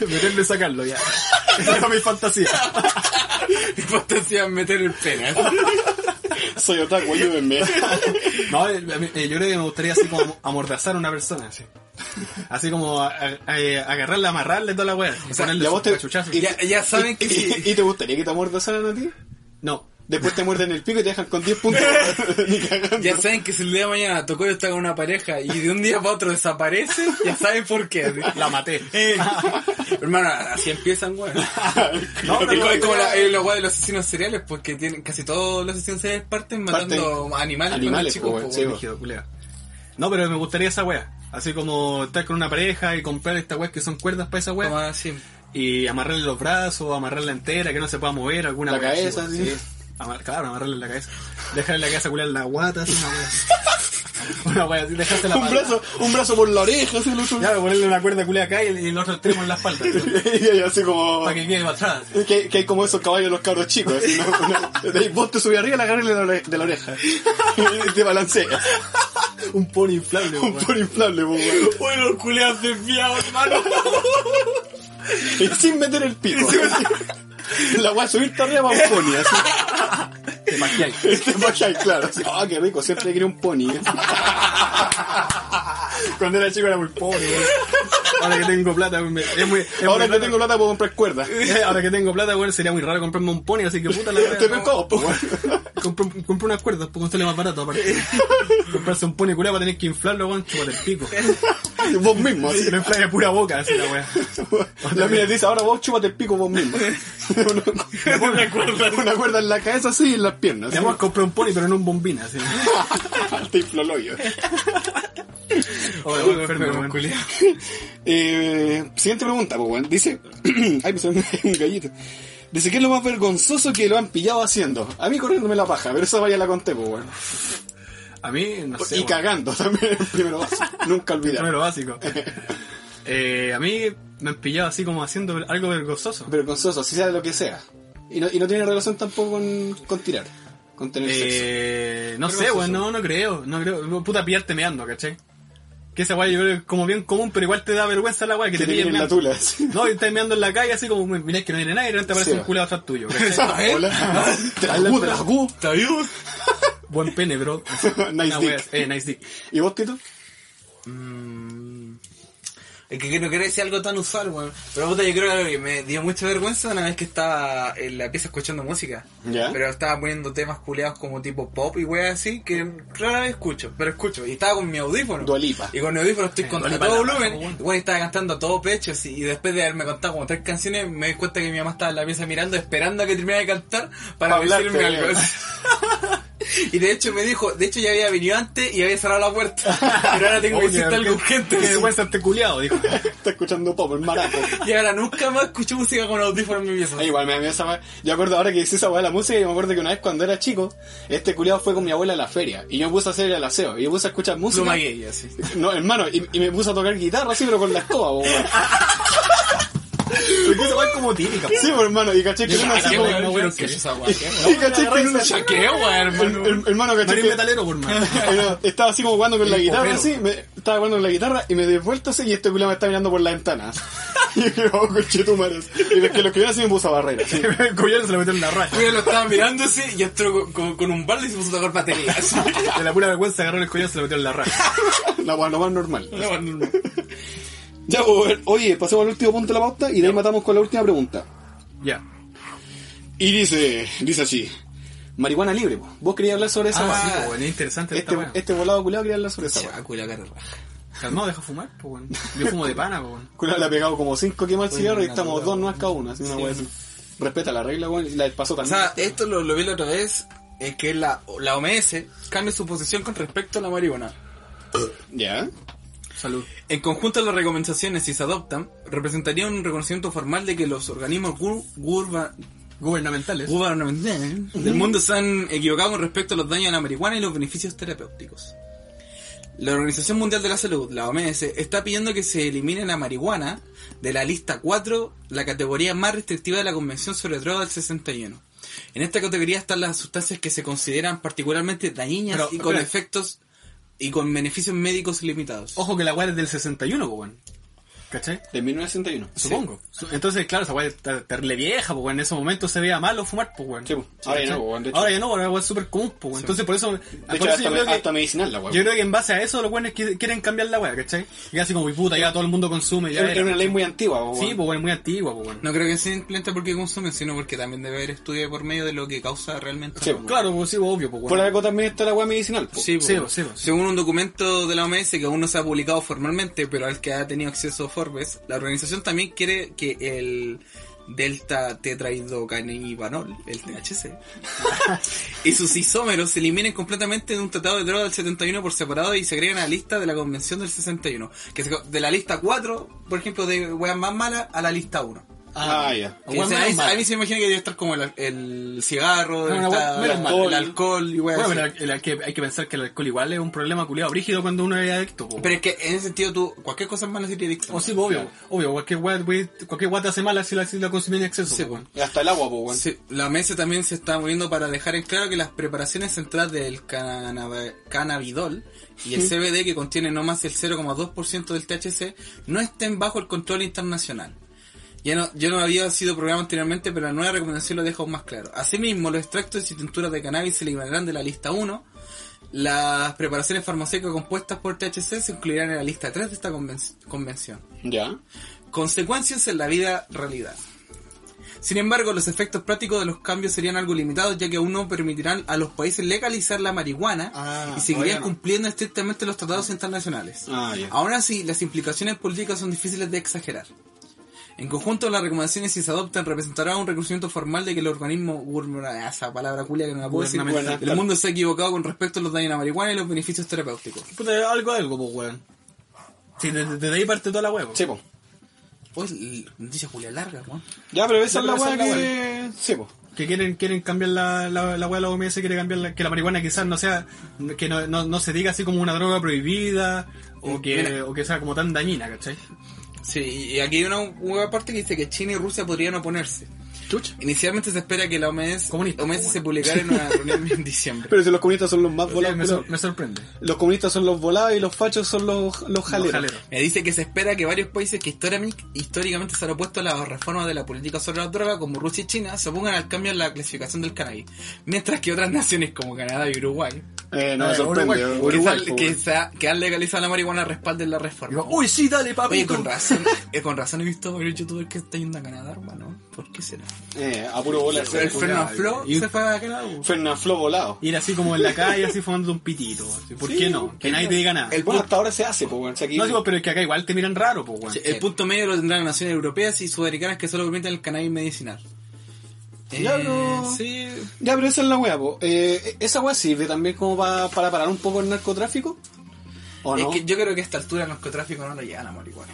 A: Meterle y sacarlo ya. Esa era mi fantasía.
B: Y vos te hacían meter el pene.
C: Soy otaku, ayúdenme.
A: No, eh, eh, yo creo que me gustaría así como amordazar a una persona, así. Así como a- a- eh, agarrarla, amarrarle toda la wea. y ponerle
C: ya
A: su
C: vos te-
A: cachuchazo.
C: y-
B: Ya, ya saben que sí.
C: <laughs> ¿Y, y te gustaría que te amordazaran a ti?
A: No.
C: Después te muerden el pico y te dejan con 10 puntos. Ni cagando.
B: Ya saben que si el día de mañana Tocoyo está con una pareja y de un día para otro desaparece, ya saben por qué. así.
A: La maté.
B: Eh, <laughs> hermano, así empiezan, güey.
A: <laughs> No,
B: <laughs> Es como-
A: pero-
B: es como la, eh, la weá de los asesinos seriales, porque tienen, casi todos los asesinos seriales parten
C: Parten-
B: matando animales,
C: animales,
B: cuando
C: po,
B: chicos, po,
C: sí,
B: weón.
A: Rígido, culiao. No, pero me gustaría esa wea. Así como estar con una pareja y comprar esta wea que son cuerdas para esa
C: pues.
A: wea.
B: Como así.
A: Y amarrarle los brazos, amarrarla entera, que no se pueda mover, alguna
C: La
A: wea así, pues,
C: cabeza,
A: wea.
C: sí.
A: Amar- claro, amarrarle la cabeza. Dejarle la cabeza culiar la guata, así una
C: <laughs>
A: wea. una wea, así, dejarse la
C: un,
A: pata.
C: brazo, un brazo por la oreja, así el otro.
A: Ya, ponerle una cuerda culia acá y el, y el otro extremo en la espalda.
C: y ahí así como...
A: para que quede para atrás. así.
C: Que, que hay como esos caballos de los cabros chicos. así, ¿no? Una- vos te subís arriba y la agarras de la ore- de la oreja. Y <laughs> te balanceas.
A: Un pony inflable,
C: Un
A: wea.
C: por inflable, po, weón.
B: Uy, los culeados desviados, hermano.
C: Y sin meter el pico. <laughs> La voy a subirte arriba para un pony. Así.
A: Te pajeáis.
C: <laughs> Este bajai, claro. Así, Ah, qué rico, siempre quería un <laughs> pony.
A: Cuando era chico era muy pobre, wea. eh, Ahora que tengo plata, me- es muy, es muy
C: Ahora que
A: raro.
C: tengo plata puedo comprar cuerdas.
A: Eh, Ahora que tengo plata, weón, sería muy raro comprarme un pony, así que puta
C: <laughs>
A: la
C: Te pescado, po, weón.
A: Compró compró unas cuerdas, porque sale más barato
C: <laughs>
A: aparte. Comprarse un pony culiao para tener que inflarlo, weón, chupate el pico.
C: Vos mismo, <laughs> así.
A: Lo inflas de pura boca, así la weá.
C: La mía dice, ahora vos chúpate el pico vos mismo.
B: Una cuerda.
C: <laughs> Una cuerda en la cabeza, así y en las piernas.
A: Mi amor, compré un pony, pero no un bombín, así.
C: Te infló el hoyo.
A: Oye,
B: Uy,
A: weón, enfermo,
B: pero
A: weón.
B: culeado.
C: Eh, siguiente pregunta, pues, weón. Dice. <clears throat> Ay, me salió un gallito. Dice que es lo más vergonzoso que lo han pillado haciendo. A mí corriéndome la paja, pero esa vaya la conté, pues, weón.
A: A mí, no sé.
C: Y
A: Ah, weón.
C: cagando también, <laughs> el primero vaso. Nunca
A: Primero
C: olvidar.
A: lo
C: <laughs>
A: básico. Eh, a mí me han pillado así como haciendo algo vergonzoso.
C: Vergonzoso, si sea lo que sea. Y no, y no tiene relación tampoco con, con tirar, con tener sexo.
A: Eh, no sé,
C: Vergonzoso.
A: weón, no, no creo. No creo. Puta, pillarte meando, ¿cachai? Que esa weá yo creo que es como bien común, pero igual te da vergüenza la weá que,
C: Que te
A: pillen
C: viene en la
A: meando.
C: tula. <laughs> así.
A: No, y estás meando en la calle así como, mirá que no viene nadie, y de repente aparece
C: Sí,
A: un
C: va.
A: culo atrás tuyo. ¿cachai?
C: <laughs>
B: ¿Eh?
C: Hola. Te la agu, te la agu.
B: ¿Está vivo?
A: Buen pene,
C: <laughs>
A: bro.
C: Nice
A: Una
C: dick.
A: wea- eh, nice dick.
C: ¿Y vos, Tito?
B: Mm, Es que no quiero decir algo tan usual, weón. Pero puta, yo creo que me dio mucha vergüenza una vez que estaba en la pieza escuchando música.
E: ¿Ya?
B: Pero estaba poniendo temas culeados como tipo pop y weas así, que rara vez escucho, pero escucho. Y estaba con mi audífono.
E: Dua Lipa.
B: Y con mi audífono estoy con
F: Eh, Dua Lipa
B: todo
F: la raja,
B: volumen.
F: weón.
B: Y bueno, estaba cantando a todo pecho así. Y después de haberme contado como tres canciones, me di cuenta que mi mamá estaba en la pieza mirando, esperando a que terminara de cantar para
E: Pa' hablarte,
B: decirme algo.
E: weón.
B: <laughs> Y de hecho me dijo, de hecho ya había venido antes y había cerrado la
E: <laughs>
B: puerta. Pero ahora tengo que
A: Oye,
B: decirte algo urgente. <laughs>
A: Qué vergüenza este culiado, dijo.
E: Está escuchando pop, el maraco.
B: Y ahora nunca más escuché música con audífonos en mi pieza.
E: Ay, igual me da miedo esa weá. Yo acuerdo ahora que hice esa weá de la música y me acuerdo que una vez cuando era chico, este culiado fue con mi abuela a la feria y yo me puse a hacer el aseo y yo me puse a escuchar
B: Lo
E: música.
B: magué yo, así.
E: No, hermano, y, y me puse a tocar guitarra así, pero con la escoba, po, weón.
A: Porque esa weá es como típica.
E: Sí, po, hermano, y caché que
B: Yo
E: era una
B: no
E: así
B: sé,
E: como-
B: weón, no fueron que esa weá.
E: Y caché que era una
B: ¿A qué, weón, hermano?
E: Her- Hermano,
A: No
E: caché
A: eres
E: que
A: metalero, por más.
E: <laughs> Era- estaba así como jugando con la
A: El
E: guitarra,
A: popero.
E: así, me, estaba jugando con la guitarra y me di vuelta así y este culo me está mirando por la ventana. <laughs> Y yo, oh, conchetumares. Y los que lo que vieron así me puso a barrer. así.
A: El culiado se lo metió en la raya.
B: Yo lo estaba mirando así y entró con, con- con un balde y se puso a tocar batería. <laughs> así.
A: De la pura vergüenza agarró el culiado y se lo metió en la raya.
E: La weá, lo más normal.
B: No, no, no.
E: Ya, pues, bueno, oye, pasemos al último punto de la pauta y de ahí matamos con la última pregunta.
A: Ya.
E: Y dice, dice así. Marihuana libre, po. vos querías hablar sobre esa
A: Ah,
E: weá?
A: sí, pues, bueno, es interesante esta
E: este,
A: weá.
E: este volado culiado quería hablar sobre esa weá.
B: Ah, culo, cara raja.
A: Calmado, deja fumar, pues weón. Yo fumo de pana, pues weón.
E: Culiao le ha pegado como cinco quemas al cigarro y
B: una
E: estamos
B: duda,
E: dos nuevas cada una. Así una weá así. Respeta la regla, weón. y La del paso
B: O
E: también.
B: sea, esto lo, lo vi la otra vez, es que la, la OMS cambia su posición con respecto a la marihuana.
E: ya.
A: Salud.
B: En conjunto, las recomendaciones, si se adoptan, representarían un reconocimiento formal de que los organismos gu- gurba-
A: Gubernamentales.
B: gubernamentales ¿eh? del mundo se han equivocado con respecto a los daños de la marihuana y los beneficios terapéuticos. La Organización Mundial de la Salud, la OMS, está pidiendo que se elimine la marihuana de la lista 4, la categoría más restrictiva de la Convención sobre Drogas del 61. En esta categoría están las sustancias que se consideran particularmente dañinas
A: Pero,
B: y con
A: espera.
B: efectos y con beneficios médicos limitados.
A: Ojo que la weá es del 61, pues weón. ¿Cachai?
E: De 1961.
A: Supongo. Su- Entonces, claro, esa weá está terrible vieja, pues weón. En ese momento se veía malo fumar, pues weón.
E: Sí, pues. Ahora ya no, pues, weón, de hecho.
A: Ahora ya no, pues, la weá es súper común, pues weón. Entonces, por eso. por
E: De hecho,
A: eso
E: hasta,
A: yo, creo que,
E: hasta medicinal la weá.
A: yo creo que en base a eso los weones qui- quieren cambiar la weá, ¿cachai? Y así como, "Uy, puta, ya todo el mundo consume. Ya
E: Era
A: era".
E: era una ley muy antigua, po,
A: Sí,
E: weón.
A: pues weón, muy antigua, pues weón.
B: No creo que sea simplemente porque consumen, sino porque también debe haber estudio por medio de lo que causa realmente.
E: Sí,
B: la muerte.
A: Claro, pues sí, pues, obvio, pues
E: Por
A: weón.
E: algo también está la weá medicinal, po.
B: Sí, po.
A: Sí, po, sí, po.
B: Según un documento de la OMS que aún no se ha publicado formalmente, pero al que ha tenido acceso Forbes, la organización también quiere que el delta tetrahidrocanibanol, el THC,
A: <laughs>
B: y sus isómeros se eliminen completamente de un tratado de droga del 71 por separado y se agreguen a la lista de la convención del 61, que se co- de la lista 4, por ejemplo, de weas más malas a la lista 1.
E: Ah, ya.
A: Ah, weón,
B: O sea,
A: menos
B: ahí-
A: mal.
B: a mí se me imagina que debe estar como el, el cigarro,
A: No,
B: debe
A: no,
B: estar
A: menos
B: el,
A: mal.
B: alcohol y weas
A: Bueno,
B: así.
A: pero el- el que- hay que pensar que el alcohol igual es un problema culiado brígido cuando uno es adicto. po.
B: Pero es que en ese sentido tú, cualquier cosa es mala si te adicto.
A: o Oh, sí, po, obvio, obvio, cualquier weá wey, cualquier weá te hace mala si la, si la consumís en exceso. pues,
B: Sí,
A: po.
B: po.
E: Hasta el agua, po, weón.
B: Sí, la mesa también se está moviendo para dejar en claro que las preparaciones centrales del canaba- cannabidol y el CBD que contiene no más el 0,2% del THC no estén bajo el control internacional. Ya no, yo no había sido programa anteriormente, pero la nueva recomendación lo deja aún más claro. Asimismo, los extractos y tinturas de cannabis se eliminarán de la lista 1. Las preparaciones farmacéuticas compuestas por THC se incluirán en la lista 3 de esta conven- convención
E: Ya.
B: consecuencias en la vida realidad. Sin embargo, los efectos prácticos de los cambios serían algo limitados, ya que aún no permitirán a los países legalizar la marihuana
E: Ah,
B: y seguirían
E: todavía no.
B: cumpliendo estrictamente los tratados internacionales.
E: Ah, ya.
B: Aún así, las implicaciones políticas son difíciles de exagerar. En conjunto, las recomendaciones, si se adoptan, representará un reconocimiento formal de que el organismo gurma- esa palabra culia que no la puedo decir,
E: Gubernamental.
B: el mundo se ha equivocado con respecto a los daños a la marihuana y los beneficios terapéuticos.
A: Puta, algo, algo, pues weón. Sí, desde de, de ahí parte toda la huevo.
E: Sí, po.
B: Pues, noticia culia larga, weón.
E: Ya, pero
A: Ya,
E: esa es la
A: pero
E: weá
A: esa es la
E: que. Sí, po.
A: Que quieren, quieren cambiar la, la, la weá, la OMS quiere cambiar la- que la marihuana quizás no sea, que no, no, no se diga así como una droga prohibida o que,
B: Mira.
A: o que sea como tan dañina, ¿cachai?
B: Sí, y aquí hay una nueva parte que dice que China y Rusia podrían oponerse.
A: Chucha.
B: Inicialmente se espera que la OMS,
A: Comunista,
B: OMS se publicara en una reunión en diciembre.
E: Pero si los comunistas son los más
A: Oye,
E: volados.
A: me,
E: culiao.
A: sor- me sorprende.
E: Los comunistas son los volados y los fachos son los, los jaleros.
A: Jalero.
B: Me Eh, dice que se espera que varios países que históricamente, históricamente se han opuesto a las reformas de la política sobre la droga, como <laughs> Rusia y China, se opongan al cambio en la clasificación del cannabis. Mientras que otras naciones como Canadá y Ah, Uruguay
C: Eh, no me
E: Eh,
C: sorprende.
E: Uruguay.
C: Uruguay,
B: que,
C: po,
B: sal- que, sea- que han legalizado la marihuana respalden la
E: Y
B: reforma.
E: va, Uy, sí, dale, papi.
B: Oye,
E: tú".
B: con razón, eh, con razón he visto varios youtubers que están yendo a Canadá, hermano. ¿Por qué será?
C: Eh, a puro bola.
B: El Fernando Flo
A: y-
B: se fue a Canadá. pues.
C: Fernanfloo volado.
A: Ir así como en la calle, así fumando un pitito. así. ¿Por
C: Sí,
A: qué no? Que nadie te diga nada.
C: El bueno hasta ahora se hace, po, weón. O sea, aquí-
A: No, digo, pero es que acá igual te miran raro, pues,
C: Ah,
A: weón.
B: Sí, El punto medio lo tendrán naciones europeas y sudamericanas que solo permiten el cannabis medicinal. Eh,
C: Claro.
B: sí.
C: Ya, pero esa es la weá, po. Eh, ¿Esa weá sirve también como pa- para parar un poco el narcotráfico? ¿O
B: Es
C: no?
B: que yo creo que a esta altura el narcotráfico no lo llegan a marihuana.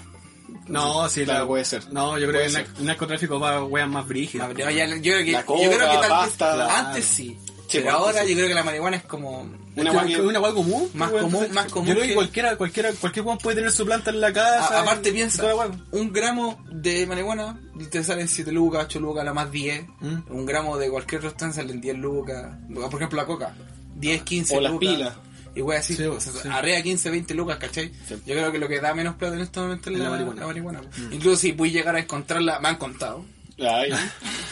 A: No, sí,
C: Claro,
A: la-
C: puede ser.
A: No, yo creo
C: Puede
A: que el
C: ser.
A: nar- el narcotráfico va a weas más brígidas.
B: No, pero ya- yo creo que,
C: La
B: yo creo
C: coca,
B: que tal
C: pasta,
B: vez,
C: la-
B: antes sí.
C: Sí,
B: pero
C: bueno,
B: ahora
C: sí.
B: yo creo que la marihuana es como
C: Una
A: Creo
C: weá
A: que
C: que-
A: es una weá común.
B: Más
A: weón.
B: común, más común
A: Yo creo
B: que-
A: que cualquiera, cualquiera, cualquier weón puede tener su planta en la casa.
B: A- aparte
A: y-
B: piensa,
A: toda la weá.
B: un gramo de marihuana te salen 7 lucas, 8 lucas, la más 10.
A: Mm.
B: Un gramo de cualquier sustancia salen 10 lucas. Por ejemplo, la coca. 10, 15
C: O las
B: lucas.
C: pilas.
B: Y voy así,
A: Sí, pues,
B: o sea,
A: sí.
B: arrea 15, 20 lucas, ¿cachai?
C: Sí.
B: Yo creo que lo que da menos plata en este momento es
A: Es
B: la,
A: la
B: la marihuana.
A: marihuana. Mm.
B: Incluso si puedes llegar a encontrarla, me han contado.
E: Ah,
C: Ay,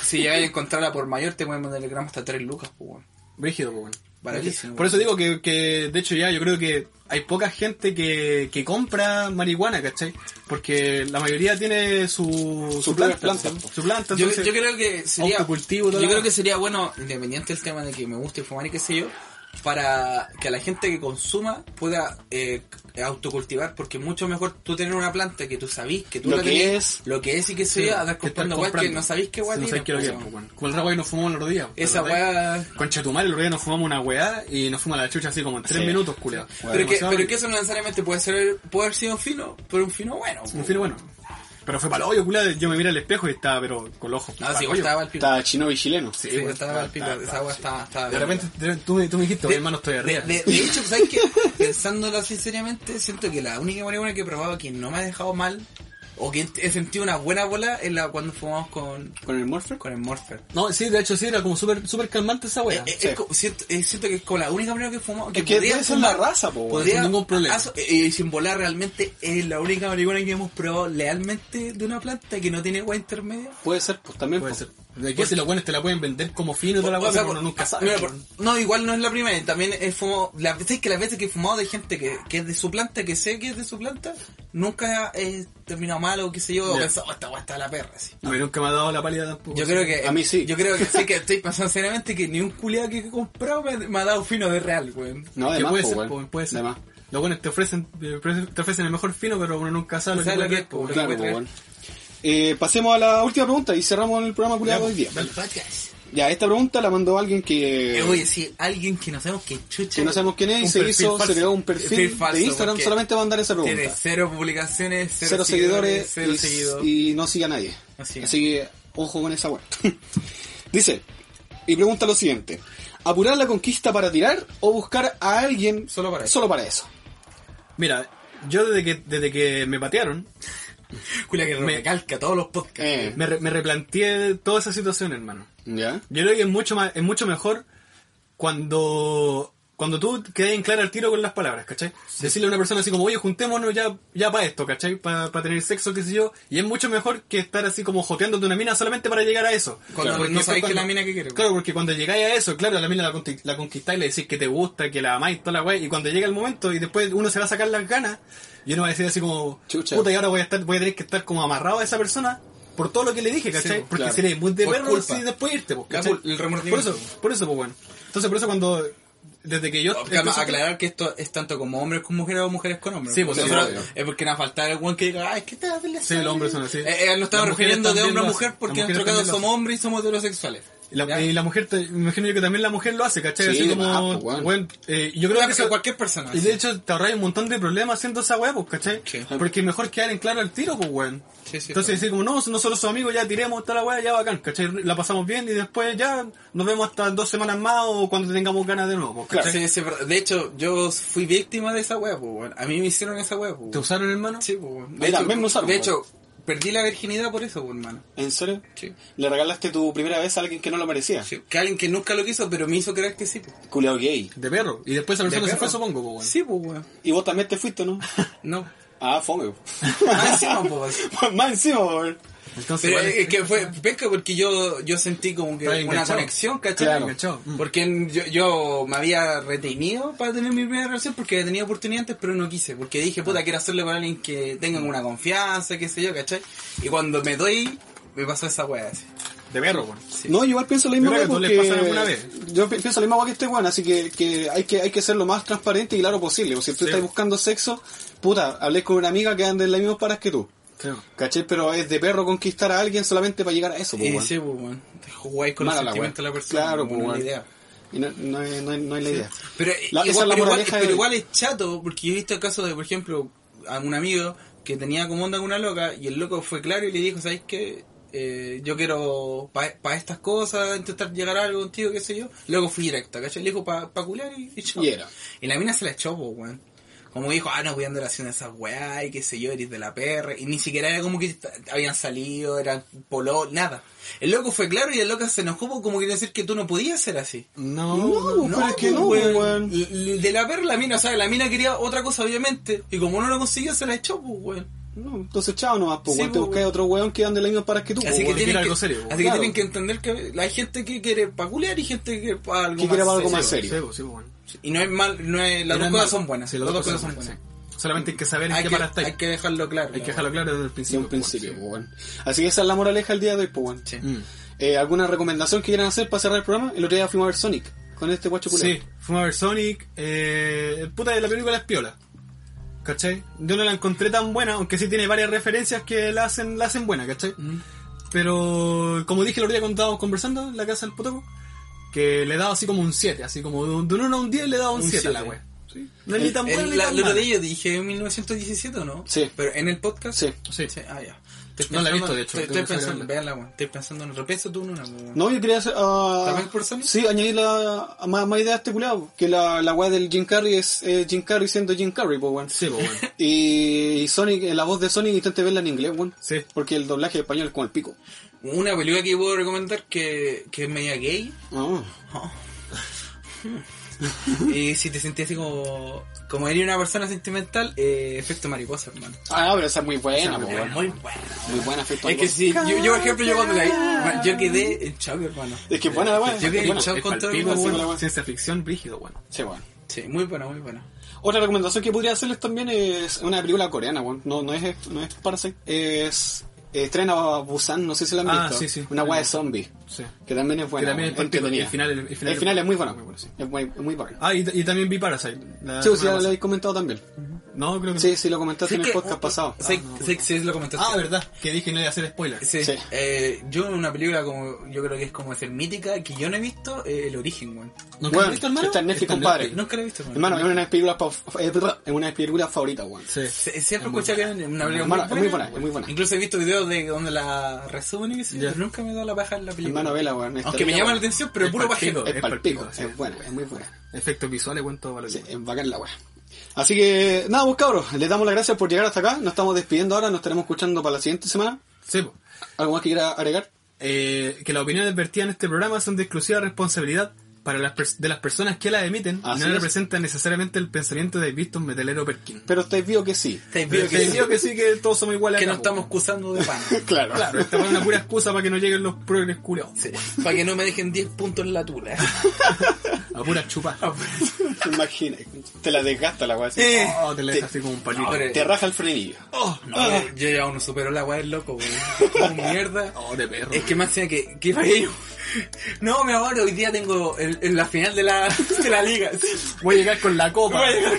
B: Si llegas a encontrarla por mayor, te pueden mandar el gramo hasta 3 lucas, pues, weón.
A: Brígido, pues, weón.
B: Baratísimo.
A: Por eso digo que, que, de hecho, ya yo creo que hay poca gente que, que compra marihuana, ¿cachai? Porque la mayoría tiene su,
C: Sus propias plantas, po.
A: Su planta,
B: Yo,
A: entonces.
B: yo creo que sería
A: autocultivo, toda
B: yo
A: la
B: creo
A: weá.
B: que sería bueno independiente del tema de que me guste fumar y qué sé yo para que la gente que consuma pueda eh, autocultivar porque mucho mejor tú tener una planta que tú sabís que tú
C: Lo
B: la
C: que es.
B: tenés, lo que es y qué sé
A: Sí,
B: yo andar
A: que estás
B: comprando guay que
A: comprando.
B: no sabís qué guay
A: No sabes
B: tiene,
A: qué lo que es,
B: po,
A: pues,
B: weón.
A: weón. Como el raguay nos fumamos el otro día. ¿te
B: esa
A: acordás?
B: weá
A: Concha tu madre, el otro día nos fumamos una weá y nos fuimos a la chucha así como en tres
C: Sí.
A: minutos, culiao.
B: pero, que,
A: Demasiado
B: pero
A: rico.
B: que eso no necesariamente puede ser puede haber sido un fino pero un fino bueno pues. po.
A: Un fin bueno. Pero fue para el hoyo, culiao. Yo me miré al espejo y estaba, pero con los ojos.
B: no si
A: pa'l hoyo.
B: estaba al pico
C: <laughs> está chino y chileno.
B: Sí,
A: bueno,
B: estaba al pico
A: estaba-
B: esa weá estaba estaba
A: De repente de- tú me, tú me dijiste,
B: De-
A: hermano, estoy
B: De,
A: arriba.
B: de- de hecho, ¿sabes qué? <laughs> Pensándolo así seriamente, siento que la única marihuana que he probado que no me ha dejado mal o que he sentido una buena bola es la cuando fumamos con,
C: ¿Con el Morpher?
B: con el Morpher.
A: No, sí, de hecho sí, era como súper super calmante esa
B: Eh,
A: weá.
B: eh,
C: sí.
B: es como- siento, eh, siento que es como la única marihuana que he fumado. Que
C: Es que
B: podría
C: puede ser la
B: fumar,
C: raza, po, weón,
B: podría-
A: sin ningún problema.
B: aso- eh, Y sin volar realmente es la única marihuana que hemos probado lealmente de una planta que no tiene agua intermedia.
C: Puede ser, pues también.
A: Puede
C: po.
A: ser. De que si los buenos te la pueden vender como fino y toda la weá,
B: eh, O sea,
A: pero uno
B: por- ah,
A: nunca sabe.
B: mira,
A: weón.
B: por- no, igual no es la primera. También he fumado. Las veces que las veces que he fumado de gente que, que es de su planta, que sé que es de su planta, nunca he terminado mal o qué sé yo, o
A: Ya.
B: pensado, "Oh, esta weá está la perra. así.
A: A mí nunca me ha dado la pálida tampoco.
B: Yo creo que.
C: a mí sí.
B: Yo creo
C: <laughs>
B: que sí que estoy pensando seriamente que ni un culiado que he comprado me, me ha dado fino de real, weón.
C: No,
A: Que
C: además,
A: puede
C: po,
A: ser,
C: weón.
A: po, puede ser.
C: De más.
A: Los buenos te ofrecen, te ofrecen- te ofrecen el mejor fino, pero uno nunca sabe lo que
B: ¿Sabes
A: puede
B: lo
A: traer,
B: que es,
A: po,
B: po?
A: weón.
C: Claro,
B: puede
C: po,
B: traer.
C: weón. Eh, pasemos a la última pregunta y cerramos el programa
A: Ya,
C: culiado hoy día.
A: dale.
C: Ya, esta pregunta la mandó alguien que.
B: Eh, oye, sí, alguien que no sabemos que chucha.
C: que no sabemos quién es y
A: Un
C: se
A: perfil
C: hizo,
A: falso.
C: se creó un perfil,
B: Perfil falso,
C: de Instagram
B: porque
C: solamente para mandar esa pregunta.
B: Tiene cero publicaciones, cero,
C: cero seguidores,
B: cero
C: y,
B: seguidores.
C: y no sigue a nadie.
B: Así
C: Así,
B: es.
C: que ojo con esa web. <laughs> Dice, y pregunta lo siguiente. ¿Apurar la conquista para tirar o buscar a alguien
B: Solo para eso.
C: Solo para eso?
A: Mira, yo desde que, desde que me patearon,
B: Culia que me calca todos los podcasts.
C: Eh,
A: me, re- me replanteé toda esa situación, hermano.
C: ¿Ya?
A: Yo creo que es mucho más, es mucho mejor cuando cuando tú quedas en claro al tiro con las palabras, ¿cachai? Decirle a una persona así como, oye, juntémonos ya, ya para esto, ¿cachai? Para tener sexo, qué sé yo. Y es mucho mejor que estar así como joteándote una mina solamente para llegar a eso.
B: Cuando
A: Porque
B: no
A: fue
B: sabéis que
A: cuando-
B: la mina que quiere.
A: Claro, porque cuando llegáis a eso, claro, a la mina la, conti- la conquistáis, le decís que te gusta, que la amáis, toda la weá. Y cuando llega el momento y después uno se va a sacar las ganas, y uno va a decir así como,
C: Chucha.
A: puta, y ahora voy a estar voy a tener que estar como amarrado a esa persona. Por todo lo que le dije, ¿cachai?
C: pues,
A: Porque
C: claro.
A: si eres muy de
B: Por
A: perro,
B: culpa.
A: sí, después irte, pues,
B: La
A: ¿cachai?
B: cul- el
A: Por
B: remordimiento.
A: eso, por eso, pues bueno. Entonces, por eso cuando. Desde que yo.
B: Porque además, aclarar que esto es tanto como hombres con mujeres o mujeres con hombres.
A: Sí, pues,
B: Porque
A: sí,
B: nosotros-
A: obvio.
B: es porque nos falta el weón que diga, ay, es que te hace
A: Sí, los hombres son así.
B: Eh, eh, nos estamos
A: Las mujeres
B: refiriendo de
A: también
B: hombre a
A: lo
B: mujer
A: hacen.
B: porque en
A: Las
B: nuestro
A: mujeres también
B: caso
A: lo
B: somos hombres y somos heterosexuales.
A: La,
B: ¿Ya?
A: y la mujer, te- me imagino yo que también la mujer lo hace, ¿cachai?
C: Sí,
A: Así
C: de
A: como.
C: más, pues, bueno.
A: bueno, eh, yo creo
B: Claro
A: que
B: que
A: eso-
B: cualquier persona.
A: Y de hecho te ahorras un montón de problemas haciendo esa weá, pues, ¿cachai?
B: Sí.
A: Porque mejor quedar en claro al tiro, pues, weón.
B: Sí, sí, pues.
A: Entonces decir como, no, nosotros somos amigos, ya tiremos toda la weá, ya bacán, ¿cachai? La pasamos bien y después ya nos vemos hasta dos semanas más o cuando tengamos ganas de nuevo, pues,
B: Claro,
A: ¿cachai?
B: sí, sí, pero de hecho, yo fui víctima de esa wea, pues, weón. A mí me hicieron esa wea, pues.
A: ¿Te
B: weón.
A: usaron, hermano?
B: Sí, pues, weón.
C: Ahí
B: De, hecho,
C: también me usaron,
B: de
C: pues.
B: hecho, perdí la virginidad por eso, pues, hermano.
C: ¿En serio?
B: Sí.
C: ¿Le regalaste tu primera vez a alguien que no lo merecía?
B: Sí, Que alguien que nunca lo quiso, pero me hizo creer que sí, pues.
C: Culeado gay.
A: De perro. Y después esa persona se
B: perro.
A: fue, supongo, pues, weón.
B: Sí, pues, weón.
C: Y vos <laughs> también te fuiste, ¿no?
B: No.
C: ah, fome. <laughs>
B: Ah, encima, pues.
C: Más encima, weón.
A: Entonces,
B: Pero
A: igual
B: es que fue pesca porque yo, yo sentí como que
A: Está
B: una
A: enganchado.
B: conexión, ¿cachai?
C: Claro.
A: Enganchado. Mm.
B: Porque en- yo, yo me había retenido para tener mi primera relación porque había tenido oportunidades antes, pero no quise. Porque dije, puta, quiero hacerlo con alguien que tenga una confianza, qué sé yo, ¿cachai? Y cuando me doy, me pasó esa weá así.
A: de perro, pues. weón.
C: No, yo igual pienso lo mismo.
A: Yo creo que
C: weón,
A: tú le
C: porque
A: pasas alguna vez.
C: Yo pi- pienso lo mismo weón, que este weón, así que, que hay que hay que ser lo más transparente y claro posible. pues Si tú estás buscando sexo, puta, hablé con una amiga que anda en las mismas paras que tú.
B: pues,
C: ¿Cachai? Pero es de perro conquistar a alguien solamente para llegar a eso, po,
B: Y
C: weón.
B: sí, pues, weón. Te jugáis con los
C: Mala la
B: sentimientos de
C: weá.
B: la persona.
C: Claro, pues,
B: como una
C: weón.
B: idea.
C: Y no, no, es- no es- no es la idea.
B: Pero,
C: La-
B: igual,
C: esa es la
B: pero igual-
C: moraleja
B: pero
C: de-
B: igual es chato, porque yo he visto casos de, por ejemplo, a un amigo que tenía como onda con una loca y el loco fue claro y le dijo, ¿sabes qué? Eh, yo quiero para estas cosas, intentar llegar a algo contigo, qué sé yo. Luego fui directo, ¿cachai? Le dijo para pa cular y, y chao.
C: Y era.
B: Y la mina se la echó, po, weón. Como dijo, ah, no voy a andar haciendo esas weá y qué sé yo, eres de la perra. Y ni siquiera era como que t- habían salido, eran polo, nada. El loco fue claro y el loco se enojó porque como quería decir que tú no podías ser así.
C: No, no, pero es que no,
B: pues, weón.
C: weón.
B: L- l- De la perla, la mina, o sea, la mina quería otra cosa, obviamente. Y como no lo consiguió, se la echó, pues, weón.
C: No, entonces chao nomás, pues,
B: Sí,
C: weón, te
B: po,
C: buscas
B: weón.
C: otro weón que ande en las mismas paras que tú, po,
B: Así que,
C: weón.
A: quiere
B: tienen que,
A: algo serio, pues,
B: así que
C: claro.
B: tienen que entender que hay gente que quiere paculear y gente que para algo
C: Que quiere
B: más
C: algo
B: serio.
C: más serio.
A: Sí, pues, sí, pues, weón.
B: Y no es mal, no es, las
A: No
B: dos
A: es
B: cosas
A: malo.
B: son buenas.
A: Sí,
B: las dos cosas son buenas.
A: sí. Solamente hay que saber en
B: Hay
A: qué
B: que,
A: para estáis.
B: hay que dejarlo claro.
A: Hay que
B: la
A: dejarlo claro desde el
C: Sí,
A: principio.
C: un
A: pues,
C: principio,
A: sí.
C: po, weón. Así que esa es la moraleja del día de hoy, pues, weón.
B: Sí.
C: Eh, ¿Alguna recomendación que quieran hacer para cerrar el programa? El otro día fuimos a ver Sonic con este guacho culero.
A: Sí, fuimos a ver Sonic. Eh, puta, la película es piola. ¿Cachai? Yo no la encontré tan buena, aunque sí tiene varias referencias que la hacen, la hacen buena, ¿cachai?
B: Mm.
A: Pero, como dije el otro día cuando estábamos conversando en la casa del potoco, que le he dado así como un 7, así como de un de un 1 a un 10 le he dado un
B: Un
A: 7 a la
B: siete.
A: wea. Sí. No es ni tan
B: El-
A: buena ni
B: la-
A: tan
B: el otro
A: mala.
B: día yo dije en 1917, ¿o no?
C: Sí.
B: Pero en el podcast.
C: Sí.
A: Sí.
B: Ah, ya. Estoy
A: No la he
B: pensando-
A: visto, de hecho, tengo
B: Estoy, estoy
A: que
B: pensando,
A: sacarla.
B: véanla, weón. Estoy pensando en otra. Piensa tú en una, weón.
C: No, yo quería hacer. ah,
B: ¿También por Sonic?
C: Sí, añadir la, a más, más ideas a este culiao, Que la, la weá del Jim Carrey es eh, Jim Carrey siendo Jim Carrey, pues, weón.
A: Sí, pues bueno.
C: <laughs> Y, y Sonic, eh, la voz de Sonic, intenté verla en inglés, weón.
A: Sí.
C: Porque el doblaje español es como el pico.
B: Una película que yo puedo recomendar que, que es media gay.
C: Ah.
B: y si te sentís así como. Como eres una persona sentimental, eh, efecto mariposa, hermano.
C: Ah, pero esa es muy buena, po,
B: Es
C: weón.
B: muy bueno.
C: Muy buena, efecto.
B: Es que sí, yo, yo por ejemplo, yo cuando la vi, yo quedé en shock, hermano.
C: Es que es buena la weá.
B: Yo
C: es
B: quedé en
C: buena.
B: shock
A: Es
B: con todo
A: palpico,
B: el
A: así,
C: bueno.
A: weón. Ciencia ficción, brígido, bueno.
C: Sí, weón.
B: Sí, muy bueno, muy bueno.
C: Otra recomendación que podría hacerles también es una película coreana, weón. No, no es, no es Parasite. Es. Estrena Busan, no sé si la han
A: Ah,
C: visto.
A: sí, sí.
C: Una weá de zombie.
A: Sí.
C: Que también es buena.
A: Que también es
C: weón,
A: partido,
C: entretenida.
A: el final- el- el final-
C: es muy bueno.
A: muy bueno, sí.
C: Es muy, es muy bacán.
A: Ah, y, y también vi Parasite. la semana
C: sí, sí, ya lo
A: pasada.
C: habéis comentado también.
A: No, creo que
C: Sí, sí, lo comentaste
B: Sí,
C: en el
B: que-
C: podcast pasado.
B: Sí, sí, sí, lo comentaste.
A: Ah, verdad, que dije no iba a hacer spoiler.
B: Sí.
C: Sí.
B: Eh, yo una película como yo creo que es como ser mítica que yo no he visto eh, el origen, weón.
A: ¿Nunca
C: Bueno,
A: lo viste, hermano?
C: está en Netflix,
A: Está en
C: compadre.
B: Nunca la he visto, weón.
C: Hermano, es una de mis películas pa- eh, perdón, es una de mis películas favoritas, weón.
A: Sí.
B: Sie- Siempre escuché que es una película
C: Hermano, es muy buena, es muy buena.
B: Incluso he visto videos de donde la resumen y qué sé yo,
A: Ya.
B: pero nunca me he dado la paja en la película.
C: Hermano, vela, weón. es
B: Aunque
C: terrible,
B: me llama la
C: weón.
B: atención, pero
A: Es
B: puro
A: partido,
B: pajero.
A: atención.
C: Es
A: Es
C: palpico,
A: palpico, sí.
C: es buena, es muy buena.
A: Efectos visuales, buen todo para lo
C: Sí,
A: que-
C: es bacán la weá. Así que, nada, pues cabros, les damos las gracias por llegar hasta acá. Nos estamos despidiendo ahora, nos estaremos escuchando para la siguiente semana.
A: Sí, po.
C: ¿Algo más que quiera agregar?
A: Eh, que las opiniones vertidas en este programa son de exclusiva responsabilidad para las pers- de las personas que las emiten y
C: Así
A: no
C: es.
A: representan necesariamente el pensamiento de Víctor Metalero Perkin.
C: Pero estáis vio que sí.
B: Estáis
A: Pero
B: viendo
A: que digo que sí, que todos somos iguales.
B: que no
A: acá, po.
B: estamos acusando de pan.
C: Claro.
E: <laughs>
A: Claro, esta es una pura excusa para que no lleguen los progres culiados.
B: Para que no me dejen 10 puntos en la tula.
A: A puras chupas.
C: Te imaginas, te la desgasta la weá. así.
A: Oh, te la dejas así como un palito.
B: Ahora,
C: Te raja el frenillo.
A: Oh,
B: No, yo- yo ya uno superó la weá del loco, weón. Como mierda.
A: oh, de perro.
B: Es que más sea que, que pagué yo. <laughs> No, me ahora hoy día tengo el, el- la final de la, <laughs> de la liga. Sí.
A: Voy a llegar con la copa.
B: Voy a llegar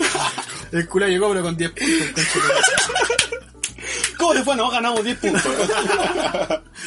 A: El culo llegó pero con 10 puntos. concha de madre.
C: ¿Cómo te fue? No, ganamos 10
E: <laughs>
C: puntos.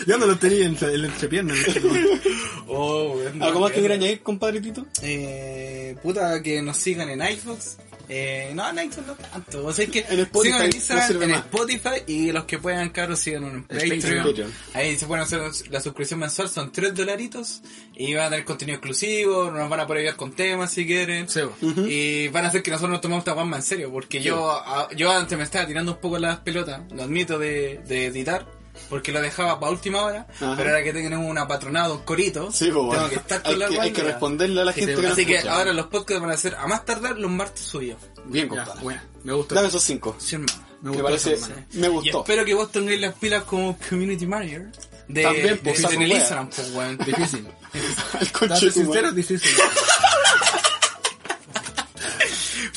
A: Yo no lo tenía en la en la entrepierna. <laughs> concha de madre.
B: Oh, weón.
E: Ah,
C: ¿Algo más que quiera añadir, compadre Tito?
B: Eh, puta, que nos sigan en iVoox. Eh, no, en iTunes no tanto. O sea, es que
C: En Spotify,
B: sigan en
C: no
B: Instagram,
C: sirve
B: en
C: más.
B: Spotify y los que puedan, caros, sigan en
A: En
B: Patreon.
C: Patreon.
B: Ahí se pueden hacer la suscripción mensual, son 3 dolaritos y van a tener contenido exclusivo, nos van a poder ayudar con temas si quieren.
A: Sí, bo.
B: Y van a hacer que nosotros nos tomemos esta guamba en serio, porque yo a- yo antes me estaba tirando un poco las pelotas, lo admito, de, de editar, porque lo dejaba para última hora,
C: Ajá.
B: pero ahora que tenemos un patronado un corito,
C: Sí, pues,
B: tengo que estar con
C: hay,
B: la
C: que, hay
B: guamba.
C: que responderle a la gente
A: te-
C: que nos
B: Así que
C: escucha.
B: ahora los podcasts van a ser a más tardar los martes subidos.
C: Bien,
A: Ya,
C: compadre.
A: buena. Me gusta.
C: Dame esos 5.
B: Sí, hermano.
C: Me parece, me
B: Y
C: gustó.
B: espero que vos tengáis las pilas como community manager. De,
C: También,
B: de,
C: pues,
B: en
C: esa
B: el
C: wea.
B: Instagram, pues, weón.
A: <laughs> Difícil.
C: <laughs> El
A: Para
C: conche
A: ser
C: de tu
A: sincero,
C: madre.
A: es difícil.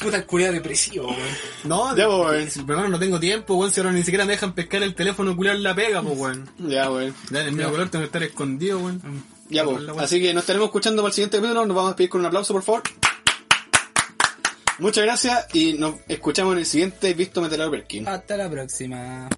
B: Puta el culiao depresivo, weón.
A: <laughs> No, de-
C: Ya, pues,
A: perdón, no tengo tiempo, weón. Si ahora ni siquiera me dejan pescar el teléfono culiao en la pega, pues, weón.
C: Ya, weón.
A: Dale, el mío color tengo que estar escondido, weón.
C: Ya, pues.
A: La weá.
C: Así que nos estaremos escuchando para el siguiente capítulo. Nos vamos a pedir con un aplauso, por favor. Muchas gracias y nos escuchamos en el siguiente Visto Meteor Perkin.
B: Hasta la próxima.